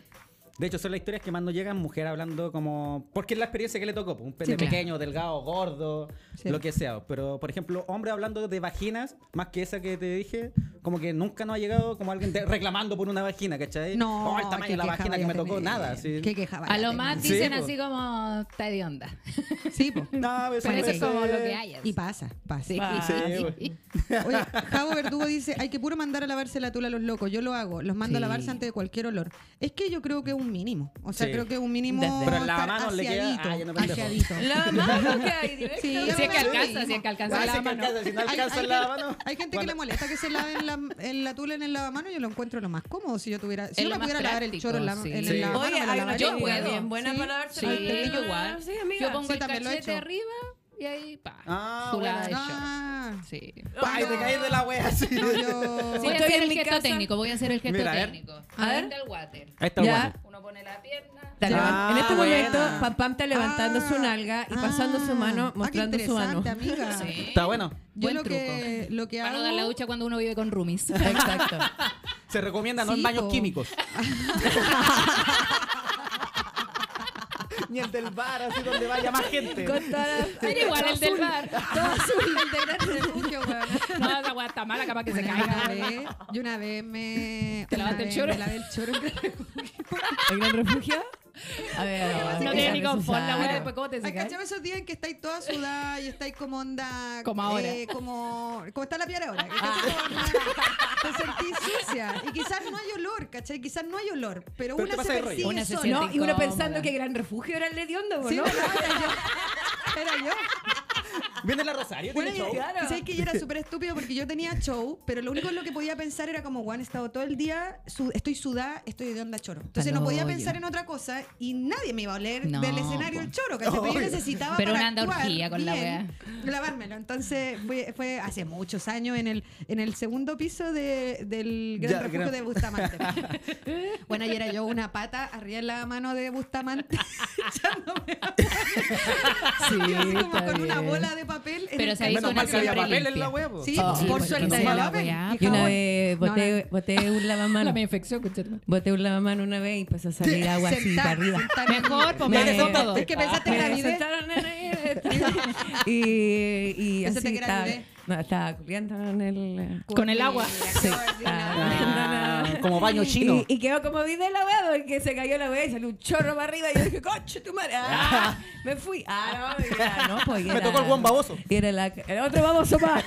S4: De hecho, son las historias que más nos llegan mujeres hablando como... Porque es la experiencia que le tocó. pues, Un pene
S3: Sí, claro.
S4: pequeño, delgado, gordo,
S1: Sí.
S4: lo que sea. Pero, por ejemplo, hombres hablando de vaginas, más que esa que te dije, como que nunca nos ha llegado como alguien te- reclamando por una vagina, ¿cachai?
S1: No,
S4: Oh, el tamaño
S1: qué
S4: de la
S1: queja
S4: vagina que
S1: vaya
S4: me
S1: a
S4: tocó,
S1: tener.
S4: nada. Sí.
S1: Qué queja vaya
S3: A lo
S1: tener.
S3: más
S4: Sí,
S3: dicen
S4: po.
S3: así como está de onda.
S1: Sí, po.
S4: No,
S3: Pero eso es
S1: parece-
S3: como lo que hay.
S1: Y pasa, pasa.
S3: Sí.
S4: Sí,
S1: Oye, Javo Verdugo dice, hay que puro mandar a lavarse la tula a los locos. Yo lo hago, los mando a
S3: Sí.
S1: lavarse antes de cualquier olor. Es que yo creo que es un mínimo. O sea,
S4: Sí.
S1: creo que es un mínimo
S2: Desde-
S4: Pero el lavamanos le queda-
S1: aseadito,
S4: ah, ya no pendejo.
S1: aseadito.
S2: La mano que hay directo.
S1: Sí,
S3: Si es que
S1: me lo
S3: alcanza, si
S1: digo.
S3: es que alcanza
S4: Parece
S3: la
S4: que
S3: mano.
S4: alcanza, si no alcanza
S1: hay,
S4: la
S1: gen-
S4: mano.
S1: hay gente que
S4: Cuando-
S1: le molesta que se laven la, en la tula en el lavamano. Yo lo encuentro lo más cómodo. Si yo tuviera, si
S3: Es
S1: yo
S3: lo
S1: me
S3: más
S1: pudiera lavar el
S3: práctico,
S1: choro en, la,
S3: sí.
S1: en
S4: Sí.
S1: el lavamano,
S2: Oye,
S1: me lo
S2: hay una
S1: lavaría.
S3: yo puedo.
S2: técnica bien buena para lavarse
S3: Sí,
S2: la
S1: yo
S2: tula.
S3: igual.
S2: Sí, amiga.
S3: Yo pongo
S1: Sí,
S3: el
S1: también lo he
S3: cachete
S1: hecho.
S3: arriba y ahí pa.
S4: Ah,
S3: tú la
S4: bueno.
S3: echas.
S1: Ah.
S3: Sí.
S4: Ay, te caes de la wea así.
S1: No, yo-
S3: Voy a
S2: Estoy
S3: hacer
S2: en
S3: el
S2: mi
S3: gesto
S2: casa.
S3: técnico, voy a hacer el gesto
S4: Mira, a ver.
S3: técnico.
S2: A ver.
S3: Frente al water.
S4: Ahí está
S2: Ya.
S4: bueno.
S3: Uno pone la pierna.
S2: Está levan-
S4: Ah,
S2: en este momento,
S4: buena.
S2: Pam Pam está levantando
S1: Ah,
S2: su nalga y pasando su
S1: ah,
S2: mano,
S1: qué
S2: mostrando su mano.
S1: interesante, amiga.
S3: Sí.
S4: Está bueno.
S1: Yo
S3: Buen
S1: lo que, lo que
S3: Para no
S1: hago.
S3: dar la ducha cuando uno vive con roomies.
S2: Exacto.
S4: Se recomienda no en
S1: Sí,
S4: baños
S1: po.
S4: químicos. Ni el del bar, así donde vaya más gente.
S2: Con todas las-
S3: Era igual el del bar.
S1: Todo azul, el de gran refugio, weón.
S3: No, esa weá está mala, capaz que se
S1: Bueno, una
S3: caiga.
S1: vez, yo una vez me.
S3: ¿Te
S1: una
S3: lavaste el
S1: vez
S3: choro?
S1: Me lavé el choro en Gran Refugio.
S2: ¿El gran refugio? A ver,
S3: No tiene ni confort la weá, después cómo te
S1: Hay
S3: secas.
S1: cachado esos días en que estáis toda sudada y estáis como onda.
S3: Como ahora. Ah.
S1: eh, como, como está la piel ahora. que estáis como onda- Te sentís sucia. Y quizás no hay olor, ¿cachai? Quizás no hay olor. Pero,
S4: Pero te
S1: una
S4: pasa
S1: se
S4: de rollo.
S1: persigue
S3: Una se
S1: sola.
S2: No, y uno
S3: Incómoda.
S2: pensando que gran refugio era el hediondo, ¿no?
S1: Sí, bueno, era yo. Era yo.
S4: Viene la Rosario,
S1: Bueno,
S4: tiene
S1: y-
S4: show.
S2: claro.
S1: y sabes que yo era súper estúpido porque yo tenía show, pero lo único en lo que podía pensar era como, Juan, he estado todo el día, su- estoy sudada, estoy de onda choro. Entonces no podía
S3: Paloyo.
S1: pensar en otra cosa y nadie me iba a oler
S3: No,
S1: del escenario
S3: po.
S1: el choro, ¿cachai? Pero yo necesitaba
S3: Pero
S1: para
S3: una anda
S1: actuar
S3: orgía con la
S1: bien, lavármelo. Entonces fue, fue hace muchos años en el, en el segundo piso de- del Gran
S4: Ya,
S1: Refugio
S4: gran-
S1: de Bustamante. bueno, y era yo una pata arriba en la mano de Bustamante echándome así como con una bola de papel. en
S3: Pero
S1: el
S3: se hizo
S1: calzón.
S4: Menos mal que había
S3: siempre
S4: papel en
S3: limpia.
S4: la huevo. Ah,
S1: Sí,
S2: Oh,
S1: por
S2: sí,
S1: suerte.
S2: porque
S1: no
S2: no
S1: la
S3: la weá,
S1: ven.
S2: Yo una
S1: Jabón.
S2: vez boté, boté un
S3: La
S4: Ah,
S2: lavamanos.
S3: media infección, conchetumare.
S2: Boté un lavamanos una vez y empezó a salir agua así
S1: Sentar,
S2: para arriba.
S1: sentar.
S3: Mejor, pues
S2: Me-
S3: más de todo.
S1: Es que pensaste
S2: Me
S1: en la vida.
S2: sentaron en- ¿eh? y, y
S1: Pensaste
S2: así
S1: que era
S2: estaba,
S1: bebé.
S2: No, estaba culiando en el. eh,
S3: Con el agua. Sí.
S4: Ah, como baño chino.
S2: Y, y quedó como viste la wea porque se cayó la wea y salió un chorro para arriba. Y yo dije, coche, tu madre. Ah, me fui. Ah, no, y era- no, pues, y
S4: Me
S2: era-
S4: tocó el guan baboso.
S2: Y era la, el otro baboso más.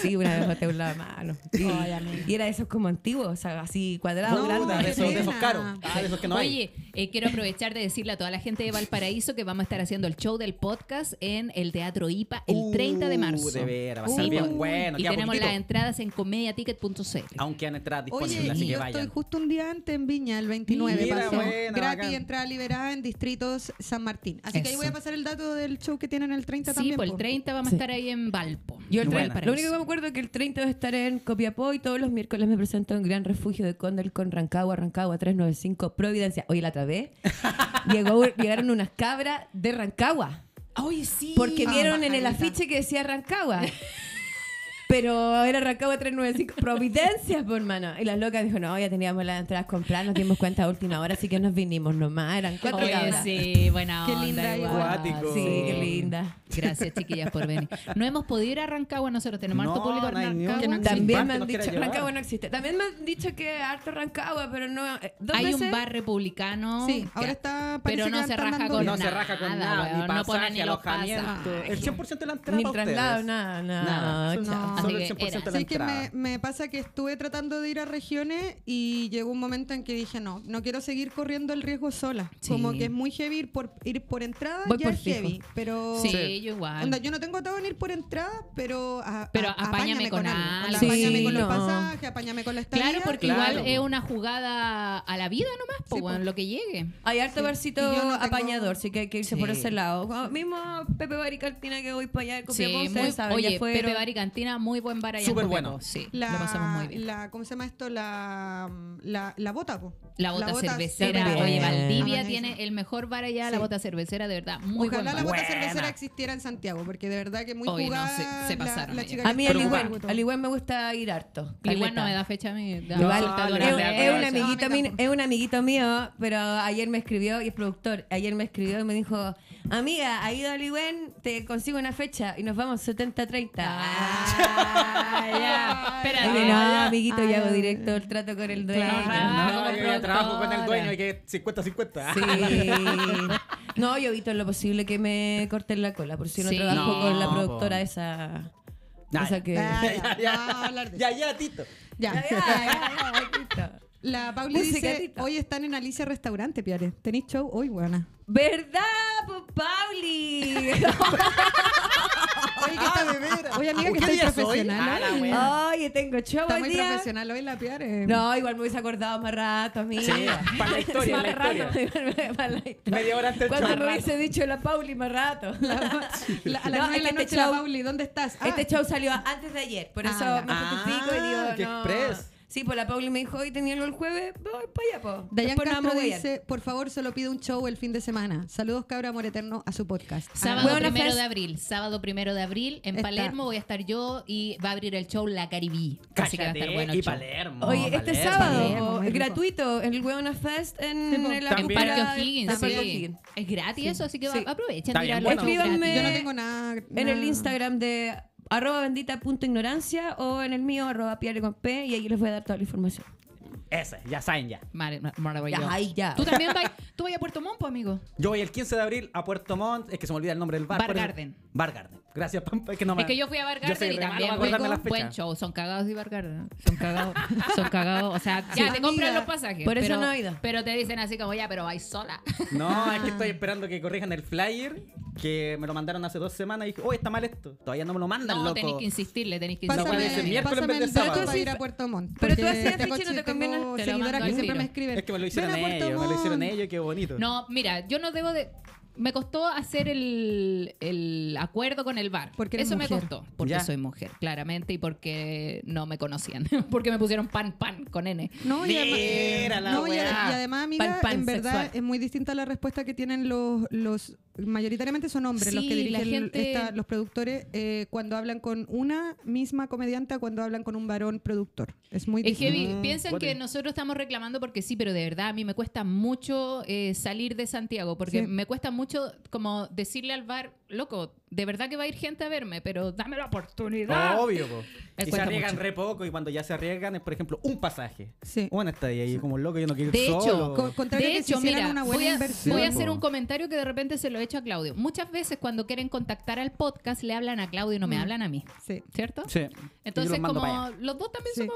S2: sí, una vez boté un lavamanos. Y,
S3: Ay, amiga.
S2: y era esos como antiguos, o sea, así cuadrados.
S1: No,
S2: grandes.
S4: Puta, de, esos, de esos
S1: pena.
S4: caros. Ah, de esos que no hay.
S3: Oye, eh, quiero aprovechar de decirle a toda la gente de Valparaíso que vamos a estar haciendo el show del podcast en el Teatro IPA el 30 de
S4: Uh,
S3: marzo.
S4: de veras, va a estar
S3: Sí,
S4: bien
S3: pues.
S4: bueno,
S3: Y
S4: queda
S3: tenemos
S4: poquitito.
S3: las entradas en comediaticket.cl.
S4: Aunque han entrado disponibles,
S1: Oye,
S4: así
S1: y
S4: que
S1: yo
S4: vayan.
S1: estoy justo un día antes en Viña, el 29
S4: Mira,
S1: pasó.
S4: buena,
S1: Gratis,
S4: bacán.
S1: entrada liberada en distritos San Martín. Así que ahí
S3: Eso.
S1: voy a pasar el dato del show que tienen el 30
S3: Sí,
S1: también.
S3: pues
S1: po.
S3: el 30 vamos a estar ahí en Valpo.
S2: Yo el
S3: en
S4: Buena.
S2: 30
S3: Valparaíso.
S2: lo único que me acuerdo es que el 30 voy a estar en Copiapó y todos los miércoles me presento en Gran Refugio de Condel con Rancagua, Rancagua 395, Providencia. Oye, la trabé. Llegó, llegaron unas cabras de Rancagua.
S3: Ay, sí.
S2: Porque
S1: Ah,
S2: vieron en el
S1: bajarita.
S2: afiche que decía Rancagua. Pero era Rancagua 395, Providencia, por mano. Y las locas dijo, no, ya teníamos las entradas compradas, nos dimos cuenta a última hora, así que nos vinimos nomás. Eran cuatro
S3: Oye,
S2: cabras.
S3: sí, buena
S1: Qué
S3: onda
S1: linda
S3: igual.
S4: Acuático.
S2: Sí, qué linda.
S3: Gracias, chiquillas, por venir. No hemos podido ir a Rancagua, nosotros tenemos harto
S4: No,
S3: público en
S4: no hay ni uno.
S3: Rancagua.
S4: Que no existe.
S2: También
S4: bar
S2: me
S4: que
S2: han
S4: nos quiera
S2: dicho,
S4: llevar.
S2: Rancagua no existe. También me han dicho que harto Rancagua, pero no... eh, dos
S3: Hay un
S2: veces-
S3: bar republicano.
S1: Sí,
S3: que-
S1: ahora está. parece
S3: Pero
S1: que
S3: no se
S1: están
S3: raja
S1: dando
S3: con
S1: bien.
S4: no
S3: nada.
S4: se raja con nada, ni
S3: weón, no
S4: pasaje,
S3: ponen ni los
S4: alojamiento.
S3: pasajes.
S4: El 100% de la entrada
S2: Ni
S4: para ustedes.
S2: traslado, nada, nada.
S4: Nada.
S2: chao.
S1: No.
S4: Solo el
S3: Así que
S4: 100% de
S3: era.
S4: la
S1: Sí, que
S4: entrada.
S1: me, me pasa que estuve tratando de ir a regiones y llegó un momento en que dije, no, no quiero seguir corriendo el riesgo sola.
S3: Sí.
S1: Como que es muy heavy ir por, ir por entrada,
S2: Voy
S1: ya
S2: por
S1: es
S2: fijo.
S1: heavy. Pero
S3: Sí, yo igual.
S1: Onda, yo no tengo atado en ir por entrada, pero, a-
S3: Pero
S1: a-
S3: apáñame con
S1: con, algo. Onda,
S2: algo.
S1: apáñame
S2: Sí,
S1: con
S2: no.
S1: los pasajes, apáñame con la estadía.
S3: Claro, porque
S4: Claro,
S3: igual
S4: po.
S3: es una jugada a la vida nomás, po,
S1: Sí, po.
S3: weón, lo que llegue.
S2: Hay harto barcito
S1: Y yo no tengo-
S2: apañador, sí que hay que irse
S3: Sí.
S2: por ese lado. Como mismo Pepe Baricartina que voy para allá,
S3: Sí,
S2: Copiapó,
S3: muy-
S2: ustedes saben, ya
S3: oye,
S2: fueron.
S3: Pepe Bar y Cantina, muy buen bar allá. en
S4: Súper
S3: Copiapó,
S4: bueno.
S3: Sí,
S1: La,
S3: lo pasamos muy bien.
S1: La, ¿Cómo se llama esto? La, la, la bota, po.
S3: La bota, cervecera,
S2: cervecera.
S3: oye, Valdivia
S1: Amanece.
S3: tiene el mejor bar allá, la
S1: Sí.
S3: bota cervecera, de verdad, muy
S1: Ojalá la
S3: buen bar.
S1: bota cervecera existiera en Santiago, porque de verdad que muy
S3: Oye, no,
S1: jugada
S3: se- se
S1: la-
S3: pasaron
S1: la,
S3: ellos.
S1: chica
S2: A
S1: que
S2: mí
S1: está
S2: al
S4: Pero
S1: jugando.
S2: igual, al igual me gusta ir harto.
S3: Igual no
S2: caleta.
S3: me da fecha a mí. da
S2: Igual,
S3: falta
S4: no,
S2: es,
S3: durante
S2: un-
S3: la
S2: es un
S3: noche.
S2: amiguito
S1: No, me
S2: mío,
S1: tampoco.
S2: es un amiguito mío, pero ayer me escribió y es productor. Ayer me escribió y me dijo, amiga, ahí de Oliwen te consigo una fecha y nos vamos 70-30.
S3: Ah, ya.
S2: Y
S3: Espérate.
S2: dije, no, amiguito, ya hago directo el trato con el dueño.
S3: Claro. Ah,
S4: No,
S3: como
S4: yo ya trabajo con el
S3: productora.
S4: dueño y que 50-50.
S2: Sí. No, yo evito en lo posible que me corten la cola, por si no
S3: Sí.
S2: trabajo
S4: No,
S2: con la
S4: po.
S2: productora esa.
S4: Nah,
S2: esa que.
S1: Ah, ya,
S4: Ya,
S1: no vamos a hablar de
S4: Ya, ya, Tito.
S1: Ya.
S2: Ya.
S1: La Pauli
S2: Música,
S1: dice,
S2: Tito.
S1: hoy están en Alicia Restaurante, Piare. ¿Tenéis show hoy, buena?
S2: ¿Verdad, po, Pauli?
S1: Oye, que está de veras. Oye, amiga,
S4: ¿Qué
S1: que estoy
S4: día soy?
S1: profesional.
S4: Ah, la
S1: hoy.
S4: wea.
S2: Oye, tengo show
S1: Está
S2: hoy
S1: muy
S2: día.
S1: profesional hoy la Piare.
S2: No, igual me hubiese acordado más rato, amiga.
S4: Sí, para la historia,
S2: más
S4: la historia.
S2: rato. para la historia.
S4: Media hora antes del
S2: ¿Cuándo
S4: show.
S2: me hubiese dicho la Pauli más rato?
S1: La- a las
S2: No,
S1: nueve de la
S2: este
S1: noche, la
S2: show-
S1: Pauli, ¿dónde estás? Ah,
S2: Este show salió antes de ayer, por
S1: Ah,
S2: eso
S1: ya.
S2: me justifico y digo,
S4: Ah, qué
S2: no.
S4: express.
S2: Sí, pues la Pauli me dijo, hoy tenía algo el jueves, voy para allá, po.
S1: Dayan
S2: Después nos
S1: Castro
S2: vamos a huevear.
S1: dice, por favor, solo pido un show el fin de semana. Saludos, cabra, amor eterno, a su podcast. Ah,
S3: Sábado
S2: Buena
S3: primero
S2: frase.
S3: de abril, sábado primero de abril en
S1: Está.
S3: Palermo voy a estar yo y va a abrir el show La Caribí. Así que va a estar
S4: Cállate,
S3: bueno. el
S4: y
S3: show.
S4: Palermo.
S2: Oye, este
S4: Palermo.
S2: sábado,
S1: Palermo, muy
S2: es
S1: rico.
S2: gratuito, el Weona Fest en,
S1: po.
S2: el
S3: En
S4: También.
S3: Parque O'Higgins,
S2: Parque
S3: sí.
S2: O'Higgins.
S3: Es gratis eso, así que va-
S2: Sí.
S3: aprovechen.
S4: Está
S3: de ir a los
S4: bien, bueno.
S3: shows
S2: Escríbanme.
S1: Yo no
S3: gratis.
S1: tengo nada.
S2: En el
S1: nada.
S2: Instagram de arroba bendita punto ignorancia o en el mío arroba piare con P y ahí les voy a dar toda la información.
S4: Ese, ya saben ya.
S3: Mar- mar- maravilloso.
S2: Ya, ay, ya.
S3: Tú también vas, tú vas a Puerto Montt, pues, amigo.
S4: Yo voy el 15 de abril a Puerto Montt. Es que se me olvida el nombre del bar.
S3: Bar
S4: por eso-
S3: Garden.
S4: Bar Garden. Gracias, Pampa. Es que, no me-
S3: Es que yo fui a
S4: Yo soy
S3: Vargarden y
S4: re malo
S3: también
S4: para
S3: voy
S4: acordarme
S3: con
S4: las
S3: buen
S4: fechas.
S3: show. Son cagados y Vargarden. Son cagados. Son cagados. O sea, ya te compran
S2: Amiga,
S3: los pasajes.
S2: por eso
S3: pero-
S2: no he ido.
S3: Pero te dicen así como, ya, pero vais sola.
S4: No, es que estoy esperando que corrijan el flyer que me lo mandaron hace dos semanas y dije, oh, está mal esto. Todavía no me lo mandan,
S3: No,
S4: loco.
S3: tenéis que insistirle, tenéis que
S4: Pásame-
S3: insistirle.
S4: ser miércoles
S1: pásame
S4: en vez de
S1: el dato
S4: sábado.
S1: para ir a Puerto Montt.
S2: Pero
S1: porque
S2: tú hacías
S1: tengo
S2: ficha, no te
S1: chi- tengo
S2: conviene,
S3: te lo mando
S1: seguidoras
S3: al
S1: que siempre
S3: tiro.
S1: me escriben.
S4: Es que me lo
S1: "Ven
S4: hicieron
S1: a Puerto
S4: ellos, me lo hicieron
S1: Montt".
S4: ellos, qué bonito.
S3: No, mira, yo no debo de. Me costó hacer el, el acuerdo con el bar.
S1: Porque eres
S3: Eso me
S1: mujer.
S3: costó. Porque
S4: Ya.
S3: soy mujer, claramente, y porque no me conocían. porque me pusieron pan, pan con N.
S1: No, y, además-
S4: Mira la
S1: no, y,
S4: weá.
S1: y además, amiga,
S2: Pan, pan
S1: en verdad
S2: sexual.
S1: es muy distinta la respuesta que tienen los, los mayoritariamente son hombres los
S3: Sí,
S1: que
S3: la
S1: dirigen
S3: gente-
S1: esta- los productores eh, cuando hablan con una misma comediante a cuando hablan con un varón productor. Es muy
S3: Es
S1: distinto.
S3: heavy.
S4: Mm,
S3: Piensan
S4: what
S3: que
S4: the-
S3: nosotros estamos reclamando porque sí, pero de verdad a mí me cuesta mucho eh, salir de Santiago porque
S1: Sí.
S3: me cuesta mucho como decirle al bar, loco, de verdad que va a ir gente a verme, pero dame la oportunidad.
S4: Obvio, po.
S3: Me
S4: Y se
S3: cuesta
S4: arriesgan
S3: mucho.
S4: re poco y cuando ya se arriesgan es, por ejemplo, un pasaje.
S1: Sí.
S4: Bueno, está ahí, ahí como loco, yo no quiero ir
S3: De hecho,
S4: solo.
S1: Co- contrario
S3: de
S1: que si
S3: hecho,
S1: hicieran
S3: mira,
S1: una buena
S3: voy a,
S1: inversión.
S3: voy a hacer
S4: po.
S3: un comentario que de repente se lo he hecho a Claudio. Muchas veces cuando quieren contactar al podcast le hablan a Claudio y no me
S1: Mm.
S3: hablan a mí,
S1: Sí.
S3: ¿cierto?
S4: Sí. Yo
S3: Entonces,
S4: los mando
S3: como
S4: pa' allá.
S3: los dos también
S1: Sí.
S3: somos,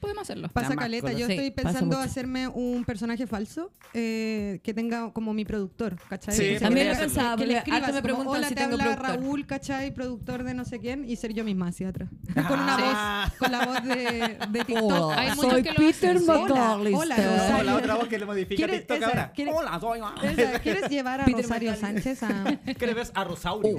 S3: podemos hacerlo.
S1: Pasa
S4: Damasco,
S1: caleta,
S4: lo
S1: yo
S3: sé.
S1: estoy
S3: Sí,
S2: pasa
S1: pensando
S2: mucho.
S1: hacerme un personaje falso eh, que tenga como mi productor, ¿cachai?
S4: Sí,
S1: Que se-
S4: A mí me
S1: que-
S2: pasaba,
S1: que le
S2: porque
S1: escribas
S2: harto me
S1: como,
S2: preguntan
S1: Hola,
S2: si
S1: te
S2: tengo
S1: habla
S2: productor".
S1: Raúl, ¿cachai? Productor de no sé quién y ser yo misma hacia atrás. Con una
S4: Ah.
S1: voz, con la voz de,
S2: Oh.
S1: de TikTok.
S3: Hay muchos que lo hacen, sí.
S1: Hola, hola,
S4: Como la
S1: Rosario.
S4: otra voz que le modifica
S1: ¿Quieres
S4: TikTok
S1: esa?
S4: ahora.
S1: ¿Quieres-
S4: Hola, soy...
S1: Esa, ¿Quieres llevar a
S2: Peter
S1: Rosario Sánchez a,
S4: ¿Qué le ves a
S1: Oh,
S4: Rosaurio?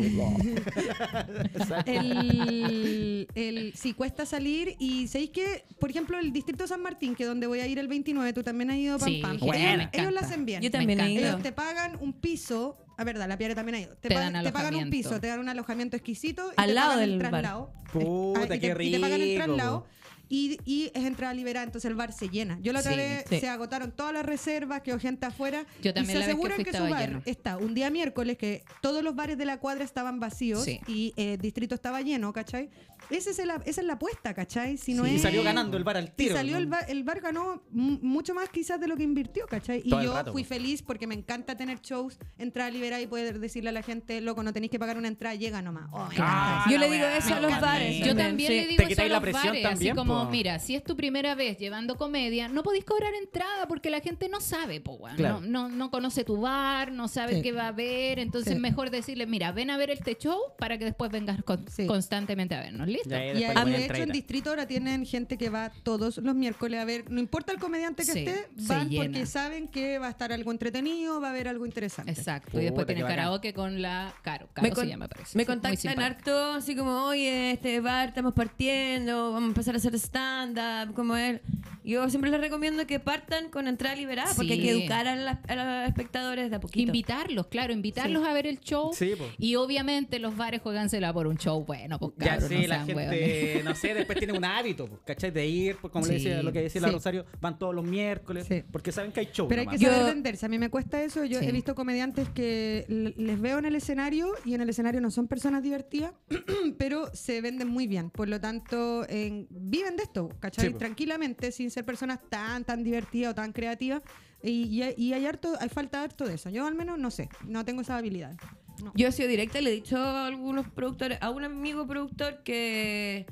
S1: El, el- sí, cuesta salir. Y sabéis que, por ejemplo, el distrito San Martín, que donde voy a ir el 29, tú también has ido, Pam
S3: Sí,
S1: Pam.
S3: genial,
S1: ellos,
S3: me
S1: ellos
S3: encanta.
S1: lo hacen bien.
S2: Yo también he
S3: encanta.
S2: ido.
S1: Ellos te pagan un piso. A verdad, la Piara también ha ido. Te,
S3: Te
S1: pagan,
S3: dan
S1: te pagan un
S3: alojamiento.
S1: piso, te dan un alojamiento exquisito. Y
S2: Al
S1: te
S2: lado
S1: pagan el
S2: del bar.
S1: traslado.
S4: Puta,
S1: Ah, y te-
S4: qué
S1: Y te pagan el
S4: rico,
S1: traslado.
S4: po.
S1: Y, y es entrada liberada, entonces el bar se llena. Yo la otra
S3: Sí,
S1: vez
S2: sí.
S1: se agotaron todas las reservas, quedó gente afuera.
S3: Yo también
S1: y
S3: la
S1: se
S3: vez que
S1: aseguran
S3: fui
S1: que, su
S3: estaba
S1: bar
S3: lleno.
S1: está un día miércoles que todos los bares de la cuadra estaban vacíos
S3: Sí.
S1: y eh, el distrito estaba lleno, ¿cachai? Ese es el- esa es la apuesta, ¿cachai? Si no
S4: Y
S1: es-
S4: salió ganando el bar al
S1: y
S4: tiro.
S1: salió el, bar, el bar ganó mu- mucho más quizás de lo que invirtió, ¿cachai? Y
S4: Todo el
S1: yo
S4: rato,
S1: fui
S4: po.
S1: feliz porque me encanta tener shows, entrar liberada y poder decirle a la gente, loco, no tenéis que pagar una entrada, llega nomás. Oh,
S4: Ah,
S1: me encanta
S3: Ah,
S1: eso.
S2: Ah, Yo le digo eso a los
S4: encanta.
S2: bares.
S3: Yo también le digo
S4: Te
S3: eso a
S4: quitáis
S3: los
S4: la presión
S3: bares,
S4: también,
S3: así como,
S4: po.
S3: mira, si es tu primera vez llevando comedia, no podéis cobrar entrada porque la gente no sabe, po, weón.
S4: Claro.
S3: no, no, no conoce tu bar, no sabe
S2: Sí.
S3: qué va a ver, entonces
S1: Sí.
S3: mejor decirle, mira, ven a ver este show para que después vengas con-
S1: Sí.
S3: constantemente a vernos, ¿listo?
S4: Ya, y
S1: Y
S4: después
S1: a-
S4: le
S1: de
S4: ponen
S1: hecho en
S4: traita.
S1: Distrito ahora tienen gente que va todos los miércoles a ver, no importa el comediante que
S3: Sí,
S1: esté,
S3: se
S1: van
S3: llena.
S1: porque saben que va a estar algo entretenido, va a haber algo interesante.
S3: Exacto.
S4: Puta,
S3: y después
S4: qué
S3: tiene
S4: bacán.
S3: karaoke con la Caro. Caro
S2: Me, con-
S3: se llama, parece.
S2: me
S3: Muy
S2: contactan
S3: simpática.
S2: harto, así como, oye, este bar estamos partiendo, vamos a empezar a hacer stand-up, como él. Yo siempre les recomiendo que partan con entrada liberada, porque hay que
S3: Sí.
S2: educar a, las- a los espectadores de a poquito.
S3: Invitarlos, claro, invitarlos a ver el show.
S4: Sí, po.
S3: Y obviamente los bares juegansela por un show bueno, pues
S4: Ya
S3: cabrón,
S4: sí,
S3: no
S4: la
S3: sean
S4: gente,
S3: hueones.
S4: no sé, después tiene un hábito, pues, ¿cachai? De ir, pues, como le
S3: Sí.
S4: decía, lo que decía la
S3: Sí.
S4: Rosario, van todos los miércoles,
S1: Sí.
S4: porque saben que hay show.
S1: Pero hay que
S4: nomás.
S2: Yo-
S1: saber venderse. A mí me cuesta eso. Yo
S3: Sí.
S1: he visto comediantes que l- les veo en el escenario y en el escenario no son personas divertidas, pero se venden muy bien. Por lo tanto, en- viven de esto, ¿cachai?
S4: Sí, po.
S1: Tranquilamente, sin ser personas tan, tan divertidas o tan creativas. Y, y hay- y hay harto, hay falta harto de eso. Yo al menos no sé, no tengo esa habilidad. No.
S2: Yo he sido directa, le he dicho a algunos productores, a un amigo productor que.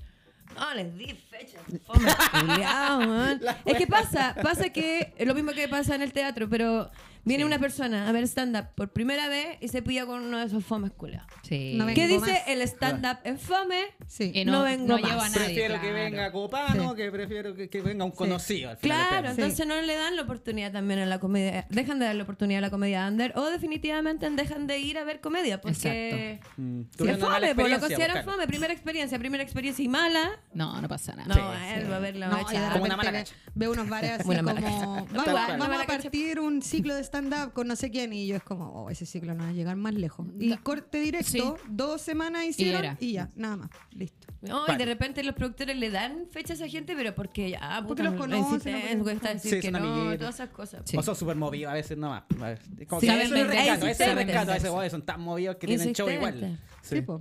S2: No, les di fecha. fome, culiao, man. es que pasa, pasa que es lo mismo que pasa en el teatro, pero viene una persona a ver stand-up por primera vez y se pilla con uno de esos fomes culiados.
S3: Sí.
S1: No vengo
S2: ¿Qué dice
S1: más.
S2: el stand-up en fome?
S1: Sí.
S3: Y
S2: no
S3: no,
S2: vengo
S3: no
S2: más.
S3: lleva a nadie.
S4: Prefiero que
S3: claro.
S4: venga Copano, que prefiero que, que venga un conocido. al final de
S2: Claro,
S4: cuentas.
S2: entonces no le dan la oportunidad también a la comedia, dejan de dar la oportunidad a la comedia under o definitivamente dejan de ir a ver comedia porque
S3: Exacto.
S4: Mm,
S2: es
S4: tuvieron una mala
S2: fome, pues, lo
S4: experiencia,
S2: consideran
S4: pues, claro.
S2: fome, primera experiencia, primera experiencia y mala.
S3: No, no pasa nada.
S2: No, él va a ver la
S1: No,
S2: mecha.
S1: y de
S4: Como
S1: repente
S4: una mala
S1: ve-
S4: cacha.
S1: veo unos bares así
S2: Como una
S1: como,
S2: mala
S1: vamos,
S2: Tal cual.
S1: vamos
S2: Una mala
S1: a
S2: cacha.
S1: partir un ciclo de stand-up con no sé quién y yo es como, oh, ese ciclo no va a llegar más lejos. Y corte directo,
S3: Sí.
S1: dos semanas hicieron
S3: era.
S1: y, ya, nada más, listo.
S2: No, y
S4: Vale.
S2: de repente los productores le dan fechas a gente, pero porque ya, ah, puta,
S1: Porque los
S2: la
S1: conocen,
S2: insistencia,
S1: porque-
S2: cuesta decir
S4: Sí,
S2: que
S4: son
S2: no,
S4: amiguitos.
S2: todas esas cosas.
S3: Sí.
S4: O son súper movidos a veces nomás. a ver, Como
S2: Sí,
S4: que eso
S2: saben
S4: es rescato,
S2: vender.
S4: eso es rescato. A
S2: Insistentes.
S4: veces güey, son tan movidos que tienen show igual.
S2: Insistentes.
S1: Sí, po.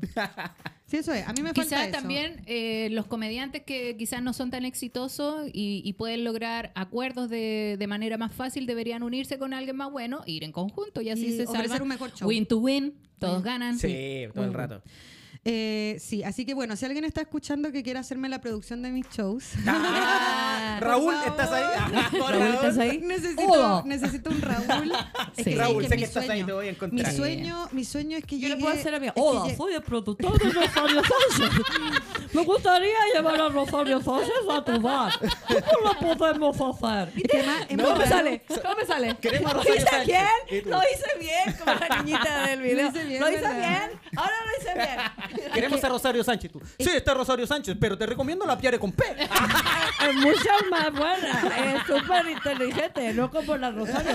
S1: Sí, eso es. A mí me falta
S3: Quizás
S1: eso.
S3: también eh, los comediantes que quizás no son tan exitosos y, y pueden lograr acuerdos de, de manera más fácil deberían unirse con alguien más bueno e ir en conjunto y así
S1: Y
S3: se
S1: ofrecer
S3: salvan.
S1: un mejor show.
S3: Win to win, todos ganan.
S4: Sí,
S1: Mm.
S4: todo el rato.
S1: Eh, sí, así que bueno, si alguien está escuchando que quiera hacerme la producción de mis shows,
S4: Ah,
S1: por
S4: Raúl,
S1: favor.
S4: ¿estás ahí? Ah,
S2: Raúl, ¿estás ahí? "Oh,
S1: necesito, necesito un Raúl. Es
S3: Sí.
S1: sabes
S4: Raúl, sé
S1: mi
S4: que estás ahí,
S1: sueño-
S4: te voy a
S1: Mi
S4: encontrar.
S1: sueño, mi sueño es que
S2: Yo le
S1: llegue-
S2: puedo hacer a mi
S1: es que
S2: Hola,
S1: llegue-
S2: soy el productor de Rosario Sánchez. Me gustaría llevar a Rosario Sánchez a tu bar. ¿Cómo lo podemos hacer?
S1: Es que además es muy
S2: ¿Cómo me
S1: raro.
S2: sale? ¿Cómo me sale?
S4: Queremos a
S2: ¿Lo
S4: Rosario
S2: hice
S4: Sánchez. ¿Y
S2: bien?
S4: tú?
S2: Lo hice bien, como la niñita del video.
S1: Lo hice bien,
S2: ¿Lo hice
S1: ¿verdad?
S2: bien? Ahora lo hice bien.
S4: Queremos a Rosario Sánchez. Tú. Sí, está Rosario Sánchez, pero te recomiendo la Piare con P. Ah,
S2: es mucho más buena, es súper inteligente, no como la Rosario.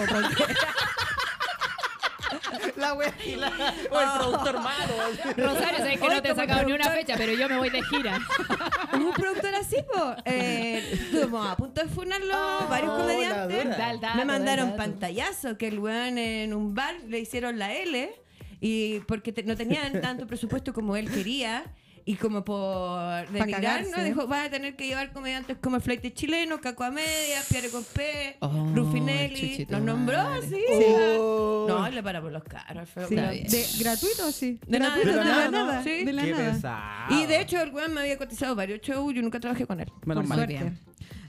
S4: la wea y la. O el productor malo.
S3: Rosario, sabes que no te he sacado ni una fecha, pero yo me voy de gira.
S2: Un productor así, po, eh, estuvimos a punto de funarlo varios
S4: Oh,
S2: comediantes.
S4: la dura.
S3: Dal, dal,
S2: Me mandaron
S3: dal, dal.
S2: pantallazo que el weón en un bar le hicieron la L Y porque te- no tenían tanto presupuesto como él quería. Y como por denigrar,
S1: cagarse.
S2: ¿no? dijo, vas a tener que llevar comediantes como el flight chileno, Caco a Media, Pierre Compé,
S3: Oh,
S2: Rufinelli.
S3: chuchito
S2: Los nombró
S3: madre.
S2: así.
S4: Oh.
S2: No, le paramos los caros. feo,
S1: Sí,
S2: claro.
S1: de, gratuito, sí.
S2: De nada,
S1: gratuito,
S4: de
S1: de la
S4: nada,
S1: nada.
S2: sí.
S1: De la
S4: Qué
S1: nada.
S4: pesado.
S2: Y de hecho, el weón me había cotizado varios shows, yo nunca trabajé con él.
S4: Menos
S1: Por
S4: mal.
S1: suerte.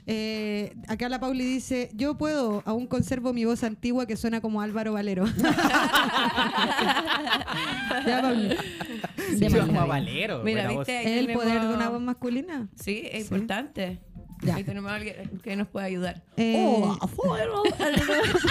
S1: Eh, acá la Pauli dice, yo puedo, aún conservo mi voz antigua que suena como Álvaro Valero. ya, Pauli.
S4: Sí,
S3: Demasiado.
S4: como a Valero.
S2: Mira,
S4: buena
S2: viste,
S4: voz.
S2: ahí
S1: ¿El
S2: tenemos-
S1: poder de una voz masculina?
S2: Sí, es importante.
S1: Ya.
S2: Ahí tenemos a alguien que nos puede ayudar.
S1: Eh,
S4: Oh,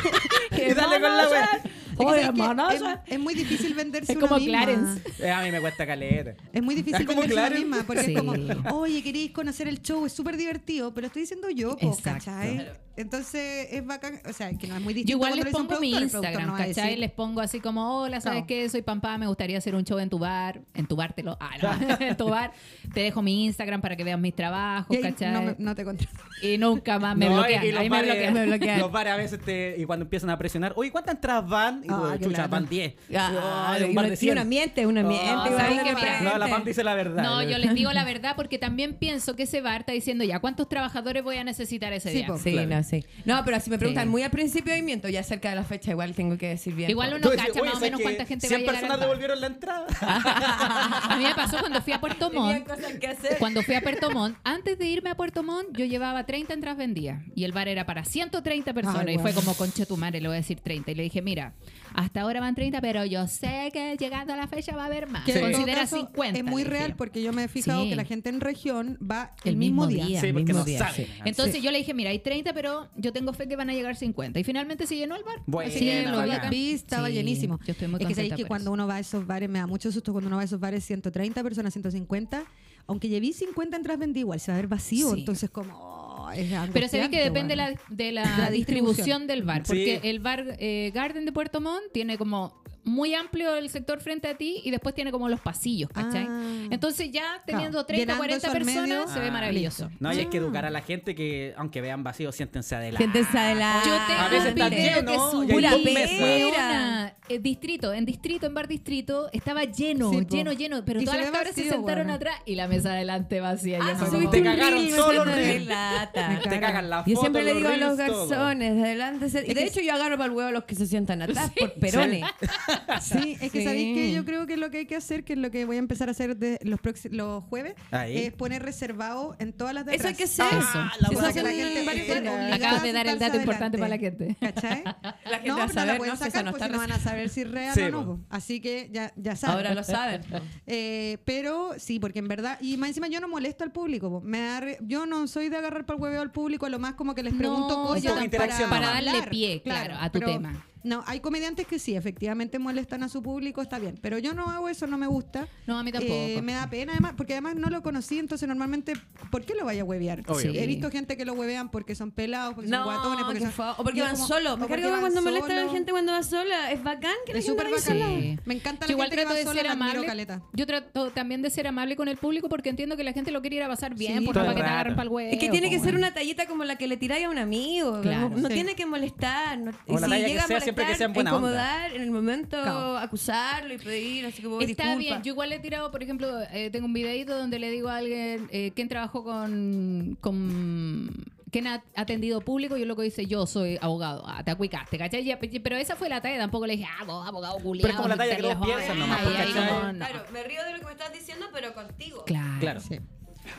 S4: Y dale con la wea.
S1: Oye, hermana, es, es muy difícil venderse
S3: Es
S1: uno
S3: como
S1: misma.
S3: Clarence.
S4: Eh, a mí me cuesta caleta.
S1: Es muy difícil
S4: Es como
S1: venderse uno
S4: Clarence.
S1: misma porque
S3: Sí.
S1: es como, oye, queréis conocer el show, es súper divertido, pero estoy diciendo yo, po,
S3: Exacto.
S1: ¿cachai? Entonces es bacán, o sea, que no es muy distinto.
S3: Yo igual
S1: cuando
S3: les
S1: lo dice un
S3: pongo mi
S1: productor, el productor
S3: Instagram,
S1: no va a
S3: ¿cachai?
S1: decir,
S3: Les pongo así como, hola, ¿sabes
S1: No.
S3: qué? Soy Pampa, me gustaría hacer un show en tu bar, en tu bar, te lo, ah, no, en tu bar. Te dejo mi Instagram para que veas mis trabajos,
S1: "Ey,
S3: ¿cachai?
S1: no, me- no te contrato.
S3: Y nunca más me
S4: No,
S3: bloquean,
S4: y- y los
S3: ahí me
S4: bares-
S3: bloquean, me bloquean.
S4: Los bares a veces te, y cuando empiezan a presionar, oye, ¿cuántas entradas van? Y
S2: Ah,
S4: tú,
S2: qué
S4: chucha,
S2: lata.
S4: van 10.
S2: Ah,
S4: Ay, un
S2: y
S4: bar
S2: uno-
S4: de
S2: y
S4: 100.
S2: uno miente, uno miente,
S4: Ah,
S2: y
S3: ¿sabes
S2: uno
S3: qué
S2: miente.
S3: pasa?
S4: No, la Pam dice la verdad.
S3: No, yo les digo la verdad porque también pienso que ese bar está diciendo ya cuántos trabajadores voy a necesitar ese
S1: Sí,
S3: día.
S1: po.
S2: Sí,
S4: Claro.
S2: no, sí. No, pero si me preguntan
S3: Sí.
S2: muy al principio y miento, ya cerca de la fecha igual tengo que decir bien.
S3: Igual
S2: todo.
S3: uno
S4: Tú decís,
S3: cacha
S4: "Oye,
S3: más o
S4: ¿sabes
S3: menos
S4: qué?
S3: cuánta gente va a Ah,
S4: 100
S3: llegar. al
S4: personas
S3: bar.
S4: devolvieron la entrada.
S3: A mí me pasó cuando fui a Puerto
S2: Tenía
S3: Montt.
S2: cosas que hacer.
S3: Cuando fui a Puerto Montt, antes de irme a Puerto Montt, yo llevaba 30 entradas vendidas y el bar era para 130 personas
S1: Ay,
S3: y fue
S1: bueno.
S3: como concha tu madre, le voy a decir 30 y le dije, "Mira, hasta ahora van 30, pero yo sé que llegando a la fecha va a haber más.
S1: Que en todo
S3: Considera
S1: caso
S3: 50."
S1: Es muy
S3: le
S1: real
S3: dije.
S1: porque yo me he fijado
S3: Sí.
S1: que la gente en región va
S3: El
S1: el mismo
S3: mismo
S1: día.
S3: día.
S4: Sí, porque
S2: mismo
S4: no
S2: día,
S4: saben.
S2: sí.
S3: Entonces yo le dije, "Mira, hay 30, pero yo tengo fe que van a llegar 50." Y finalmente se llenó el bar.
S4: Buena,
S3: Así
S1: Sí,
S3: que
S1: lo
S3: fue
S1: vi,
S4: bacán.
S3: bacán.
S1: vi, estaba
S3: Sí,
S1: llenísimo.
S3: Yo estoy muy
S1: es que sabéis
S3: contenta
S1: que
S3: por
S1: cuando
S3: eso.
S1: uno va a esos bares, me da mucho susto cuando uno va a esos bares 130 personas, 150, aunque llevé 50 entradas vendí igual, se va a ver vacío,
S3: Sí.
S1: entonces como... oh, es
S3: Pero se ve
S1: angustiante,
S3: que depende
S1: bueno.
S3: la- de la,
S1: La
S3: distribución
S1: distribución.
S3: del bar.
S4: Sí.
S3: Porque el bar eh, Garden de Puerto Montt tiene como muy amplio el sector frente a ti y después tiene como los pasillos, ¿cachai?
S1: Ah.
S3: Entonces ya teniendo
S1: Claro.
S3: 30,
S1: Llenando
S3: 40
S1: eso al
S3: personas
S1: medio.
S3: se ve
S4: Ah,
S3: maravilloso.
S4: listo. No, y hay que educar a la gente que, aunque vean vacío, siéntense adelante.
S2: Siéntense adelante.
S1: Ah,
S3: Yo
S4: A
S3: tengo
S4: veces
S3: un
S4: está
S3: video
S4: lleno
S2: Ah,
S3: que
S4: y hay
S3: subí,
S2: dos mesas.
S3: weona, eh, distrito, en distrito, en bar distrito, estaba lleno,
S1: Sí, po.
S3: lleno, lleno, pero
S1: Y
S3: todas
S1: se
S3: las
S1: ve
S3: cabras se
S1: vacío,
S3: sentaron
S1: weona.
S3: atrás y la mesa adelante vacía. Yo
S2: Ah,
S3: fue
S2: subiste
S3: como-
S4: Te
S2: un
S4: cagaron
S2: reel,
S4: solo
S2: yo
S4: el
S2: siempre
S4: reel.
S2: me lata.
S1: Me
S4: Te cagan la foto.
S2: Yo siempre le digo a los
S4: reels, todo.
S2: garzones, de adelante. se- Y de hecho yo agarro para el huevo a los que se sientan atrás, por perones.
S1: Sí, es que
S2: Sí.
S1: sabéis que yo creo que lo que hay que hacer, que es lo que voy a empezar a hacer de los, próxi- los jueves,
S4: Ahí.
S1: es poner reservado en todas las de
S2: Eso hay
S1: atrás.
S2: que hacer.
S4: Ah, la
S2: Sí,
S1: Para
S4: buena
S2: eso
S1: que la
S2: es
S1: gente
S2: un-
S1: esté obligada
S3: Acabas de
S1: a
S3: dar el dato
S1: sentarse
S3: importante para la
S1: adelante.
S3: gente.
S1: ¿Cachai?
S2: La gente
S1: no,
S2: va a
S1: pero
S2: saber,
S1: la pueden
S2: ¿no? Si
S1: sacar,
S2: eso no
S1: pues,
S2: está
S1: si no van a saber si es real
S4: Sí,
S1: o no.
S4: po.
S1: po. Así que ya, ya saben.
S2: Ahora lo saben.
S1: Eh, pero sí, porque en verdad, y más encima yo no molesto al público. po. Me da re- yo no soy de agarrar para el hueveo al público, a lo más como que les pregunto
S3: No,
S1: cosas
S3: yo
S1: para,
S4: tampoco, para
S3: darle pie, claro, a tu
S1: pero
S3: tema.
S1: No, hay comediantes que sí, efectivamente molestan a su público, está bien, pero yo no hago eso, no me gusta.
S3: No, a mí tampoco.
S1: Eh, me da pena, además, porque además no lo conocí, entonces normalmente, ¿por qué lo vaya a huevear?
S4: Obvio.
S1: He visto gente que lo huevean porque son pelados, porque
S2: No,
S1: son guatones, porque
S2: qué
S1: son-
S2: fo- o porque
S1: y es
S2: van
S1: como-
S2: solos. Me
S1: o porque
S2: cargo
S1: van
S2: cuando molestan a la
S1: solos.
S2: gente cuando va sola. Es bacán que la
S1: Es
S2: gente
S1: súper
S2: vaya
S1: bacán.
S2: sola.
S3: Sí.
S1: Me encanta la
S3: Yo igual
S1: gente que
S3: trato
S1: va
S3: de
S1: sola,
S3: ser
S1: la admiro,
S3: amable.
S1: caleta.
S3: Yo trato también de ser amable con el público porque entiendo que la gente lo quiere ir a pasar bien,
S1: Sí,
S3: por
S1: todo
S3: no
S1: el
S3: para que te
S4: rato.
S3: agarren para el huevo.
S2: Es que tiene que
S3: po,
S2: ser
S3: bueno.
S2: una tallita como la que le tiráis a un amigo.
S3: Claro.
S2: no no
S1: Sí.
S2: tiene que molestar. No,
S4: O la talla que sea,
S2: molestar,
S4: siempre que sean buena onda.
S2: incomodar, en el momento
S1: Claro.
S2: acusarlo y pedir, así que voy
S3: Está bien, yo igual he tirado, por ejemplo, eh, tengo un videito donde le digo a alguien eh, quién trabajó con, con quién ha atendido público y el loco dice yo soy abogado. Ah, te acuicaste, ¿cachai? Ya, pe- Pero esa fue la talla, tampoco le dije, ah, vos, abogado culiado.
S4: como la talla que todos piensan nomás, ¿cachai?
S2: Claro, me río de lo que me estás diciendo, pero contigo.
S3: Claro.
S4: Claro.
S1: Sí.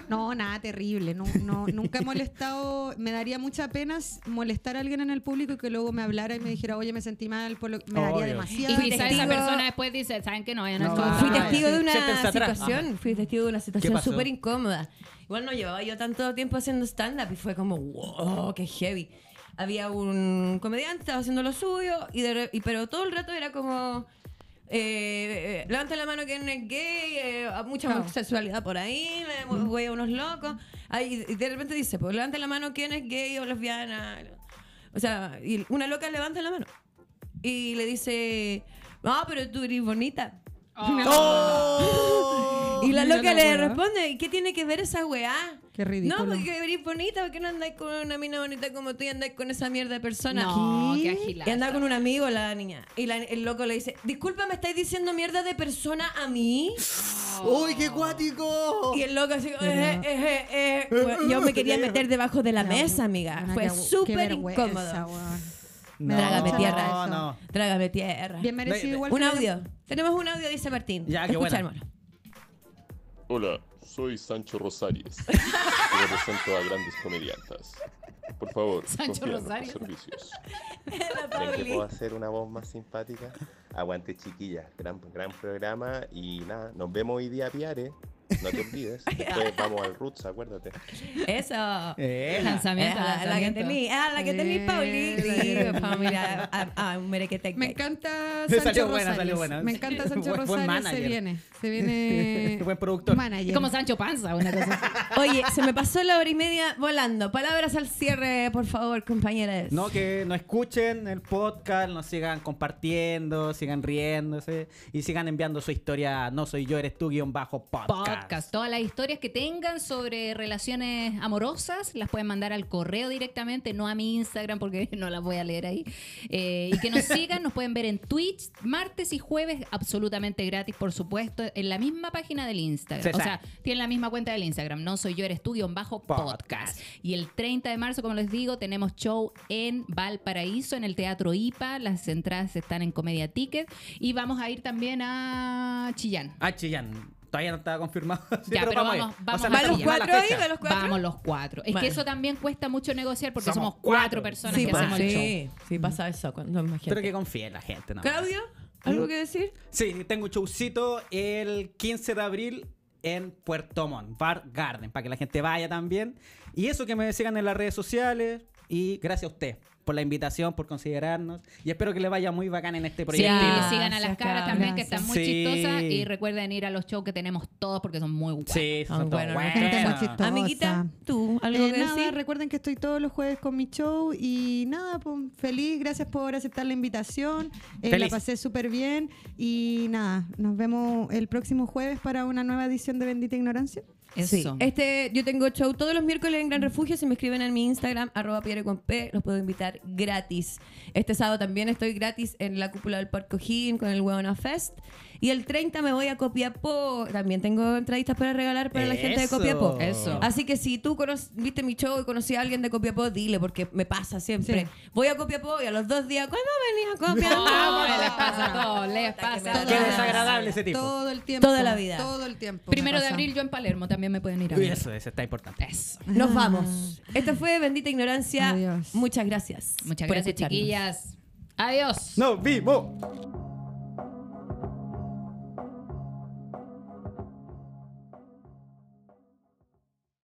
S1: No, nada terrible. No, no, nunca he molestado. Me daría mucha pena s- molestar a alguien en el público y que luego me hablara y me dijera, oye, me sentí mal. Por lo... que-". Me daría
S4: Obvio.
S3: Y
S1: demasiado.
S2: Fui
S3: quizá esa
S2: testigo-
S3: persona después dice, ¿saben qué? No, vayan no,
S4: No,
S3: no,
S4: Ah,
S2: Fui
S4: ya.
S2: testigo de una
S4: Siéntense atrás.
S2: situación, fui testigo de una situación
S4: pasó?
S2: súper incómoda. Igual no llevaba yo tanto tiempo haciendo stand-up y fue como, wow, qué heavy. Había un comediante, estaba haciendo lo suyo, y de re- y- pero todo el rato era como, eh, eh, levanta la mano que no es gay, eh, mucha homosexualidad por ahí, eh, güey, unos locos. Ahí, y de repente dice, pues levanta la mano quien es gay o lesbiana. O sea, y una loca levanta la mano y le dice, no, pero tú eres bonita.
S4: ¡Oh!
S2: Y la
S1: Mira
S2: loca le
S1: la weá.
S2: responde, ¿y qué tiene que ver esa weá?
S1: Qué ridículo.
S2: No, porque eres bonita, porque no andáis con una mina bonita como tú y andáis con esa mierda de persona?
S3: No,
S2: ¿Qué?
S3: qué agilada.
S2: Y andaba con un amigo la niña. Y la- el loco le dice, disculpa, ¿me estáis diciendo mierda de persona a mí?
S7: ¡Uy, qué cuático!
S1: Oh.
S2: Y el loco así, eh, eh, eh, eh. Bueno, yo me quería meter debajo de la mesa, amiga.
S1: Ana,
S2: Fue
S1: qué- qué
S2: súper
S1: vergüenza,
S2: incómodo.
S1: weón.
S4: No,
S2: Trágame tierra.
S4: No, no.
S2: Trágame tierra.
S1: Bien merecido
S4: Ve-
S1: igual.
S2: Un
S1: que-
S2: audio. Tenemos un audio, dice Martín.
S4: Ya, qué buena.
S2: Escuchémoslo.
S8: Hola, soy Sancho Rosales y represento a grandes comediantes. Por favor,
S3: Sancho
S8: confía en nuestros
S3: Rosales.
S8: servicios.
S2: La
S9: ¿Creen que
S2: Pauli.
S9: puedo hacer una voz más simpática? Aguante chiquilla, gran, gran programa y nada, nos vemos hoy día Piare, no te olvides. Después vamos al Roots, acuérdate.
S2: Eso.
S4: Eh,
S3: Lanzamiento,
S2: Ah, la que
S3: lanzamiento.
S2: tení, ah, la que tení,
S1: Sí,
S2: Pauli.
S1: la
S2: Sí,
S1: que tení.
S2: familia. Ah, ah, un merequeteque.
S1: Me encanta
S4: Salió
S1: Sancho
S4: buena,
S1: Rosales.
S4: salió buena.
S1: Me encanta Sancho
S4: Buen- buen
S1: Rosales.
S4: manager.
S1: se viene. Se viene.
S4: este Buen productor.
S1: Manager.
S3: Como Sancho Panza, una cosa así.
S2: Oye, se me pasó la hora y media volando. Palabras al cierre, por favor, compañeras.
S4: No, que no escuchen el podcast, nos sigan compartiendo, sigan riéndose y sigan enviando su historia a no soy yo, eres tú, guión bajo podcast.
S3: podcast. Todas las historias que tengan sobre relaciones amorosas las pueden mandar al correo directamente, no a mi Instagram porque no las voy a leer ahí. Eh, y que nos sigan, nos pueden ver en Twitch martes y jueves absolutamente gratis, por supuesto, en la misma página del Instagram.
S4: Sí,
S3: o
S4: sí.
S3: sea, tienen la misma cuenta del Instagram, no soy yo, eres tú, guión bajo podcast. Y el 30 de marzo, como les digo, tenemos show en Valparaíso, en el Teatro IPA. Las entradas están en Comedia Ticket. Y vamos a ir también a Chillán.
S4: Ah, Chillán. Todavía no estaba confirmado. Sí,
S3: Ya, pero
S4: a ir.
S3: vamos- vamos
S4: O sea,
S3: a
S4: no
S2: ¿Van los
S4: confirmada la
S2: cuatro ahí?
S4: fecha.
S2: ¿Van los cuatro?
S3: Vamos los cuatro. Es
S2: Vale.
S3: que eso también cuesta mucho negociar porque
S4: Somos
S3: somos,
S4: cuatro.
S3: cuatro personas
S2: Sí,
S3: que
S2: pa-
S3: hacemos el show.
S2: sí, sí, pasa eso cuando es más gente.
S4: Espero que confíe en la gente. ¿no?
S2: Claudio, ¿algo que decir?
S4: Sí, tengo un showcito el 15 de abril en Puerto Montt, Bar Garden, para que la gente vaya también. Y eso que me sigan en las redes sociales. Y gracias a usted por la invitación, por considerarnos. Y espero que le vaya muy bacán en este
S3: Sí,
S4: proyecto.
S3: que
S2: Proyectiles.
S3: sigan a
S2: Gracias,
S3: las cabras también, que
S2: gracias.
S3: están muy
S4: Sí.
S3: chistosas. Y recuerden ir a los shows que tenemos todos porque son muy guapos.
S4: Sí,
S2: Ah,
S4: son todos
S2: bueno,
S4: buenos.
S1: gente muy chistosa.
S2: Amiguita, tú, ¿algo
S1: Eh,
S2: que
S1: nada,
S2: decir?
S1: recuerden que estoy todos los jueves con mi show y nada, pues, feliz, gracias por aceptar la invitación, Eh, la
S4: Feliz.
S1: pasé súper bien y nada, nos vemos el próximo jueves para una nueva edición de Bendita Ignorancia.
S3: Eso.
S2: Sí. Este, yo tengo show todos los miércoles en Gran Refugio. Si me escriben en mi Instagram, arroba piedra con P, los puedo invitar gratis. Este sábado también estoy gratis en la cúpula del Parque O'Higgins con el Hueona Fest. Y el 30 me voy a Copiapó. También tengo entraditas para regalar para la gente de
S4: Eso.
S2: Copiapó.
S4: Eso.
S2: Así que si tú cono- viste mi show y conocí a alguien de Copiapó, dile, porque me pasa siempre. Voy a Copiapó y a los dos días, ¿cuándo venís a Copiapó?
S3: No, les pasa todo, les pasa
S2: Todo.
S3: todo.
S4: Qué desagradable ese tipo.
S1: Todo el tiempo.
S2: Toda la vida.
S1: Todo el tiempo.
S3: Primero
S1: Me
S3: de
S1: pasa.
S3: abril yo en Palermo también me pueden ir a
S4: Uy,
S3: ver.
S4: eso, eso está importante.
S3: Eso.
S2: Nos vamos. Esta fue Bendita Ignorancia.
S1: Adiós.
S2: Muchas gracias.
S3: Muchas
S2: por
S3: gracias,
S2: escucharnos.
S3: chiquillas. Adiós.
S4: ¡No, vivo!